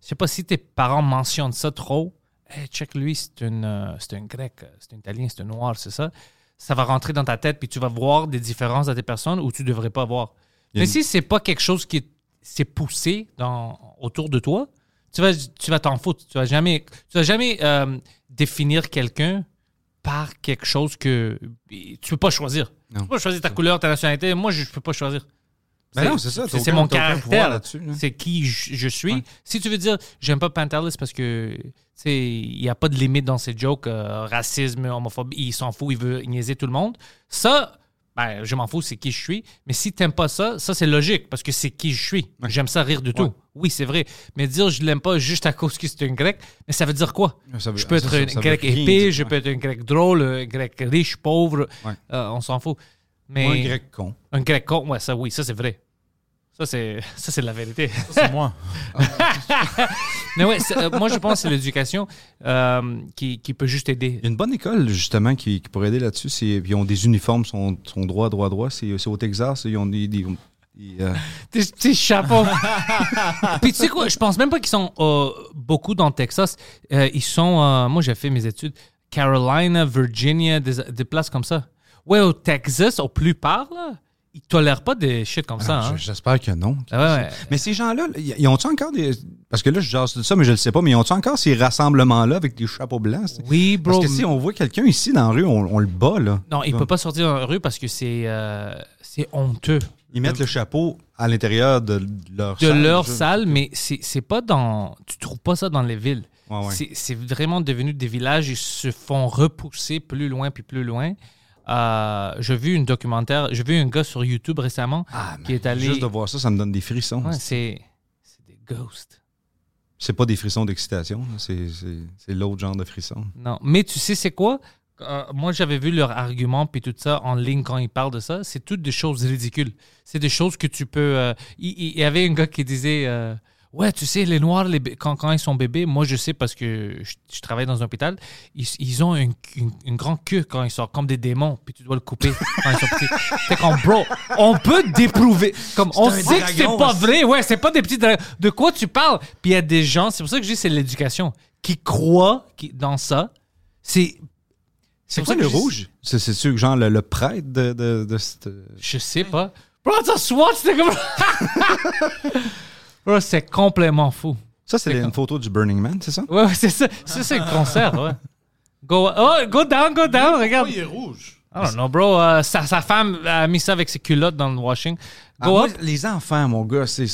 Speaker 1: je sais pas si tes parents mentionnent ça trop. Hey, check lui, c'est une euh, c'est un grec, euh, c'est un italien, c'est un noir, c'est ça. Ça va rentrer dans ta tête puis tu vas voir des différences à des personnes où tu devrais pas voir.
Speaker 3: Il y a
Speaker 1: Mais
Speaker 3: une-
Speaker 1: si c'est pas quelque chose qui est- s'est poussé dans autour de toi, tu vas tu vas t'en foutre. Tu vas jamais tu vas jamais euh, définir quelqu'un par quelque chose que tu peux pas choisir.
Speaker 3: Non.
Speaker 1: Tu peux pas choisir ta couleur, ta nationalité. Moi, je peux pas choisir.
Speaker 3: Ben non, c'est ça.
Speaker 1: C'est
Speaker 3: T'as
Speaker 1: c'est
Speaker 3: aucun-
Speaker 1: mon
Speaker 3: t'as aucun pouvoir
Speaker 1: caractère.
Speaker 3: là-dessus, là.
Speaker 1: C'est qui je, je suis.
Speaker 3: Ouais.
Speaker 1: Si tu veux dire, j'aime pas Pantelis parce que tu sais, il n'y a pas de limite dans ses jokes, euh, racisme, homophobie, il s'en fout, il veut niaiser tout le monde. Ça, ben, je m'en fous, c'est qui je suis. Mais si t'aimes pas ça, ça c'est logique parce que c'est qui je suis.
Speaker 3: Ouais.
Speaker 1: J'aime ça rire de tout.
Speaker 3: Ouais.
Speaker 1: Oui, c'est vrai. Mais dire je l'aime pas juste à cause que c'est un grec, mais ça veut dire quoi?
Speaker 3: Ça veut-
Speaker 1: Je peux
Speaker 3: ça,
Speaker 1: être
Speaker 3: ça,
Speaker 1: un
Speaker 3: ça veut
Speaker 1: grec
Speaker 3: rien
Speaker 1: épais,
Speaker 3: dire.
Speaker 1: je peux être un grec drôle, un grec riche, pauvre,
Speaker 3: Ouais.
Speaker 1: euh, on s'en fout. Mais
Speaker 3: Moi, un grec con.
Speaker 1: un grec con, ouais, ça oui, ça c'est vrai. Ça c'est ça c'est de la vérité.
Speaker 4: Ça, c'est moi.
Speaker 1: Mais ouais, c'est- euh, moi je pense que c'est l'éducation euh, qui, qui peut juste aider.
Speaker 3: Il y a une bonne école, justement, qui, qui pourrait aider là-dessus. c'est- Puis ils ont des uniformes, sont, sont droit, droit, droit. C'est c'est au Texas. Ils ont des. des- des, euh,
Speaker 1: Tes petits chapeaux. Puis tu sais quoi, je pense même pas qu'ils sont euh, beaucoup dans le Texas. Euh, ils sont, euh, moi j'ai fait mes études, Carolina, Virginia, des, des places comme ça. Ouais, au Texas, au plus part, là, ils tolèrent pas des shit comme ça. hein.
Speaker 3: j- J'espère que non.
Speaker 1: Ah ouais, ouais.
Speaker 3: Mais ces gens-là, là, ils ils ont-tu encore des. Parce que là, je jase de ça, mais je le sais pas. Mais ils ont-tu encore ces rassemblements-là avec des chapeaux blancs? c'est-
Speaker 1: Oui, bro.
Speaker 3: Parce que si on voit quelqu'un ici dans la rue, on, on le bat, là.
Speaker 1: Non, il
Speaker 3: Bon.
Speaker 1: peut pas sortir dans la rue parce que c'est euh, c'est honteux.
Speaker 3: Ils mettent le chapeau à l'intérieur de leur
Speaker 1: de
Speaker 3: salle.
Speaker 1: leur
Speaker 3: je-
Speaker 1: salle, mais c'est c'est pas dans. Tu trouves pas ça dans les villes.
Speaker 3: Ah Ouais, ouais.
Speaker 1: C'est- C'est vraiment devenu des villages. Ils se font repousser plus loin puis plus loin. Euh, j'ai vu une documentaire, j'ai vu un gars sur YouTube récemment
Speaker 3: Ah,
Speaker 1: qui est
Speaker 3: man,
Speaker 1: allé.
Speaker 3: Juste de voir ça, ça me donne des frissons.
Speaker 1: Ouais, c'est c'est des ghosts.
Speaker 3: C'est pas des frissons d'excitation, là, c'est- c'est c'est l'autre genre de frisson.
Speaker 1: Non, mais tu sais c'est quoi Euh, Moi j'avais vu leurs arguments puis tout ça en ligne quand ils parlent de ça. C'est toutes des choses ridicules. C'est des choses que tu peux. euh, Il il- il y avait un gars qui disait. euh, Ouais, tu sais, les Noirs, les bé- quand, quand ils sont bébés, moi je sais parce que je, je travaille dans un hôpital, ils, ils ont une, une, une grande queue quand ils sortent, comme des démons, puis tu dois le couper quand ils sont petits. Fait comme, bro, on peut déprouver. Comme, on
Speaker 3: C'est un
Speaker 1: sait que c'est
Speaker 3: dragon,
Speaker 1: pas
Speaker 3: c'est-
Speaker 1: vrai, ouais, c'est pas des petits dragons. De quoi tu parles? Puis il y a des gens, c'est pour ça que je dis c'est l'éducation, qui croient qui- dans ça. C'est.
Speaker 3: C'est
Speaker 1: pour
Speaker 3: quoi
Speaker 1: ça que
Speaker 3: le
Speaker 1: je dis-
Speaker 3: rouge? C'est c'est sûr, genre le, le prêtre de, de, de cette.
Speaker 1: Je sais pas. Bro, ça swatch, c'est comme. Bro, c'est complètement fou.
Speaker 3: Ça, c'est une photo du Burning Man, c'est ça?
Speaker 1: Ouais, ouais, c'est ça. Ça, c'est le concert, ouais. Go, oh, go down, go down, regarde.
Speaker 4: est rouge.
Speaker 1: I don't know, bro. euh, sa, sa femme a mis ça avec ses culottes dans le washing.
Speaker 3: Ah,
Speaker 1: Go
Speaker 3: moi,
Speaker 1: up,
Speaker 3: les enfants, mon gars, c'est.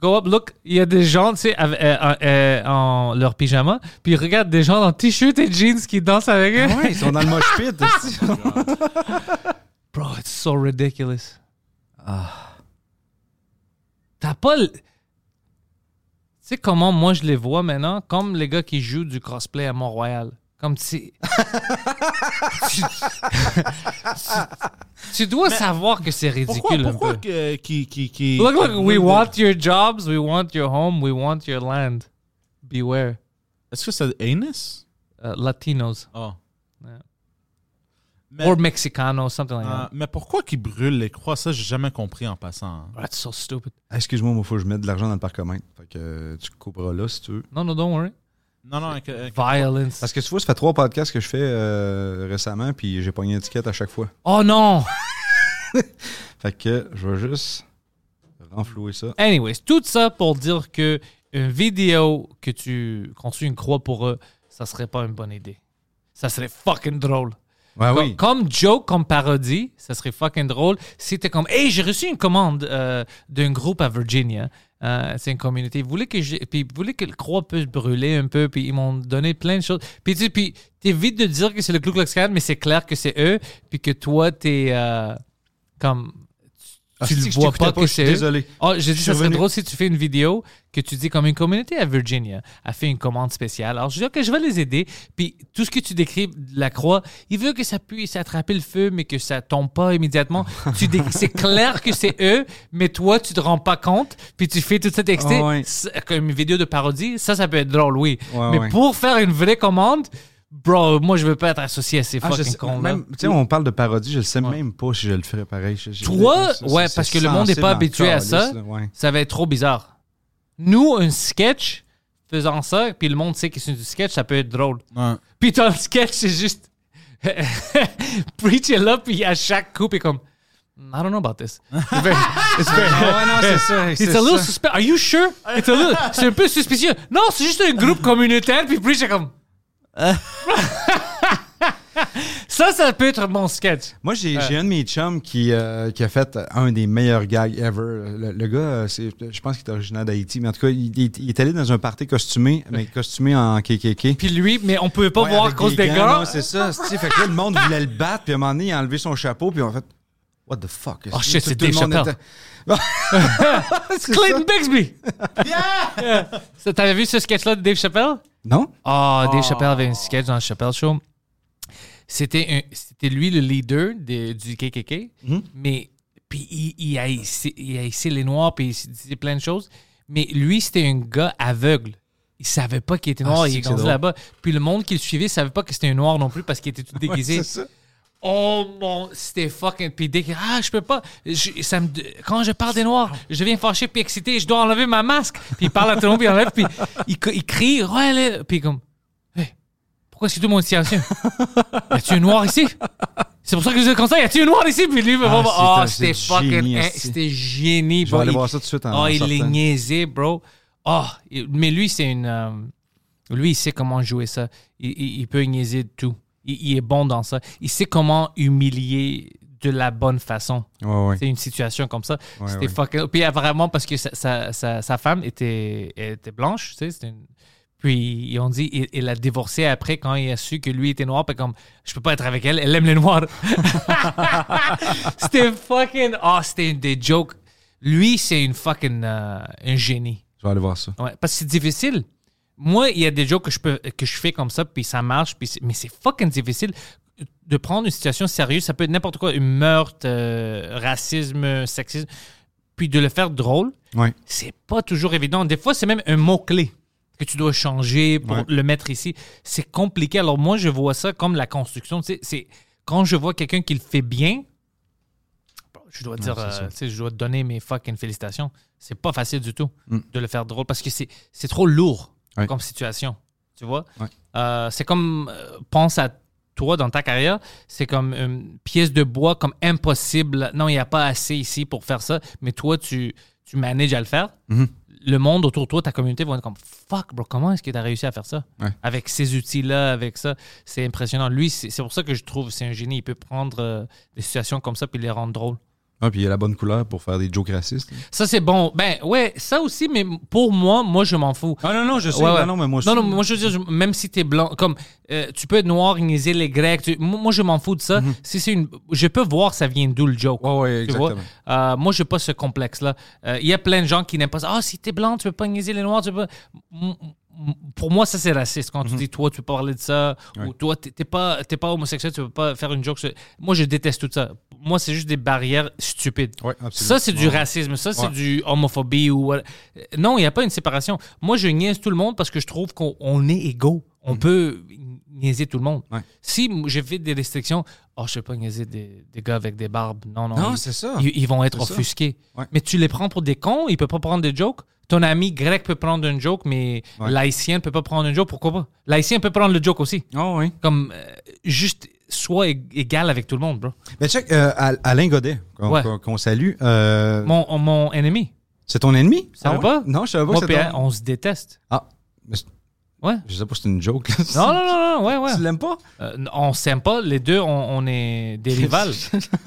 Speaker 1: go up, look. Il y a des gens, tu sais, avec- euh, euh, euh, en leur pyjama. Puis regarde des gens en t-shirt et jeans qui dansent avec eux.
Speaker 3: Ouais, ils sont dans le mosh pit. esti.
Speaker 1: Bro, it's so ridiculous.
Speaker 4: Ah.
Speaker 1: T'as pas. l- Tu sais comment moi je les vois maintenant? Comme les gars qui jouent du crossplay à Mont-Royal. Comme si. tu, tu- tu dois savoir que c'est
Speaker 4: Pourquoi,
Speaker 1: ridicule un
Speaker 4: pourquoi
Speaker 1: peu.
Speaker 4: que- qui, qui, qui...
Speaker 1: Look, look, we
Speaker 4: de-
Speaker 1: want your jobs, we want your home, we want your land. Beware.
Speaker 4: Est-ce que c'est anus?
Speaker 1: Uh, Latinos.
Speaker 4: Oh.
Speaker 1: Yeah.
Speaker 4: Mais,
Speaker 1: Or Mexicanos, something like
Speaker 4: euh,
Speaker 1: that.
Speaker 4: mais pourquoi qu'ils brûlent les croix? Ça, j'ai jamais compris en passant.
Speaker 1: That's so stupid.
Speaker 3: Excuse-moi, il faut que je mette de l'argent dans le parc commun. Fait que euh, tu couperas là si tu veux.
Speaker 1: Non, non, don't worry.
Speaker 4: Non, non, avec- avec-
Speaker 1: Violence.
Speaker 3: Parce que tu vois, ça fait trois podcasts que je fais euh, récemment, puis j'ai pogné une étiquette à chaque fois.
Speaker 1: Oh non!
Speaker 3: Fait que je vais juste renflouer ça.
Speaker 1: Anyways, tout ça pour dire que une vidéo que tu construis une croix pour eux, ça serait pas une bonne idée. Ça serait fucking drôle.
Speaker 3: Ouais,
Speaker 1: Comme-
Speaker 3: Ah oui.
Speaker 1: Comme joke, comme parodie, ça serait fucking drôle. Si t'es comme, hey, j'ai reçu une commande euh, d'un groupe à Virginia. Euh, c'est une communauté. Vous voulez que j'ai- puis vous voulez que le croix puisse brûler un peu, puis ils m'ont donné plein de choses. Puis tu sais, puis t'évites de dire que c'est le Ku Klux Klan, mais c'est clair que c'est eux, puis que toi t'es euh, comme
Speaker 3: Ah,
Speaker 1: tu
Speaker 3: si,
Speaker 1: le
Speaker 3: je
Speaker 1: vois pas
Speaker 3: t'écoutais
Speaker 1: que
Speaker 3: je suis
Speaker 1: c'est eux.
Speaker 3: Désolé.
Speaker 1: Oh, j'ai dit,
Speaker 3: suis
Speaker 1: ça serait
Speaker 3: revenu.
Speaker 1: drôle si tu fais une vidéo que tu dis comme une communauté à Virginia a fait une commande spéciale. Alors, je dis, OK, je vais les aider. Puis, tout ce que tu décris, de la croix, il veut que ça puisse attraper le feu, mais que ça tombe pas immédiatement. Tu dé- c'est clair que c'est eux, mais toi, tu te rends pas compte. Puis, tu fais tout ça texté
Speaker 3: Ah ouais.
Speaker 1: C'est- comme une vidéo de parodie. Ça, ça peut être drôle, oui.
Speaker 3: Ouais,
Speaker 1: mais
Speaker 3: ouais.
Speaker 1: pour faire une vraie commande, bro, moi, je veux pas être associé à ces
Speaker 3: Ah, je
Speaker 1: fucking
Speaker 3: sais-
Speaker 1: cons-là.
Speaker 3: même- tu sais, on parle de parodie, je ne sais
Speaker 1: Ouais.
Speaker 3: même pas si je le ferais pareil. Je- je-
Speaker 1: Toi,
Speaker 3: c'est-
Speaker 1: ouais,
Speaker 3: c'est
Speaker 1: parce que le monde n'est
Speaker 3: sensible
Speaker 1: pas
Speaker 3: en
Speaker 1: habitué à
Speaker 3: calice,
Speaker 1: ça.
Speaker 3: là, ouais.
Speaker 1: ça va être trop bizarre. Nous, un sketch faisant ça, puis le monde sait que c'est du sketch, ça peut être drôle.
Speaker 4: Ouais.
Speaker 1: Puis ton sketch, c'est juste preach it up, puis à chaque coup, puis comme I don't know about this. It's very- it's very-
Speaker 3: Ah, ouais, non, c'est ça.
Speaker 1: It's
Speaker 3: Ah, c'est
Speaker 1: a little
Speaker 3: ça.
Speaker 1: suspect. Are you sure? It's a little- C'est un peu suspicieux. Non, c'est juste un groupe communautaire, puis preach est comme. ça, ça peut être mon sketch.
Speaker 3: Moi, j'ai j'ai un de mes chums qui, euh, qui a fait un des meilleurs gags ever. Le, le gars, euh, c'est- je pense qu'il est originaire d'Haïti, mais en tout cas, il, il- il est allé dans un party costumé, mais costumé en KKK.
Speaker 1: Puis lui, mais on peut pas
Speaker 3: Ouais,
Speaker 1: voir à
Speaker 3: avec
Speaker 1: cause des
Speaker 3: non,
Speaker 1: gars.
Speaker 3: c'est ça. c'est- Fait que là, le monde voulait le battre, puis à un moment donné, il a enlevé son chapeau, puis on a fait What the fuck?
Speaker 1: Oh, shit,
Speaker 3: Tout-
Speaker 1: c'est
Speaker 3: tout le
Speaker 1: Dave
Speaker 3: monde
Speaker 1: Chappelle.
Speaker 3: était- C'est
Speaker 1: Clayton
Speaker 3: ça.
Speaker 1: Bixby! Euh, Ça, T'avais vu ce sketch-là de Dave Chappelle?
Speaker 3: Non?
Speaker 1: Ah, Dave Chappelle avait un sketch dans le Chappelle Show. C'était un- c'était lui le leader de- du KKK,
Speaker 3: Mhm.
Speaker 1: mais puis il, il haïssait, il haïssait les Noirs, puis il se disait plein de choses. Mais lui, c'était un gars aveugle. Il savait pas qu'il était noir,
Speaker 3: Ah, c'est
Speaker 1: il est
Speaker 3: que c'est
Speaker 1: grandi
Speaker 3: drôle.
Speaker 1: là-bas. Puis le monde qui le suivait savait pas que c'était un noir non plus parce qu'il était tout déguisé.
Speaker 3: Ouais, c'est ça.
Speaker 1: Oh mon, c'était fucking. Puis dès que ah, je peux pas. je- ça me, quand je parle des noirs, je viens fâché puis excité, je dois enlever ma masque. Puis il parle à tout le monde, puis il enlève, puis il, co- il crie, ouais, là, puis comme, Hey, pourquoi est-ce que tout le monde est silencieux? Y a-tu un noir ici? C'est pour ça que je dis comme ça, y a-tu un noir ici? Puis lui,
Speaker 3: Ah,
Speaker 1: vraiment,
Speaker 3: c'est
Speaker 1: ah,
Speaker 3: un-
Speaker 1: c'était
Speaker 3: c'est génie,
Speaker 1: fucking, hein,
Speaker 3: esti.
Speaker 1: c'était génie.
Speaker 3: Je
Speaker 1: bro.
Speaker 3: vais aller
Speaker 1: Il-
Speaker 3: voir ça tout de suite en
Speaker 1: ah, il est
Speaker 3: sortant.
Speaker 1: niaisé, bro. Ah, il- mais lui, c'est une. euh, lui, il sait comment jouer ça. Il, il- il peut niaiser de tout. Il, il est bon dans ça. Il sait comment humilier de la bonne façon.
Speaker 3: Ouais, ouais.
Speaker 1: C'est une situation comme ça.
Speaker 3: Ouais,
Speaker 1: c'était
Speaker 3: ouais.
Speaker 1: fucking- Puis apparemment, parce que sa, sa- sa- sa femme était, elle était blanche, tu sais, c'était une- Puis ils ont dit, il, il a divorcé après quand il a su que lui était noir. Puis comme, je peux pas être avec elle, elle aime les noirs. c'était fucking. Oh, c'était une des jokes. Lui, c'est une fucking. euh, un génie.
Speaker 3: Je vais aller voir ça.
Speaker 1: Ouais, parce que c'est difficile. Moi, il y a des jokes que je, peux, que je fais comme ça, puis ça marche, puis c'est- mais c'est fucking difficile de prendre une situation sérieuse. Ça peut être n'importe quoi, une meurtre, euh, racisme, sexisme, puis de le faire drôle,
Speaker 3: Ouais.
Speaker 1: c'est pas toujours évident. Des fois, c'est même un mot-clé que tu dois changer pour
Speaker 3: Ouais.
Speaker 1: le mettre ici. C'est compliqué. Alors moi, je vois ça comme la construction. Tu sais, c'est quand je vois quelqu'un qui le fait bien, bon, je dois dire,
Speaker 3: c'est ça.
Speaker 1: euh, tu sais, je dois te donner mes fucking félicitations. C'est pas facile du tout
Speaker 3: Mm.
Speaker 1: de le faire drôle parce que c'est c'est trop lourd
Speaker 3: Ouais.
Speaker 1: comme situation. Tu vois?
Speaker 3: Ouais.
Speaker 1: Euh, c'est comme, euh, pense à toi dans ta carrière, c'est comme une pièce de bois, comme impossible. Non, il n'y a pas assez ici pour faire ça, mais toi, tu, tu manages à le faire.
Speaker 3: Mhm.
Speaker 1: Le monde autour de toi, ta communauté, vont être comme fuck, bro, comment est-ce que tu as réussi à faire ça?
Speaker 3: Ouais.
Speaker 1: Avec ces outils-là, avec ça. C'est impressionnant. Lui, c'est c'est pour ça que je trouve c'est un génie. Il peut prendre euh, des situations comme ça puis les rendre drôles.
Speaker 3: Ah, puis il y a la bonne couleur pour faire des jokes racistes.
Speaker 1: Ça, c'est bon. Ben, ouais, ça aussi, mais pour moi, moi, je m'en fous.
Speaker 3: Ah non, non, je sais.
Speaker 1: Ouais, ouais.
Speaker 3: Non, non, mais moi, je
Speaker 1: Non, non, moi je veux dire, je- même si t'es blanc, comme euh, tu peux être noir, igniser les Grecs, tu- moi moi, je m'en fous de ça. Si c'est une, je peux voir ça vient d'où le joke.
Speaker 3: Mhm. Ouais, ouais,
Speaker 1: Tu vois?
Speaker 3: exactement.
Speaker 1: Euh, moi, j'ai pas ce complexe-là. Euh, Il y a plein de gens qui n'aiment pas ça. Ah, si t'es blanc, tu peux pas niaiser les noirs. Tu peux... pas- M- m- Pour moi, ça, c'est raciste. Quand
Speaker 3: Mhm.
Speaker 1: tu dis, toi, tu peux parler de ça, ou toi, t'es t'es pas, t'es pas homosexuel, tu peux pas faire une joke. sur- Moi, je déteste tout ça. Moi, c'est juste des barrières stupides.
Speaker 3: Ouais,
Speaker 1: Ça,
Speaker 3: absolument.
Speaker 1: c'est du racisme. Ça, c'est
Speaker 3: Ouais.
Speaker 1: du homophobie. ou what- Non, il n'y a pas une séparation. Moi, je niaise tout le monde parce que je trouve qu'on on est égaux. On peut niaiser tout le monde.
Speaker 3: Mhm. Ouais.
Speaker 1: Si m- je fais des restrictions, oh, je ne peux pas niaiser des, des gars avec des barbes. Non, non.
Speaker 3: Non,
Speaker 1: ils-
Speaker 3: c'est ça.
Speaker 1: Ils, ils vont être
Speaker 3: C'est ça.
Speaker 1: offusqués.
Speaker 3: Ouais.
Speaker 1: Mais tu les prends pour des cons. Ils ne peuvent pas prendre des jokes. Ton ami grec peut prendre une joke, mais
Speaker 3: Ouais.
Speaker 1: l'haïtien ne peut pas prendre une joke. Pourquoi pas? L'haïtien peut prendre le joke aussi.
Speaker 3: Ah, oui.
Speaker 1: Comme, euh, juste, sois ég- égal avec tout le monde, bro.
Speaker 3: Mais check, euh, Al- Alain Godet, qu'on
Speaker 1: Ouais.
Speaker 3: qu'on- qu'on salue. euh,
Speaker 1: Mon, mon ennemi.
Speaker 3: C'est ton ennemi? Ah,
Speaker 1: Ça va pas?
Speaker 3: Non, je savais pas
Speaker 1: Moi,
Speaker 3: que
Speaker 1: puis
Speaker 3: c'était
Speaker 1: elle,
Speaker 3: ton...
Speaker 1: on se déteste.
Speaker 3: Ah, mais c'est-
Speaker 1: Ouais.
Speaker 3: je sais pas si c'est une joke. Là.
Speaker 1: Non, non, non, non, ouais, ouais.
Speaker 3: Tu l'aimes pas?
Speaker 1: Euh, on s'aime pas, les deux, on, on est des rivales.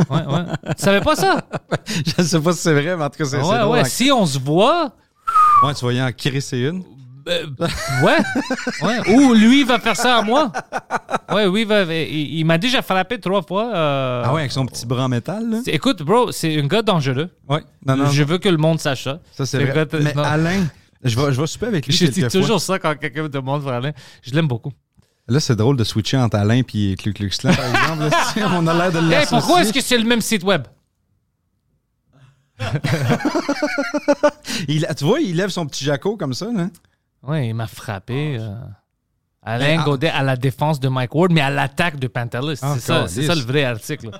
Speaker 1: Ouais, ouais. Tu savais pas ça?
Speaker 3: je sais pas si c'est vrai, mais en tout cas, c'est c'est
Speaker 1: Ouais,
Speaker 3: drôle. hein.
Speaker 1: ouais. Si on se voit,
Speaker 3: Ouais, tu voyais en crisser une.
Speaker 1: euh, ouais. ouais. Ou lui va faire ça à moi. Ouais, oui, va, il, il m'a déjà frappé trois fois. euh,
Speaker 3: Ah ouais, avec son petit bras en métal, là.
Speaker 1: c'est- Écoute, bro, c'est un gars dangereux.
Speaker 3: Ouais. Ah Non, non,
Speaker 1: je veux que le monde sache ça.
Speaker 3: ça c'est
Speaker 1: c'est
Speaker 3: vrai.
Speaker 1: vrai,
Speaker 3: Mais
Speaker 1: non.
Speaker 3: Alain, je vais, je vais souper avec lui
Speaker 1: Je dis
Speaker 3: quelques fois.
Speaker 1: toujours ça quand quelqu'un me demande pour Alain. Je l'aime beaucoup.
Speaker 3: Là, c'est drôle de switcher entre Alain et Cluc Cluc Clan, par exemple. là. Si on a l'air de
Speaker 1: Hey,
Speaker 3: l'associer.
Speaker 1: Eh, pourquoi est-ce que c'est le même site web?
Speaker 3: Il, tu vois, il lève son petit jaco comme ça, là.
Speaker 1: Ouais, il m'a frappé. euh, Alain
Speaker 3: Ah, Mais, ah-
Speaker 1: Godet à la défense de Mike Ward, mais à l'attaque de Pantelis.
Speaker 3: Ah,
Speaker 1: c'est ça,
Speaker 3: calisse.
Speaker 1: c'est ça le vrai article.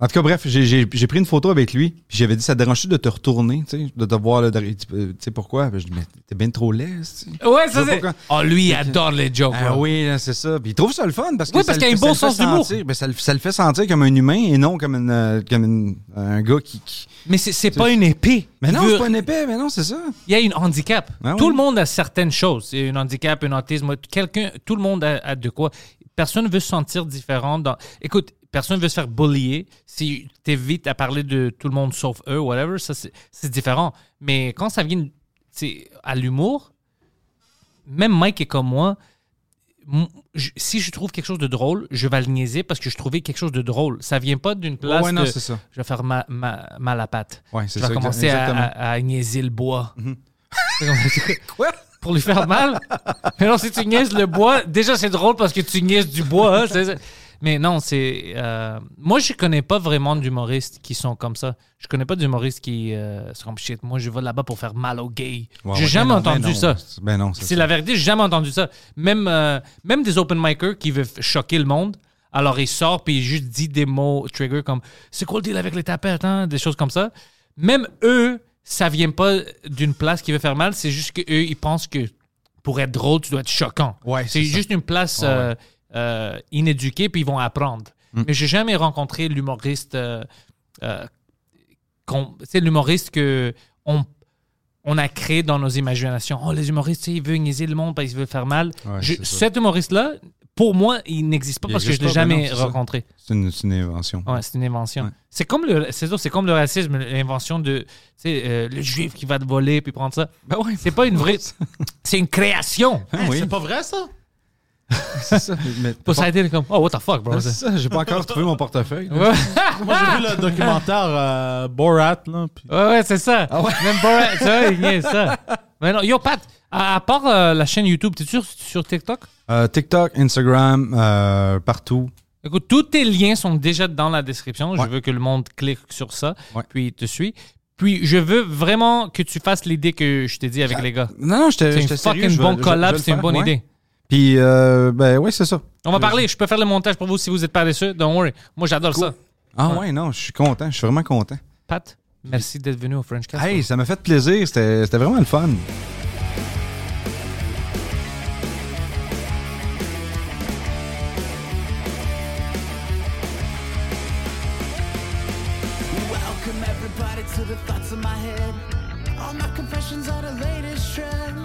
Speaker 3: En tout cas, bref, j'ai- j'ai j'ai pris une photo avec lui, puis j'avais dit, ça te dérange-tu de te retourner, tu sais, de te voir, là, de- tu tu sais pourquoi? Puis je dis, mais t'es bien trop laid, tu sais.
Speaker 1: Ouais,
Speaker 3: Je
Speaker 1: ça
Speaker 3: vois
Speaker 1: c'est.
Speaker 3: pas
Speaker 1: Oh, lui, il adore les jokes.
Speaker 3: Ah
Speaker 1: bro.
Speaker 3: oui, là, c'est ça. Puis il trouve ça le fun parce que
Speaker 1: Oui,
Speaker 3: ça
Speaker 1: parce
Speaker 3: le-
Speaker 1: qu'il y a un
Speaker 3: ça
Speaker 1: bon
Speaker 3: le fait
Speaker 1: sens d'humour.
Speaker 3: sentir. Ben, ça, le- ça le fait sentir comme un humain et non comme, une, euh, comme une- un gars qui, qui-
Speaker 1: Mais c'est, c'est pas une épée.
Speaker 3: Mais non,
Speaker 1: Il veut-
Speaker 3: c'est pas un épais, mais non, c'est ça.
Speaker 1: Il y a un handicap.
Speaker 3: Ah
Speaker 1: tout
Speaker 3: oui.
Speaker 1: le monde a certaines choses. Il y a un handicap, un autisme, quelqu'un. Tout le monde a, a de quoi. Personne veut se sentir différent. Dans... Écoute, personne veut se faire bullier. Si t'évites à parler de tout le monde sauf eux, whatever, ça c'est, c'est différent. Mais quand ça vient tu sais, à l'humour, même Mike est comme moi. m- je- si je trouve quelque chose de drôle, je vais le niaiser parce que je trouvais quelque chose de drôle. Ça vient pas d'une place
Speaker 3: ouais, non,
Speaker 1: de
Speaker 3: c'est ça.
Speaker 1: je vais faire ma, ma, mal à patte.
Speaker 3: Ouais, c'est
Speaker 1: Je vais
Speaker 3: ça,
Speaker 1: commencer à,
Speaker 3: exactement. Mhm.
Speaker 1: à, à niaiser le bois. C'est comme-
Speaker 3: Quoi?
Speaker 1: Pour lui faire mal. Mais non, si tu niaises le bois, déjà c'est drôle parce que tu niaises du bois. hein, c'est- Mais non, c'est. euh, moi, je connais pas vraiment d'humoristes qui sont comme ça. Je connais pas d'humoristes qui euh, sont comme shit. Moi, je vais là-bas pour faire mal aux gays.
Speaker 3: Ouais,
Speaker 1: J'ai
Speaker 3: ouais,
Speaker 1: jamais
Speaker 3: ben non, ben
Speaker 1: entendu
Speaker 3: non,
Speaker 1: ça.
Speaker 3: c'est- Ben non, c'est
Speaker 1: C'est
Speaker 3: ça.
Speaker 1: la vérité, j'ai jamais entendu ça. Même, euh, même des open micers qui veulent f- choquer le monde, alors il sort puis il juste dit des mots trigger comme c'est quoi le deal avec les tapettes, hein? des choses comme ça. Même eux, ça vient pas d'une place qui veut faire mal, c'est juste qu'eux, ils pensent que pour être drôle, tu dois être choquant.
Speaker 3: Ouais,
Speaker 1: c'est
Speaker 3: c'est ça. Ah
Speaker 1: juste une place
Speaker 3: ouais. Mm.
Speaker 1: euh, euh, inéduquée puis ils vont apprendre. Mais j'ai jamais rencontré l'humoriste. euh, euh, qu'on- c'est l'humoriste que on, on a créé dans nos imaginations. Oh, les humoristes, tu sais, ils veulent niaiser le monde parce qu'ils veulent faire mal.
Speaker 3: Ouais,
Speaker 1: Je-
Speaker 3: c'est ça.
Speaker 1: cet humoriste-là, pour moi, il n'existe pas
Speaker 3: Il
Speaker 1: parce que je
Speaker 3: existe
Speaker 1: l'ai
Speaker 3: pas, mais
Speaker 1: jamais
Speaker 3: non, c'est ça.
Speaker 1: rencontré.
Speaker 3: C'est une, c'est une invention.
Speaker 1: Ouais, c'est une invention.
Speaker 3: Ouais.
Speaker 1: C'est comme le, c'est ça, c'est comme le racisme, l'invention de, tu sais, euh, le juif qui va te voler puis prendre ça.
Speaker 3: Ben ouais,
Speaker 1: C'est pas une vraie, c'est une création.
Speaker 3: Ah oui,
Speaker 4: C'est pas vrai, ça?
Speaker 3: c'est ça. Mais-
Speaker 1: Pour ça été comme, oh what the fuck, bro.
Speaker 3: Ah, C'est ça, j'ai pas encore trouvé mon portefeuille. là.
Speaker 1: Ouais,
Speaker 4: Moi, j'ai vu le documentaire euh, Borat, là. puis-
Speaker 1: ouais, ouais, c'est ça.
Speaker 3: Ah
Speaker 1: Même pas, ça, il y a ça. Mais non, yo Pat, à, à part euh, la chaîne YouTube, t'es sûr sur TikTok?
Speaker 3: Euh, TikTok, Instagram, euh, partout.
Speaker 1: Écoute, tous tes liens sont déjà dans la description. Je
Speaker 3: Ouais.
Speaker 1: veux que le monde clique sur ça,
Speaker 3: Ouais.
Speaker 1: puis il te suit. Puis je veux vraiment que tu fasses l'idée que je t'ai dit avec les gars.
Speaker 3: Non, non, j'étais
Speaker 1: C'est une
Speaker 3: j'étais sérieux.
Speaker 1: fucking
Speaker 3: Ah, euh, je vais-
Speaker 1: bonne
Speaker 3: je- je
Speaker 1: collab,
Speaker 3: vais le
Speaker 1: c'est une
Speaker 3: faire,
Speaker 1: bonne
Speaker 3: ouais.
Speaker 1: idée.
Speaker 3: Puis, euh, ben oui, c'est ça.
Speaker 1: On va parler, je peux faire le montage pour vous si vous êtes paresseux. Don't worry. Moi, j'adore ça.
Speaker 3: Ah ouais. non, je suis content, je suis vraiment content.
Speaker 1: Pat, merci d'être venu au French Cast.
Speaker 3: Hey, ça m'a fait plaisir, c'était c'était vraiment le fun.
Speaker 2: Welcome everybody to the thoughts in my head. All my confessions are the latest trend.